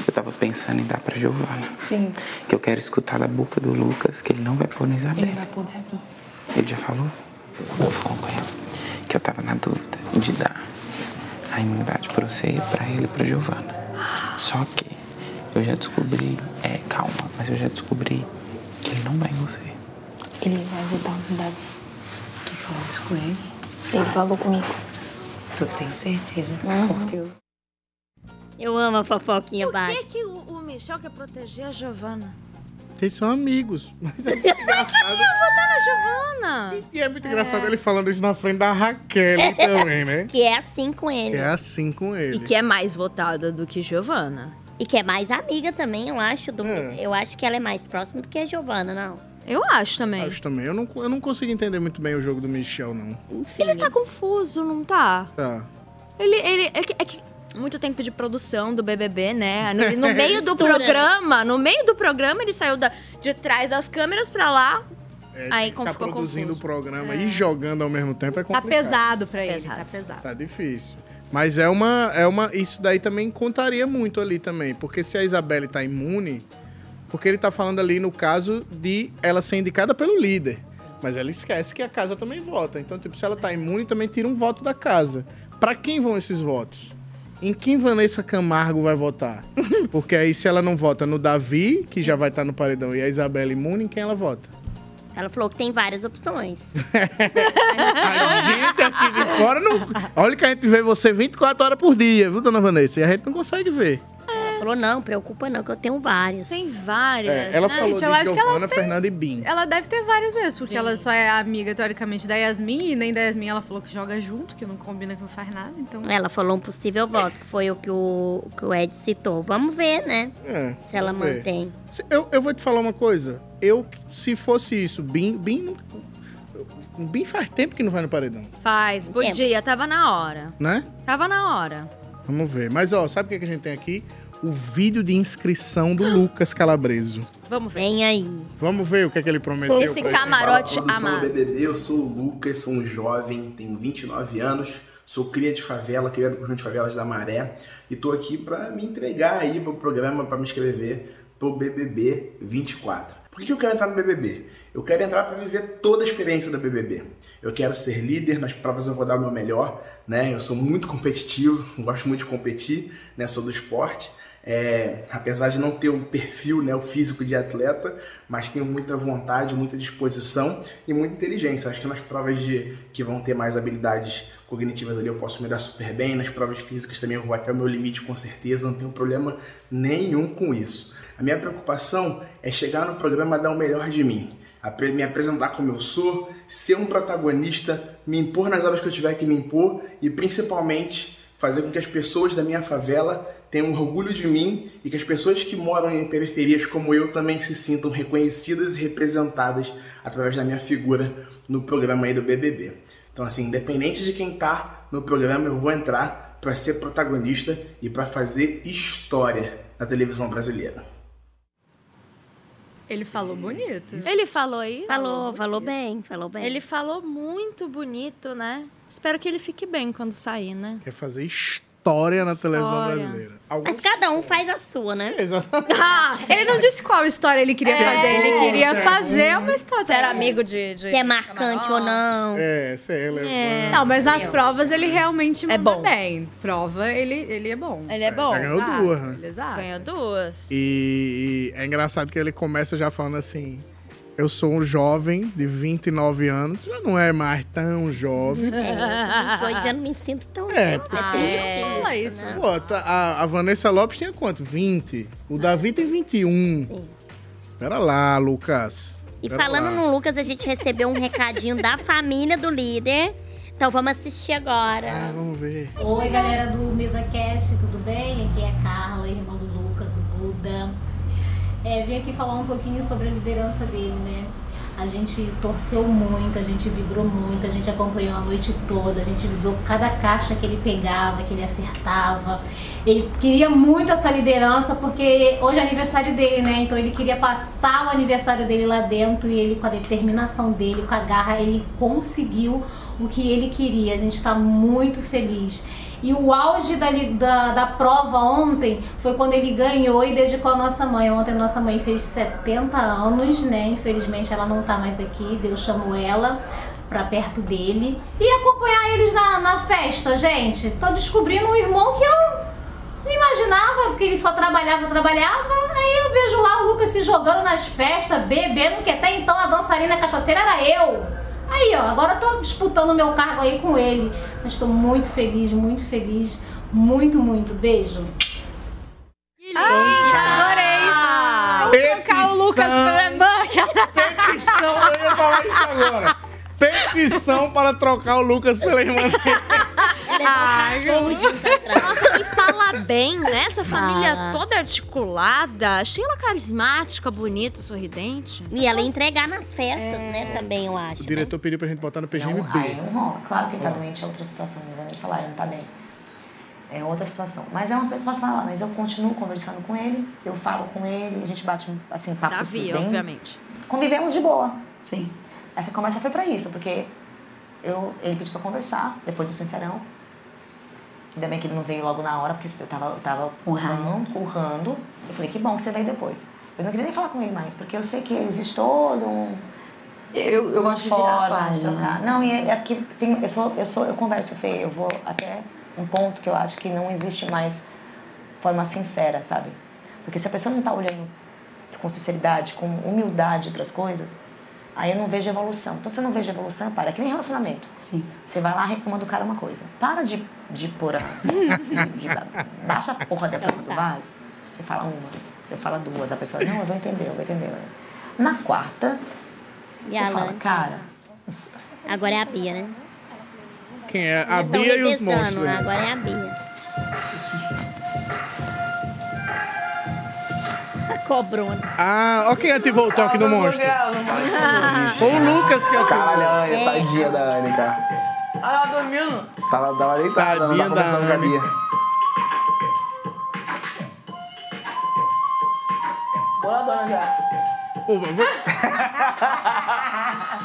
[SPEAKER 12] Eu tava pensando em dar pra Giovana.
[SPEAKER 15] Sim.
[SPEAKER 12] Que eu quero escutar da boca do Lucas que ele não vai pôr na Isabela.
[SPEAKER 15] vai poder.
[SPEAKER 12] Ele já falou? Quando eu falo com ela, que eu tava na dúvida de dar a imunidade pra você e pra ele e pra Giovana. Só que eu já descobri, é, calma, mas eu já descobri que ele não vai em você.
[SPEAKER 23] Ele vai ajudar
[SPEAKER 17] um
[SPEAKER 23] o Davi. Tu falou com ele? Ele falou comigo. Tu tem certeza?
[SPEAKER 6] Eu amo a fofoquinha
[SPEAKER 5] Por
[SPEAKER 6] baixa.
[SPEAKER 5] é que, que o, o Michel quer proteger a Giovana?
[SPEAKER 2] Vocês são amigos. Mas é
[SPEAKER 5] Eu ia votar na Giovana!
[SPEAKER 2] E é muito engraçado ele falando isso na frente da Raquel também, né?
[SPEAKER 6] que é assim com
[SPEAKER 2] Que
[SPEAKER 6] ele.
[SPEAKER 2] é assim com ele.
[SPEAKER 5] é mais votada do que Giovana.
[SPEAKER 6] E que é mais amiga também, eu acho. do- Eu acho que ela é mais próxima do que a Giovana, não.
[SPEAKER 5] Eu acho também.
[SPEAKER 2] Acho também. Eu não, eu não consigo entender muito bem o jogo do Michel, não.
[SPEAKER 5] Ele tá confuso, não tá?
[SPEAKER 2] Tá.
[SPEAKER 5] Ele, ele é, que, é que muito tempo de produção do BBB, né? No, no meio do
[SPEAKER 6] Mistura.
[SPEAKER 5] programa, no meio do programa ele saiu da- de trás das câmeras pra
[SPEAKER 6] Tá
[SPEAKER 5] lá. Tá
[SPEAKER 2] É,
[SPEAKER 5] aí
[SPEAKER 2] ficar
[SPEAKER 5] como ficou
[SPEAKER 2] produzindo
[SPEAKER 5] confuso. É.
[SPEAKER 2] o programa e jogando ao mesmo tempo é
[SPEAKER 4] Tá
[SPEAKER 2] complicado.
[SPEAKER 4] pesado pra ele. Tá pesado.
[SPEAKER 2] Tá difícil. Mas é uma, é uma. Isso daí também contaria muito ali também. Porque se a Isabelle tá imune, porque ele tá falando ali no caso de ela ser indicada pelo líder. Mas ela esquece que a casa também vota. Então, tipo, se ela tá imune, também tira um voto da casa. Pra quem vão esses votos? Em quem Vanessa Camargo vai votar? Porque aí, se ela não vota no Davi, que já vai estar no paredão, e a Isabelle imune, em quem ela vota?
[SPEAKER 6] Ela falou que tem várias opções.
[SPEAKER 2] Agora não. Olha que a gente vê você 24 horas por dia, viu, dona Vanessa? E a gente não consegue ver.
[SPEAKER 6] Ela falou, não, preocupa não, que eu tenho vários.
[SPEAKER 5] Tem vários.
[SPEAKER 2] É, ela falou
[SPEAKER 4] gente,
[SPEAKER 2] de
[SPEAKER 4] eu acho que ela
[SPEAKER 2] Giovana,
[SPEAKER 4] tem-
[SPEAKER 2] Fernanda e Bim.
[SPEAKER 4] Ela deve ter várias mesmo, porque ela só é amiga, teoricamente, da Yasmin, e nem da Yasmin ela falou que joga junto, que não combina, que não faz nada, então...
[SPEAKER 6] Ela falou um possível voto, que foi o que o, o que o Ed citou. Vamos ver, né?
[SPEAKER 2] É,
[SPEAKER 6] Se ela
[SPEAKER 2] vamos ver.
[SPEAKER 6] mantém.
[SPEAKER 2] Se- Eu, eu vou te falar uma coisa. Eu, se fosse isso, Bim, Bim nunca. Bim faz tempo que não vai no paredão,
[SPEAKER 5] Faz, podia, tava na hora.
[SPEAKER 2] né?
[SPEAKER 5] Tava na hora.
[SPEAKER 2] Vamos ver. Mas, ó, sabe o que que a gente tem aqui? O vídeo de inscrição do Lucas Calabreso.
[SPEAKER 5] Vamos
[SPEAKER 6] ver. Vem aí.
[SPEAKER 2] Vamos ver o que, é que ele prometeu.
[SPEAKER 5] Esse
[SPEAKER 2] pra gente.
[SPEAKER 5] camarote
[SPEAKER 1] Fala, produção do
[SPEAKER 5] amado.
[SPEAKER 1] BBB, eu sou o Lucas, sou um jovem, tenho 29 anos, sou cria de favela, criado por de favelas da Maré, e tô aqui pra me entregar aí pro programa, pra me inscrever pro BBB 24. Por que que eu quero entrar no BBB? Eu quero entrar pra viver toda a experiência do BBB. Eu quero ser líder, nas provas eu vou dar o meu melhor, né? Eu sou muito competitivo, gosto muito de competir, né? Sou do esporte. É, apesar de não ter o perfil, né, o físico de atleta, mas tenho muita vontade, muita disposição e muita inteligência. Acho que nas provas de que vão ter mais habilidades cognitivas ali eu posso me dar super bem, nas provas físicas também eu vou até o meu limite com certeza, não tenho problema nenhum com isso. A minha preocupação é chegar no programa e dar o melhor de mim apre- me apresentar como eu sou, ser um protagonista, me impor nas horas que eu tiver que me impor e principalmente fazer com que as pessoas da minha favela tenham orgulho de mim e que as pessoas que moram em periferias como eu também se sintam reconhecidas e representadas através da minha figura no programa aí do BBB. Então assim, independente de quem tá no programa, eu vou entrar para ser protagonista e para fazer história na televisão brasileira.
[SPEAKER 4] Ele falou bonito.
[SPEAKER 5] Ele falou isso?
[SPEAKER 6] Falou, falou bem, falou bem.
[SPEAKER 5] Ele falou muito bonito, né? Espero que ele fique bem quando sair, né?
[SPEAKER 2] Quer fazer história na televisão
[SPEAKER 5] História.
[SPEAKER 2] brasileira. Algum
[SPEAKER 6] Mas cada um faz a sua, né?
[SPEAKER 2] Exatamente.
[SPEAKER 4] ele não disse qual história ele queria fazer, ele queria fazer uma história.
[SPEAKER 5] É. Se era amigo de... de
[SPEAKER 6] Se é marcante ou não.
[SPEAKER 2] É, se é relevante.
[SPEAKER 4] Não, mas nas provas ele realmente manda é bom. bem. Prova, ele, ele é bom.
[SPEAKER 5] Ele é bom.
[SPEAKER 2] já ganhou
[SPEAKER 4] Exato,
[SPEAKER 2] duas, né?
[SPEAKER 4] ele- Exato.
[SPEAKER 5] Ganhou duas.
[SPEAKER 2] E, e é engraçado que ele começa já falando assim: Eu sou um jovem de 29 anos, já não é mais tão jovem.
[SPEAKER 6] É, hoje já não me sinto tão.
[SPEAKER 2] É,
[SPEAKER 6] jovem.
[SPEAKER 2] porque
[SPEAKER 5] Ah,
[SPEAKER 2] tem
[SPEAKER 6] triste
[SPEAKER 2] isso.
[SPEAKER 6] Ah, isso, né?
[SPEAKER 2] Pô, tá- a, a Vanessa Lopes tinha quanto? 20. O Davi tem 21. Pera lá, Lucas.
[SPEAKER 6] E
[SPEAKER 2] Pera
[SPEAKER 6] falando
[SPEAKER 2] lá.
[SPEAKER 6] no Lucas, a gente recebeu um recadinho da família do líder. Então vamos assistir agora. Ah,
[SPEAKER 2] vamos ver.
[SPEAKER 3] Oi, galera do MesaCast, tudo bem? Aqui é a Carla, irmã do Lucas, o Buda. é, veio aqui falar um pouquinho sobre a liderança dele, né? A gente torceu muito, a gente vibrou muito, a gente acompanhou a noite toda, a gente vibrou cada caixa que ele pegava, que ele acertava. Ele queria muito essa liderança porque hoje é aniversário dele, né? Então ele queria passar o aniversário dele lá dentro e ele com a determinação dele, com a garra, ele conseguiu o que ele queria. A gente está muito feliz. E o auge da, li- da, da prova ontem foi quando ele ganhou e dedicou a nossa mãe. Ontem a nossa mãe fez 70 anos, né? Infelizmente ela não tá mais aqui, Deus chamou ela pra perto dele. E acompanhar eles na, na festa, gente. Tô descobrindo um irmão que eu não imaginava, porque ele só trabalhava, trabalhava. Aí eu vejo lá o Lucas se jogando nas festas, bebendo, que até então a dançarina cachaceira era eu. Aí, ó, agora eu tô disputando meu cargo aí com ele. Mas tô muito feliz, muito feliz. Muito, muito. Beijo.
[SPEAKER 5] Ah! Adorei!
[SPEAKER 4] Vou
[SPEAKER 5] Ah,
[SPEAKER 4] trocar o Lucas pela
[SPEAKER 2] Petição, eu ia falar isso agora. Petição para trocar o Lucas pela irmã dele.
[SPEAKER 5] Ah, Nossa, e fala bem, né? Essa família toda articulada. Achei ela carismática, bonita, sorridente.
[SPEAKER 6] E ela entregar nas festas, né? Também, eu acho.
[SPEAKER 2] O diretor pediu pra gente botar no PGMB.
[SPEAKER 23] Aí não rola. Claro que ele tá doente, é outra situação. Não vou nem falar, ele não tá bem. É outra situação. Mas é uma pessoa que falar, mas eu continuo conversando com ele, eu falo com ele, a gente bate, assim, papo
[SPEAKER 5] Davi, obviamente.
[SPEAKER 23] Convivemos de boa. Sim. Essa conversa foi pra isso, porque eu, ele pediu pra conversar, depois do Sincerão. Ainda bem que ele não veio logo na hora, porque eu tava, eu tava urrando, urrando. Eu falei, que bom que você veio depois. Eu não queria nem falar com ele mais, porque eu sei que existe todo um... Eu, eu gosto de virar a de página. trocar. Não, e é- é que tem, eu, sou, eu, sou, eu converso, Fê, eu vou até um ponto que eu acho que não existe mais forma sincera, sabe? Porque se a pessoa não tá olhando com sinceridade, com humildade para as coisas, aí eu não vejo evolução. Então, se eu não vejo evolução, para. É que nem relacionamento. Sim. Você vai lá reclama do cara uma coisa. Para de, de pôr a... de- de- baixa a porra da tampa do vaso. Você fala uma, você fala duas. A pessoa, não, eu vou entender, eu vou entender. Na quarta,
[SPEAKER 6] E
[SPEAKER 23] eu
[SPEAKER 6] a
[SPEAKER 23] falo,
[SPEAKER 6] Lance?
[SPEAKER 23] cara...
[SPEAKER 6] Agora é a Bia, né?
[SPEAKER 2] Quem é? A
[SPEAKER 6] Eles tão
[SPEAKER 2] Bia e os
[SPEAKER 6] revezando,
[SPEAKER 2] monstros. né?
[SPEAKER 6] Agora é a Bia. A cobrona.
[SPEAKER 2] Ah, ó quem ativou o toque do monstro. Foi o Lucas que ativou.
[SPEAKER 18] Caralho, Anny, tadinha da Anny, cara.
[SPEAKER 16] Ah, ela dormindo.
[SPEAKER 18] Tava, tava deitada, não
[SPEAKER 2] Tadinha
[SPEAKER 18] tava
[SPEAKER 2] da
[SPEAKER 18] conversando com a
[SPEAKER 2] Anny.
[SPEAKER 18] Bia.
[SPEAKER 16] Boladona já.
[SPEAKER 2] Pô, vou-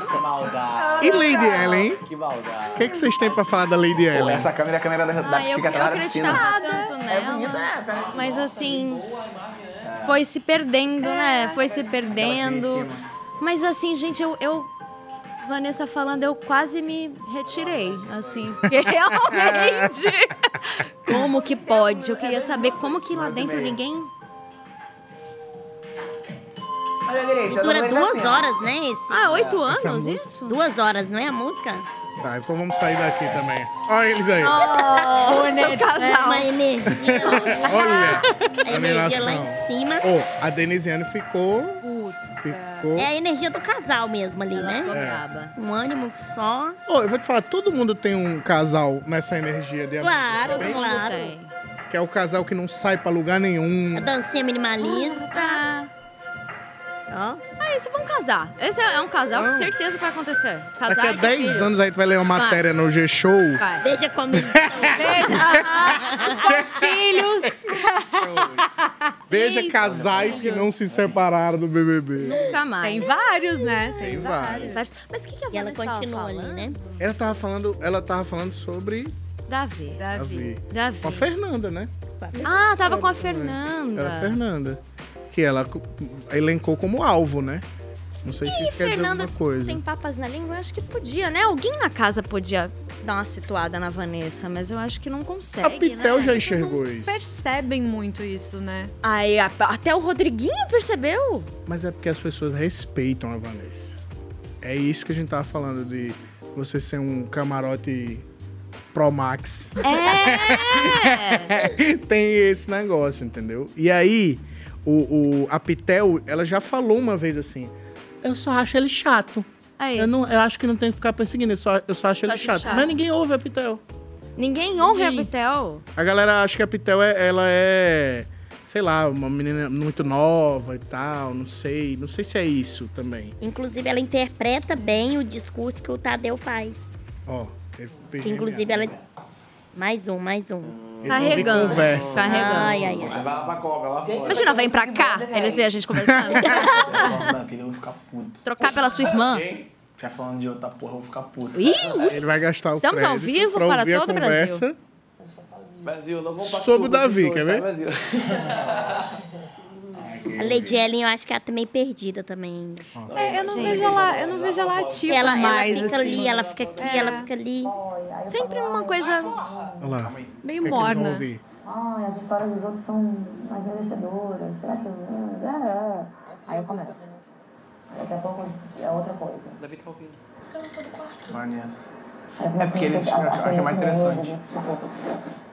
[SPEAKER 18] Que maldade.
[SPEAKER 2] E Lady Ellen, hein?
[SPEAKER 18] Que maldade.
[SPEAKER 2] O que, que vocês têm pra falar da Lady
[SPEAKER 18] Pô,
[SPEAKER 2] Ellen?
[SPEAKER 18] essa câmera é a câmera da, da
[SPEAKER 5] Ah, eu,
[SPEAKER 18] fica
[SPEAKER 5] eu
[SPEAKER 18] atrás da
[SPEAKER 2] assim, né?
[SPEAKER 18] piscina.
[SPEAKER 5] acreditava tanto nela. Mas assim, foi se perdendo, né? Foi se perdendo. Mas assim, gente, eu. eu- Vanessa falando, eu quase me retirei, assim, porque realmente, como que pode? Eu queria saber como que lá dentro ninguém
[SPEAKER 16] Olha direito, eu não
[SPEAKER 6] Dura
[SPEAKER 16] vou
[SPEAKER 6] duas
[SPEAKER 16] assim, ó.
[SPEAKER 6] horas, né? Esse?
[SPEAKER 5] Ah, oito
[SPEAKER 2] É, essa anos, música.
[SPEAKER 6] isso? Duas horas, não é a música?
[SPEAKER 2] Tá, então vamos sair daqui também. Olha eles aí.
[SPEAKER 6] Oh,
[SPEAKER 2] Bonito.
[SPEAKER 6] o casal. É uma energia.
[SPEAKER 2] Olha
[SPEAKER 6] A
[SPEAKER 2] a
[SPEAKER 6] energia lá
[SPEAKER 2] relação.
[SPEAKER 6] em cima.
[SPEAKER 2] Oh, a Denisiane ficou... Ficou...
[SPEAKER 6] É a energia do casal mesmo ali, né?
[SPEAKER 2] ficou É. braba.
[SPEAKER 6] Um ânimo que só.
[SPEAKER 2] Ô, eu vou te falar, todo mundo tem um casal nessa energia de amor,
[SPEAKER 6] Claro,
[SPEAKER 2] sabe?
[SPEAKER 6] claro.
[SPEAKER 2] Que é o casal que não sai pra lugar nenhum.
[SPEAKER 6] A dancinha minimalista.
[SPEAKER 5] Ó. Ah, isso vão casar. Esse é é um casal
[SPEAKER 6] Ah.
[SPEAKER 5] que certeza vai acontecer. Casar
[SPEAKER 2] Daqui a
[SPEAKER 5] e ter
[SPEAKER 2] 10
[SPEAKER 5] filhos.
[SPEAKER 2] anos aí tu vai ler uma matéria no G-Show.
[SPEAKER 5] Vai.
[SPEAKER 6] Beija comigo.
[SPEAKER 5] Com filhos.
[SPEAKER 2] Veja casais que não se separaram do BBB.
[SPEAKER 5] Nunca mais. Tem vários, né?
[SPEAKER 2] Tem vários.
[SPEAKER 5] Mas o que, que a
[SPEAKER 6] E ela
[SPEAKER 5] Vanessa tava
[SPEAKER 6] continua ali,
[SPEAKER 5] falando?
[SPEAKER 6] né?
[SPEAKER 2] Ela tava falando, ela tava falando sobre
[SPEAKER 5] Davi. Davi.
[SPEAKER 2] Com a Fernanda, né?
[SPEAKER 5] Ah, tava com a Fernanda.
[SPEAKER 2] Era a Fernanda. Que ela co- elencou como alvo, né? Não sei se
[SPEAKER 5] E
[SPEAKER 2] isso quer dizer
[SPEAKER 5] Fernanda
[SPEAKER 2] alguma coisa.
[SPEAKER 5] tem papas na língua? Eu acho que podia, né? Alguém na casa podia dar uma situada na Vanessa, mas eu acho que não consegue,
[SPEAKER 2] A Pitel
[SPEAKER 5] né?
[SPEAKER 2] já enxergou isso.
[SPEAKER 5] Percebem muito isso, né? Aí, a- até o Rodriguinho percebeu.
[SPEAKER 2] Mas é porque as pessoas respeitam a Vanessa. É isso que a gente tava falando de você ser um camarote Pro Max. É! Tem esse negócio, entendeu? E aí, o, o- a Pitel, ela já falou uma vez assim: Eu só acho ele chato.
[SPEAKER 5] É
[SPEAKER 2] eu, não, eu acho que não tem que ficar perseguindo, eu só, eu só acho ele
[SPEAKER 5] acho
[SPEAKER 2] chato.
[SPEAKER 5] chato.
[SPEAKER 2] Mas ninguém ouve a Pitel.
[SPEAKER 5] Ninguém ouve a Pitel.
[SPEAKER 2] A galera acha que a Pitel é, ela é, sei lá, uma menina muito nova e tal, não sei. Não sei se é isso também.
[SPEAKER 6] Inclusive, ela interpreta bem o discurso que o Tadeu faz.
[SPEAKER 2] Ó, ele fez
[SPEAKER 6] Que, inclusive, ela. Mais um, mais um.
[SPEAKER 2] Ele Carregando, não tem conversa.
[SPEAKER 5] carregando.
[SPEAKER 6] Ai, ai, ai.
[SPEAKER 18] Vai lá pra cobra, lá fora.
[SPEAKER 5] Imagina, vem pra cá, eles e a gente conversando.
[SPEAKER 18] Na vida eu vou ficar puto.
[SPEAKER 5] Trocar pela sua irmã.
[SPEAKER 18] Tá falando de outra porra, eu vou ficar puto. É,
[SPEAKER 5] Ih,
[SPEAKER 2] Ele vai gastar o
[SPEAKER 5] Estamos ao
[SPEAKER 2] crédito
[SPEAKER 5] vivo
[SPEAKER 2] pra
[SPEAKER 5] para
[SPEAKER 2] ouvir a
[SPEAKER 5] todo o
[SPEAKER 1] é
[SPEAKER 2] conversa.
[SPEAKER 5] Brasil.
[SPEAKER 18] Brasil, não vou
[SPEAKER 2] Sobre o Davi, quer ver?
[SPEAKER 6] A Lady Ellen, eu acho que ela tá meio perdida também.
[SPEAKER 4] É, eu não vejo ela, eu não vejo ela ativa
[SPEAKER 6] ela,
[SPEAKER 4] mais,
[SPEAKER 6] Ela fica
[SPEAKER 4] assim.
[SPEAKER 6] ali, ela fica aqui,
[SPEAKER 4] É.
[SPEAKER 6] ela fica ali.
[SPEAKER 4] Sempre numa coisa
[SPEAKER 2] Olha lá. é
[SPEAKER 4] meio morna.
[SPEAKER 23] Ai, as histórias dos outros são mais merecedoras. Será que eu. Ah, ah. Aí eu começo. Daqui a pouco é outra coisa.
[SPEAKER 18] Davi tá ouvindo.
[SPEAKER 23] Ela foi do quarto.
[SPEAKER 18] Vanessa.
[SPEAKER 23] Aí eu comecei
[SPEAKER 18] É porque ele
[SPEAKER 23] a- a- a
[SPEAKER 18] acha que é mais
[SPEAKER 23] ter medo
[SPEAKER 18] interessante.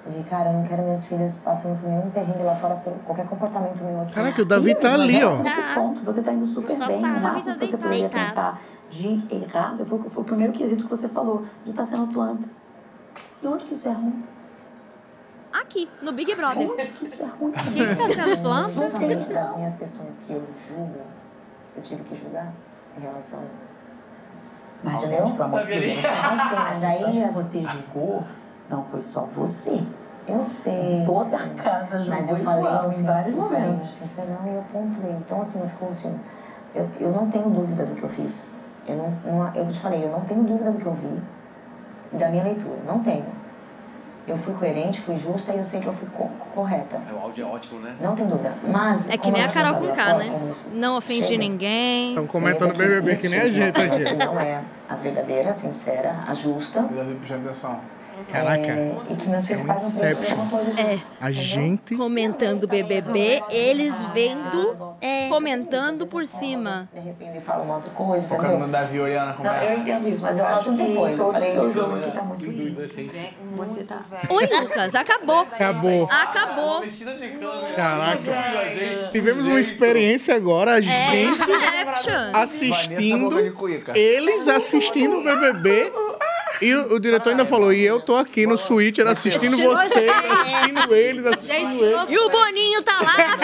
[SPEAKER 23] De, de, cara, eu não quero meus filhos passando por nenhum perrengue lá fora por qualquer comportamento meu aqui.
[SPEAKER 2] Caraca, o Davi tá ali, ó.
[SPEAKER 23] Nesse ponto, você tá indo super bem. O máximo que você poderia pensar de errado foi, foi o primeiro quesito que você falou, de
[SPEAKER 17] tá
[SPEAKER 23] estar sendo planta. E onde que isso é ruim?
[SPEAKER 5] Aqui, no Big Brother.
[SPEAKER 23] Quem
[SPEAKER 5] tá sendo planta?
[SPEAKER 23] assim, Justamente das minhas questões que eu julgo, eu tive que julgar em relação. Mas entendeu? Pelo amor de Deus. Então, assim, mas aí você julgou, não foi só você. Eu sei. Toda a casa julgou. Mas eu falei igual, no em senso, vários eu falei no momentos. senso, não, e eu pontuei. Então, assim, não ficou assim. Eu, eu não tenho dúvida do que eu fiz. Eu, não, não- eu te falei, eu não tenho dúvida do que eu vi, da minha leitura. Não tenho. Eu fui coerente, fui justa e eu sei que eu fui co- correta.
[SPEAKER 18] O áudio é ótimo, né?
[SPEAKER 23] Não tem dúvida. Mas.
[SPEAKER 5] É que
[SPEAKER 23] como
[SPEAKER 5] nem
[SPEAKER 23] eu
[SPEAKER 5] a
[SPEAKER 23] já
[SPEAKER 5] Carol
[SPEAKER 23] sabia
[SPEAKER 5] com K,
[SPEAKER 23] fora,
[SPEAKER 5] né?
[SPEAKER 23] como isso
[SPEAKER 5] Não ofendi
[SPEAKER 23] chega,
[SPEAKER 5] ninguém.
[SPEAKER 2] Estão comentando BBB que nem a gente
[SPEAKER 23] que
[SPEAKER 2] aqui.
[SPEAKER 23] Não é a verdadeira, a sincera, a justa. Eu
[SPEAKER 18] vi prestando atenção.
[SPEAKER 2] Caraca.
[SPEAKER 23] e que meus pais
[SPEAKER 2] um
[SPEAKER 23] pagam preço de
[SPEAKER 2] inception.
[SPEAKER 23] alguma é coisa disso.
[SPEAKER 2] A gente.
[SPEAKER 5] É, Comentando
[SPEAKER 23] é
[SPEAKER 5] BBB, eles vendo, comentando por cima.
[SPEAKER 23] Ele fala uma outra coisa,
[SPEAKER 18] Focando
[SPEAKER 23] entendeu?
[SPEAKER 18] no Davi olhando a conversa.
[SPEAKER 23] eu entendo isso, mas eu acho que depois, eu todo falei, seu eu jogo juro aqui que tá tá muito
[SPEAKER 18] lindo.
[SPEAKER 23] Você tá.
[SPEAKER 5] Oi, Lucas, acabou.
[SPEAKER 2] Acabou.
[SPEAKER 5] Acabou.
[SPEAKER 2] Caraca. Tivemos uma experiência agora, a gente assistindo. Eles assistindo o BBB. E o, o diretor ainda falou: e eu tô aqui no Switcher assistindo vocês, assistindo eles, assistindo eles.
[SPEAKER 5] E o Boninho tá lá na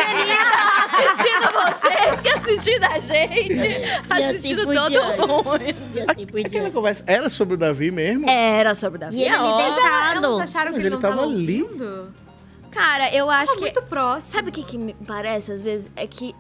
[SPEAKER 5] tá assistindo vocês, que assistindo a gente,
[SPEAKER 2] é
[SPEAKER 5] assistindo
[SPEAKER 2] tipo
[SPEAKER 5] todo mundo.
[SPEAKER 2] Aquela conversa era sobre o Davi mesmo?
[SPEAKER 5] tipo Era sobre o Davi.
[SPEAKER 6] E ele me deitado.
[SPEAKER 2] Mas ele tava ali.
[SPEAKER 5] Cara, eu acho que. Tá muito próximo. Sabe o que, que me parece às vezes? É que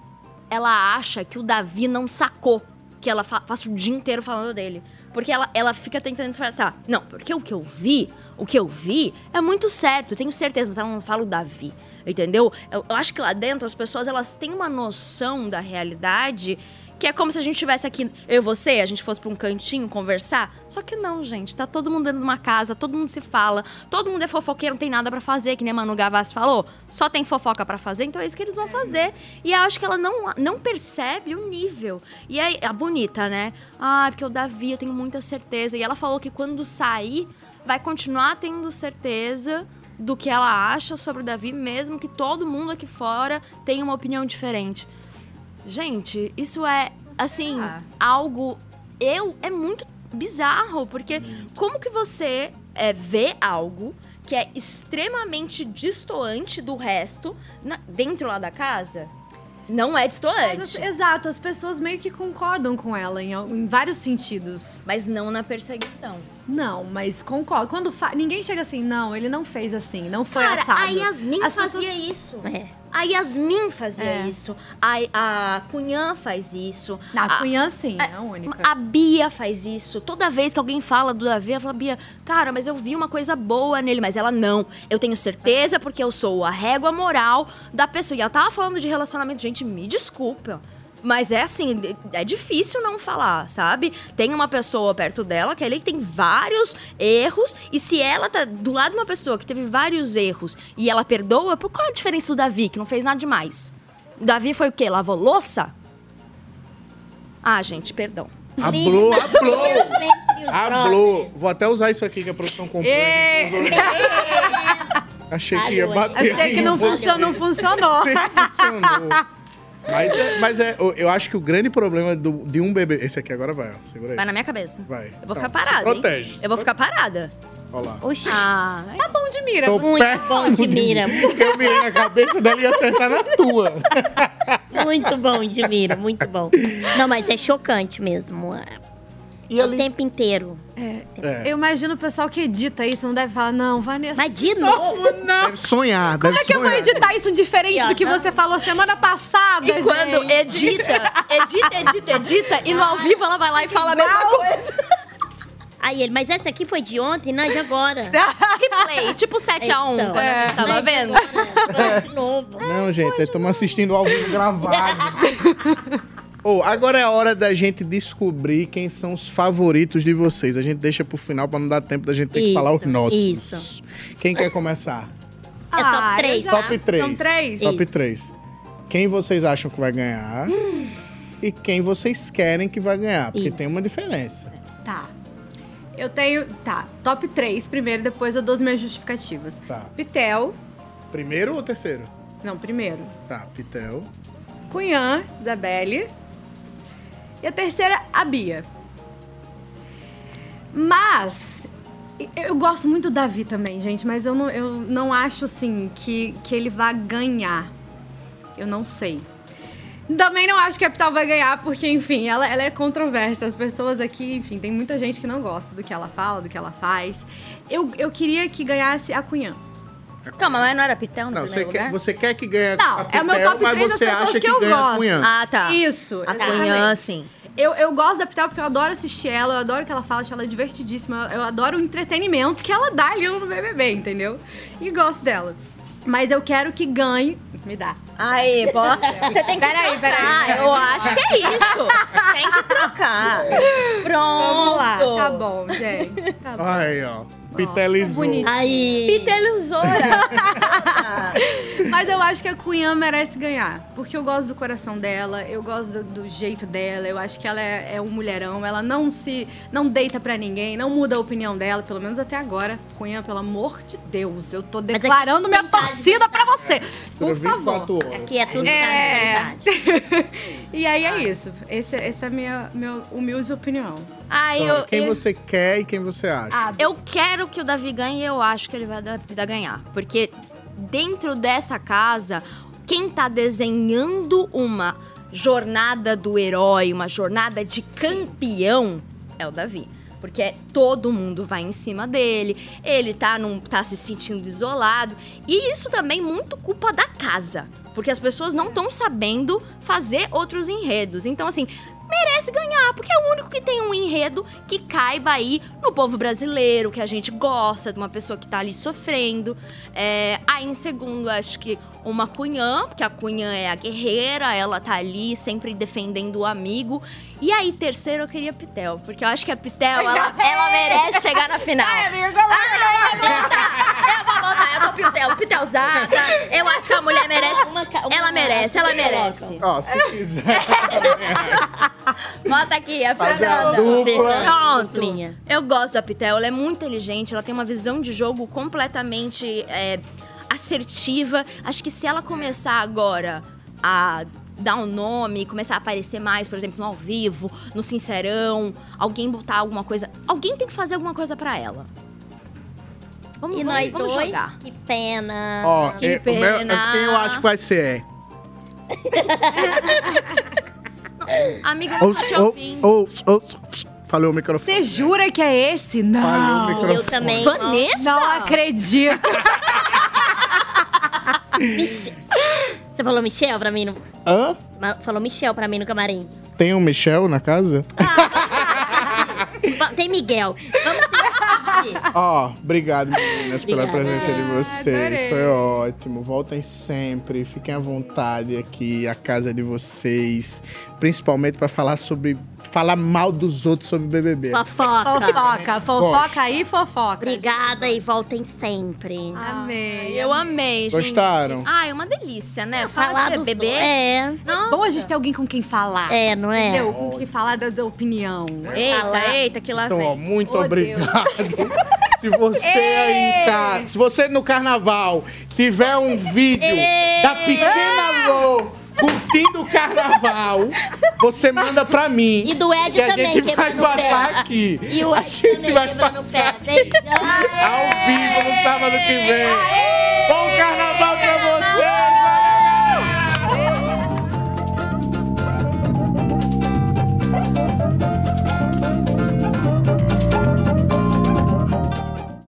[SPEAKER 5] ela acha que o Davi não sacou que ela fa- passa o dia inteiro falando dele. Porque ela, ela fica tentando disfarçar. Não, porque o que eu vi, o que eu vi é muito certo, eu tenho certeza, mas ela não fala o Davi. Entendeu? Eu, eu acho que lá dentro as pessoas elas têm uma noção da realidade que é como se a gente estivesse aqui, eu e você, a gente fosse pra um cantinho conversar. Só que não, gente. Tá todo mundo dentro de uma casa, todo mundo se fala, todo mundo é fofoqueiro, não tem nada pra fazer, que nem a Manu Gavassi falou. Só tem fofoca pra fazer, então é isso que eles vão fazer. E eu acho que ela não, não percebe o nível. E aí, a bonita, né? Ah, porque o Davi, eu tenho muita certeza. E ela falou que quando sair, vai continuar tendo certeza do que ela acha sobre o Davi, mesmo que todo mundo aqui fora tenha uma opinião diferente. Gente, isso é, assim, algo. Eu. É muito bizarro, porque como que você é, vê algo que é extremamente distoante do resto na- dentro lá da casa? Não é distoante.
[SPEAKER 4] Mas, exato, as pessoas meio que concordam com ela em, al- em vários sentidos.
[SPEAKER 5] Mas não na perseguição.
[SPEAKER 4] Não, mas concordo. Quando fa- ninguém chega assim, não, ele não fez assim, não foi
[SPEAKER 5] Cara,
[SPEAKER 4] assado.
[SPEAKER 5] a Yasmin
[SPEAKER 4] As
[SPEAKER 5] fazia
[SPEAKER 4] pessoas-
[SPEAKER 5] isso. A Yasmin fazia
[SPEAKER 4] É.
[SPEAKER 5] isso. A, a Cunhã faz isso.
[SPEAKER 4] Não, a Cunhã,
[SPEAKER 5] sim,
[SPEAKER 4] é a única.
[SPEAKER 5] A Bia faz isso. Toda vez que alguém fala do Davi, ela fala, Bia, cara, mas eu vi uma coisa boa nele. Mas ela, não. Eu tenho certeza porque eu sou a régua moral da pessoa. E ela tava falando de relacionamento. Gente, me desculpa. Mas é assim, é difícil não falar, sabe? Tem uma pessoa perto dela que é ali tem vários erros. E se ela tá do lado de uma pessoa que teve vários erros e ela perdoa, por qual a diferença do Davi, que não fez nada demais? Davi foi o quê? Lavou louça? Ah, gente, perdão.
[SPEAKER 2] Ablou, ablou! Ablou! Vou até usar isso aqui que a produção comprou. Achei que ia bater.
[SPEAKER 4] Achei É, que não funcionou, não funcionou.
[SPEAKER 2] Mas, é, mas é, eu- eu acho que o grande problema do- de um bebê. Esse aqui agora vai, ó. Segura aí.
[SPEAKER 5] Vai na minha cabeça.
[SPEAKER 2] Vai.
[SPEAKER 5] Eu vou
[SPEAKER 2] Então,
[SPEAKER 5] ficar
[SPEAKER 2] se
[SPEAKER 5] parada. hein?
[SPEAKER 2] Protege.
[SPEAKER 5] Eu vou ficar parada.
[SPEAKER 2] Olha lá.
[SPEAKER 6] Oxi.
[SPEAKER 4] tá bom de mira.
[SPEAKER 2] Tô
[SPEAKER 4] muito bom
[SPEAKER 2] péssimo
[SPEAKER 4] de mira.
[SPEAKER 2] Eu mirei na cabeça dela e ia acertar na tua.
[SPEAKER 6] Muito bom, Edmira, muito bom. Não, mas é chocante mesmo. é. O tempo inteiro.
[SPEAKER 4] É. Eu imagino o pessoal que edita isso, não deve falar, não, Vanessa.
[SPEAKER 6] Mas de novo,
[SPEAKER 4] não.
[SPEAKER 2] Sonhar,
[SPEAKER 4] Como
[SPEAKER 2] deve
[SPEAKER 4] é que eu vou
[SPEAKER 2] sonhar.
[SPEAKER 4] editar isso diferente do que
[SPEAKER 5] Piada.
[SPEAKER 4] você falou semana passada,
[SPEAKER 5] E quando
[SPEAKER 4] gente?
[SPEAKER 5] edita, edita, edita, edita, e no ao vivo ela vai lá e fala a mesma coisa.
[SPEAKER 6] Aí ele, mas essa aqui foi de ontem, não é de agora.
[SPEAKER 5] Replay, tipo 7x1,
[SPEAKER 6] Então.
[SPEAKER 5] quando a
[SPEAKER 6] É.
[SPEAKER 5] gente tava vendo.
[SPEAKER 2] Não, gente, estamos assistindo ao vivo gravado. Ô, agora é a hora da gente descobrir quem são os favoritos de vocês. A gente deixa pro final pra não dar tempo da gente ter que falar os nossos.
[SPEAKER 6] Isso.
[SPEAKER 2] Quem quer começar?
[SPEAKER 4] É top
[SPEAKER 6] três,
[SPEAKER 4] já...
[SPEAKER 2] Top 3.
[SPEAKER 4] São três?
[SPEAKER 2] Top 3. Quem vocês acham que vai ganhar e quem vocês querem que vai ganhar, porque tem uma diferença.
[SPEAKER 4] Tá. Eu tenho. Tá, top 3 primeiro, depois eu dou as minhas justificativas.
[SPEAKER 2] Tá.
[SPEAKER 4] Pitel.
[SPEAKER 2] Primeiro ou terceiro?
[SPEAKER 4] Não, primeiro.
[SPEAKER 2] Tá, Pitel.
[SPEAKER 4] Cunhã, Isabelle. E a terceira, a Bia. Mas. e- Eu gosto muito do Davi também, gente, mas eu não, eu não acho assim que, que ele vá ganhar. Eu não sei. Também não acho que a Pital vai ganhar, porque, enfim, ela, ela é controversa. As pessoas aqui, enfim, tem muita gente que não gosta do que ela fala, do que ela faz. Eu, eu queria que ganhasse a Cunhã.
[SPEAKER 5] Calma, mas não era Pitel
[SPEAKER 2] Não, você quer, você quer que ganhe a
[SPEAKER 4] né? É
[SPEAKER 2] Pitel,
[SPEAKER 4] o meu top 3
[SPEAKER 2] mas
[SPEAKER 4] das
[SPEAKER 2] você
[SPEAKER 4] pessoas
[SPEAKER 2] acha
[SPEAKER 4] que,
[SPEAKER 2] que,
[SPEAKER 4] eu
[SPEAKER 2] ganha a
[SPEAKER 4] gosto.
[SPEAKER 2] Cunhã.
[SPEAKER 4] Isso.
[SPEAKER 5] Ah, tá. A
[SPEAKER 4] exatamente.
[SPEAKER 5] Cunhã, sim.
[SPEAKER 4] Eu, eu gosto da Pitel porque eu adoro assistir ela, eu adoro o que ela fala, acho ela divertidíssima. Eu, eu adoro o entretenimento que ela dá ali no BBB, entendeu? E gosto dela. Mas eu quero que ganhe... Me dá.
[SPEAKER 5] Aí, pô. Você tem que
[SPEAKER 4] Peraí,
[SPEAKER 5] trocar.
[SPEAKER 4] peraí.
[SPEAKER 5] Eu acho que é isso. Tem que trocar. Pronto.
[SPEAKER 4] Vamos lá. Tá bom, gente. Tá bom.
[SPEAKER 2] Aí, ó. Pitelizou.
[SPEAKER 4] Piteluzora. Mas eu acho que a Cunhã merece ganhar. Porque eu gosto do coração dela, eu gosto do, do jeito dela, eu acho que ela é, é um mulherão, ela não se. não deita pra ninguém, não muda a opinião dela, pelo menos até agora. Cunhã, pelo amor de Deus, eu
[SPEAKER 5] é
[SPEAKER 4] tô declarando minha torcida pra você. Por favor.
[SPEAKER 6] Aqui é tudo
[SPEAKER 4] É. E aí é isso. Esse- essa é a minha, minha humilde opinião.
[SPEAKER 5] Aí
[SPEAKER 2] Então,
[SPEAKER 5] eu,
[SPEAKER 2] quem
[SPEAKER 5] eu,
[SPEAKER 2] você quer e quem você acha.
[SPEAKER 4] Ah,
[SPEAKER 5] Ah, eu quero que o Davi ganhe e eu acho que ele vai dar, dar ganhar. Porque dentro dessa casa, quem tá desenhando uma jornada do herói, uma jornada de campeão, é o Davi. Porque é- todo mundo vai em cima dele, ele tá, num, tá se sentindo isolado. E isso também muito culpa da casa. Porque as pessoas não estão sabendo fazer outros enredos. Então, assim, merece ganhar, porque é o único que tem um enredo que caiba aí no povo brasileiro, que a gente gosta, de uma pessoa que tá ali sofrendo. É, aí, em segundo, acho que uma Cunhã, porque a Cunhã é a guerreira, ela tá ali sempre defendendo o amigo. E aí, terceiro, eu queria a Pitel, porque eu acho que a Pitel, ela, ela merece chegar na final.
[SPEAKER 13] Ai, amigo,
[SPEAKER 5] Ah, eu vou votar, eu vou votar, eu tô Pitel, Pitelzada. Eu acho que a mulher merece, ela merece, ela merece.
[SPEAKER 2] Ó, se quiser.
[SPEAKER 5] Bota aqui, a
[SPEAKER 2] Fazer a
[SPEAKER 5] Fernanda.
[SPEAKER 2] dupla.
[SPEAKER 5] Pronto. Eu gosto da Pitel, ela é muito inteligente, ela tem uma visão de jogo completamente é, assertiva. Acho que se ela começar agora a dar um nome, começar a aparecer mais, por exemplo, no ao vivo, no Sincerão, alguém botar alguma coisa. Alguém tem que fazer alguma coisa pra ela. Vamos,
[SPEAKER 6] E
[SPEAKER 5] vamos,
[SPEAKER 6] nós
[SPEAKER 5] vamos
[SPEAKER 6] dois?
[SPEAKER 5] jogar.
[SPEAKER 6] Que pena.
[SPEAKER 2] Ó,
[SPEAKER 5] que
[SPEAKER 2] é, o meu,
[SPEAKER 5] pena.
[SPEAKER 2] quem eu acho que vai ser é.
[SPEAKER 5] Amiga,
[SPEAKER 2] é.
[SPEAKER 5] eu não tô te
[SPEAKER 2] ou,
[SPEAKER 5] ouvindo.
[SPEAKER 2] ou, ou, falhou o microfone.
[SPEAKER 4] Você jura que é esse?
[SPEAKER 2] Falhou o
[SPEAKER 4] Não.
[SPEAKER 2] microfone. Eu também.
[SPEAKER 4] Vanessa? Não acredito.
[SPEAKER 6] Mich- Você falou Michel pra mim no...
[SPEAKER 2] Hã?
[SPEAKER 6] Ma- Falou Michel pra mim no camarim.
[SPEAKER 2] Tem um Michel na casa?
[SPEAKER 6] Fa- Tem Miguel. Vamos se
[SPEAKER 2] Ó, obrigado, meninas, pela
[SPEAKER 6] Obrigada.
[SPEAKER 2] presença de vocês.
[SPEAKER 6] adorei.
[SPEAKER 2] Foi ótimo. Voltem sempre, fiquem à vontade aqui, a casa é de vocês. Principalmente pra falar sobre. falar mal dos outros sobre BBB.
[SPEAKER 6] Fofoca.
[SPEAKER 4] Fofoca,
[SPEAKER 2] fofoca
[SPEAKER 4] aí, fofoca.
[SPEAKER 6] Obrigada e voltem sempre.
[SPEAKER 5] Amei. Eu amei, gente.
[SPEAKER 2] Gostaram?
[SPEAKER 5] Ai, é uma delícia, né?
[SPEAKER 4] falar
[SPEAKER 5] Falar de
[SPEAKER 4] dos
[SPEAKER 5] bebê.
[SPEAKER 4] outros. É. Bom a gente ter alguém com quem falar.
[SPEAKER 5] É, não é?
[SPEAKER 4] Entendeu? Com quem falar da, da opinião.
[SPEAKER 5] Eita, eita, que lá
[SPEAKER 2] Então, ó,
[SPEAKER 5] vem.
[SPEAKER 2] muito
[SPEAKER 5] Oh,
[SPEAKER 2] obrigado. Se você aí, tá, se você no carnaval tiver um vídeo
[SPEAKER 5] Ei!
[SPEAKER 6] Ah!
[SPEAKER 2] da pequena Lou curtindo o carnaval, você manda pra mim. E
[SPEAKER 6] do Ed
[SPEAKER 2] que a
[SPEAKER 6] também,
[SPEAKER 2] gente vai
[SPEAKER 6] quebra no pé.
[SPEAKER 2] passar aqui.
[SPEAKER 6] E o
[SPEAKER 2] a
[SPEAKER 6] Ed
[SPEAKER 2] gente vai passar aqui. Ao vivo no sábado que vem.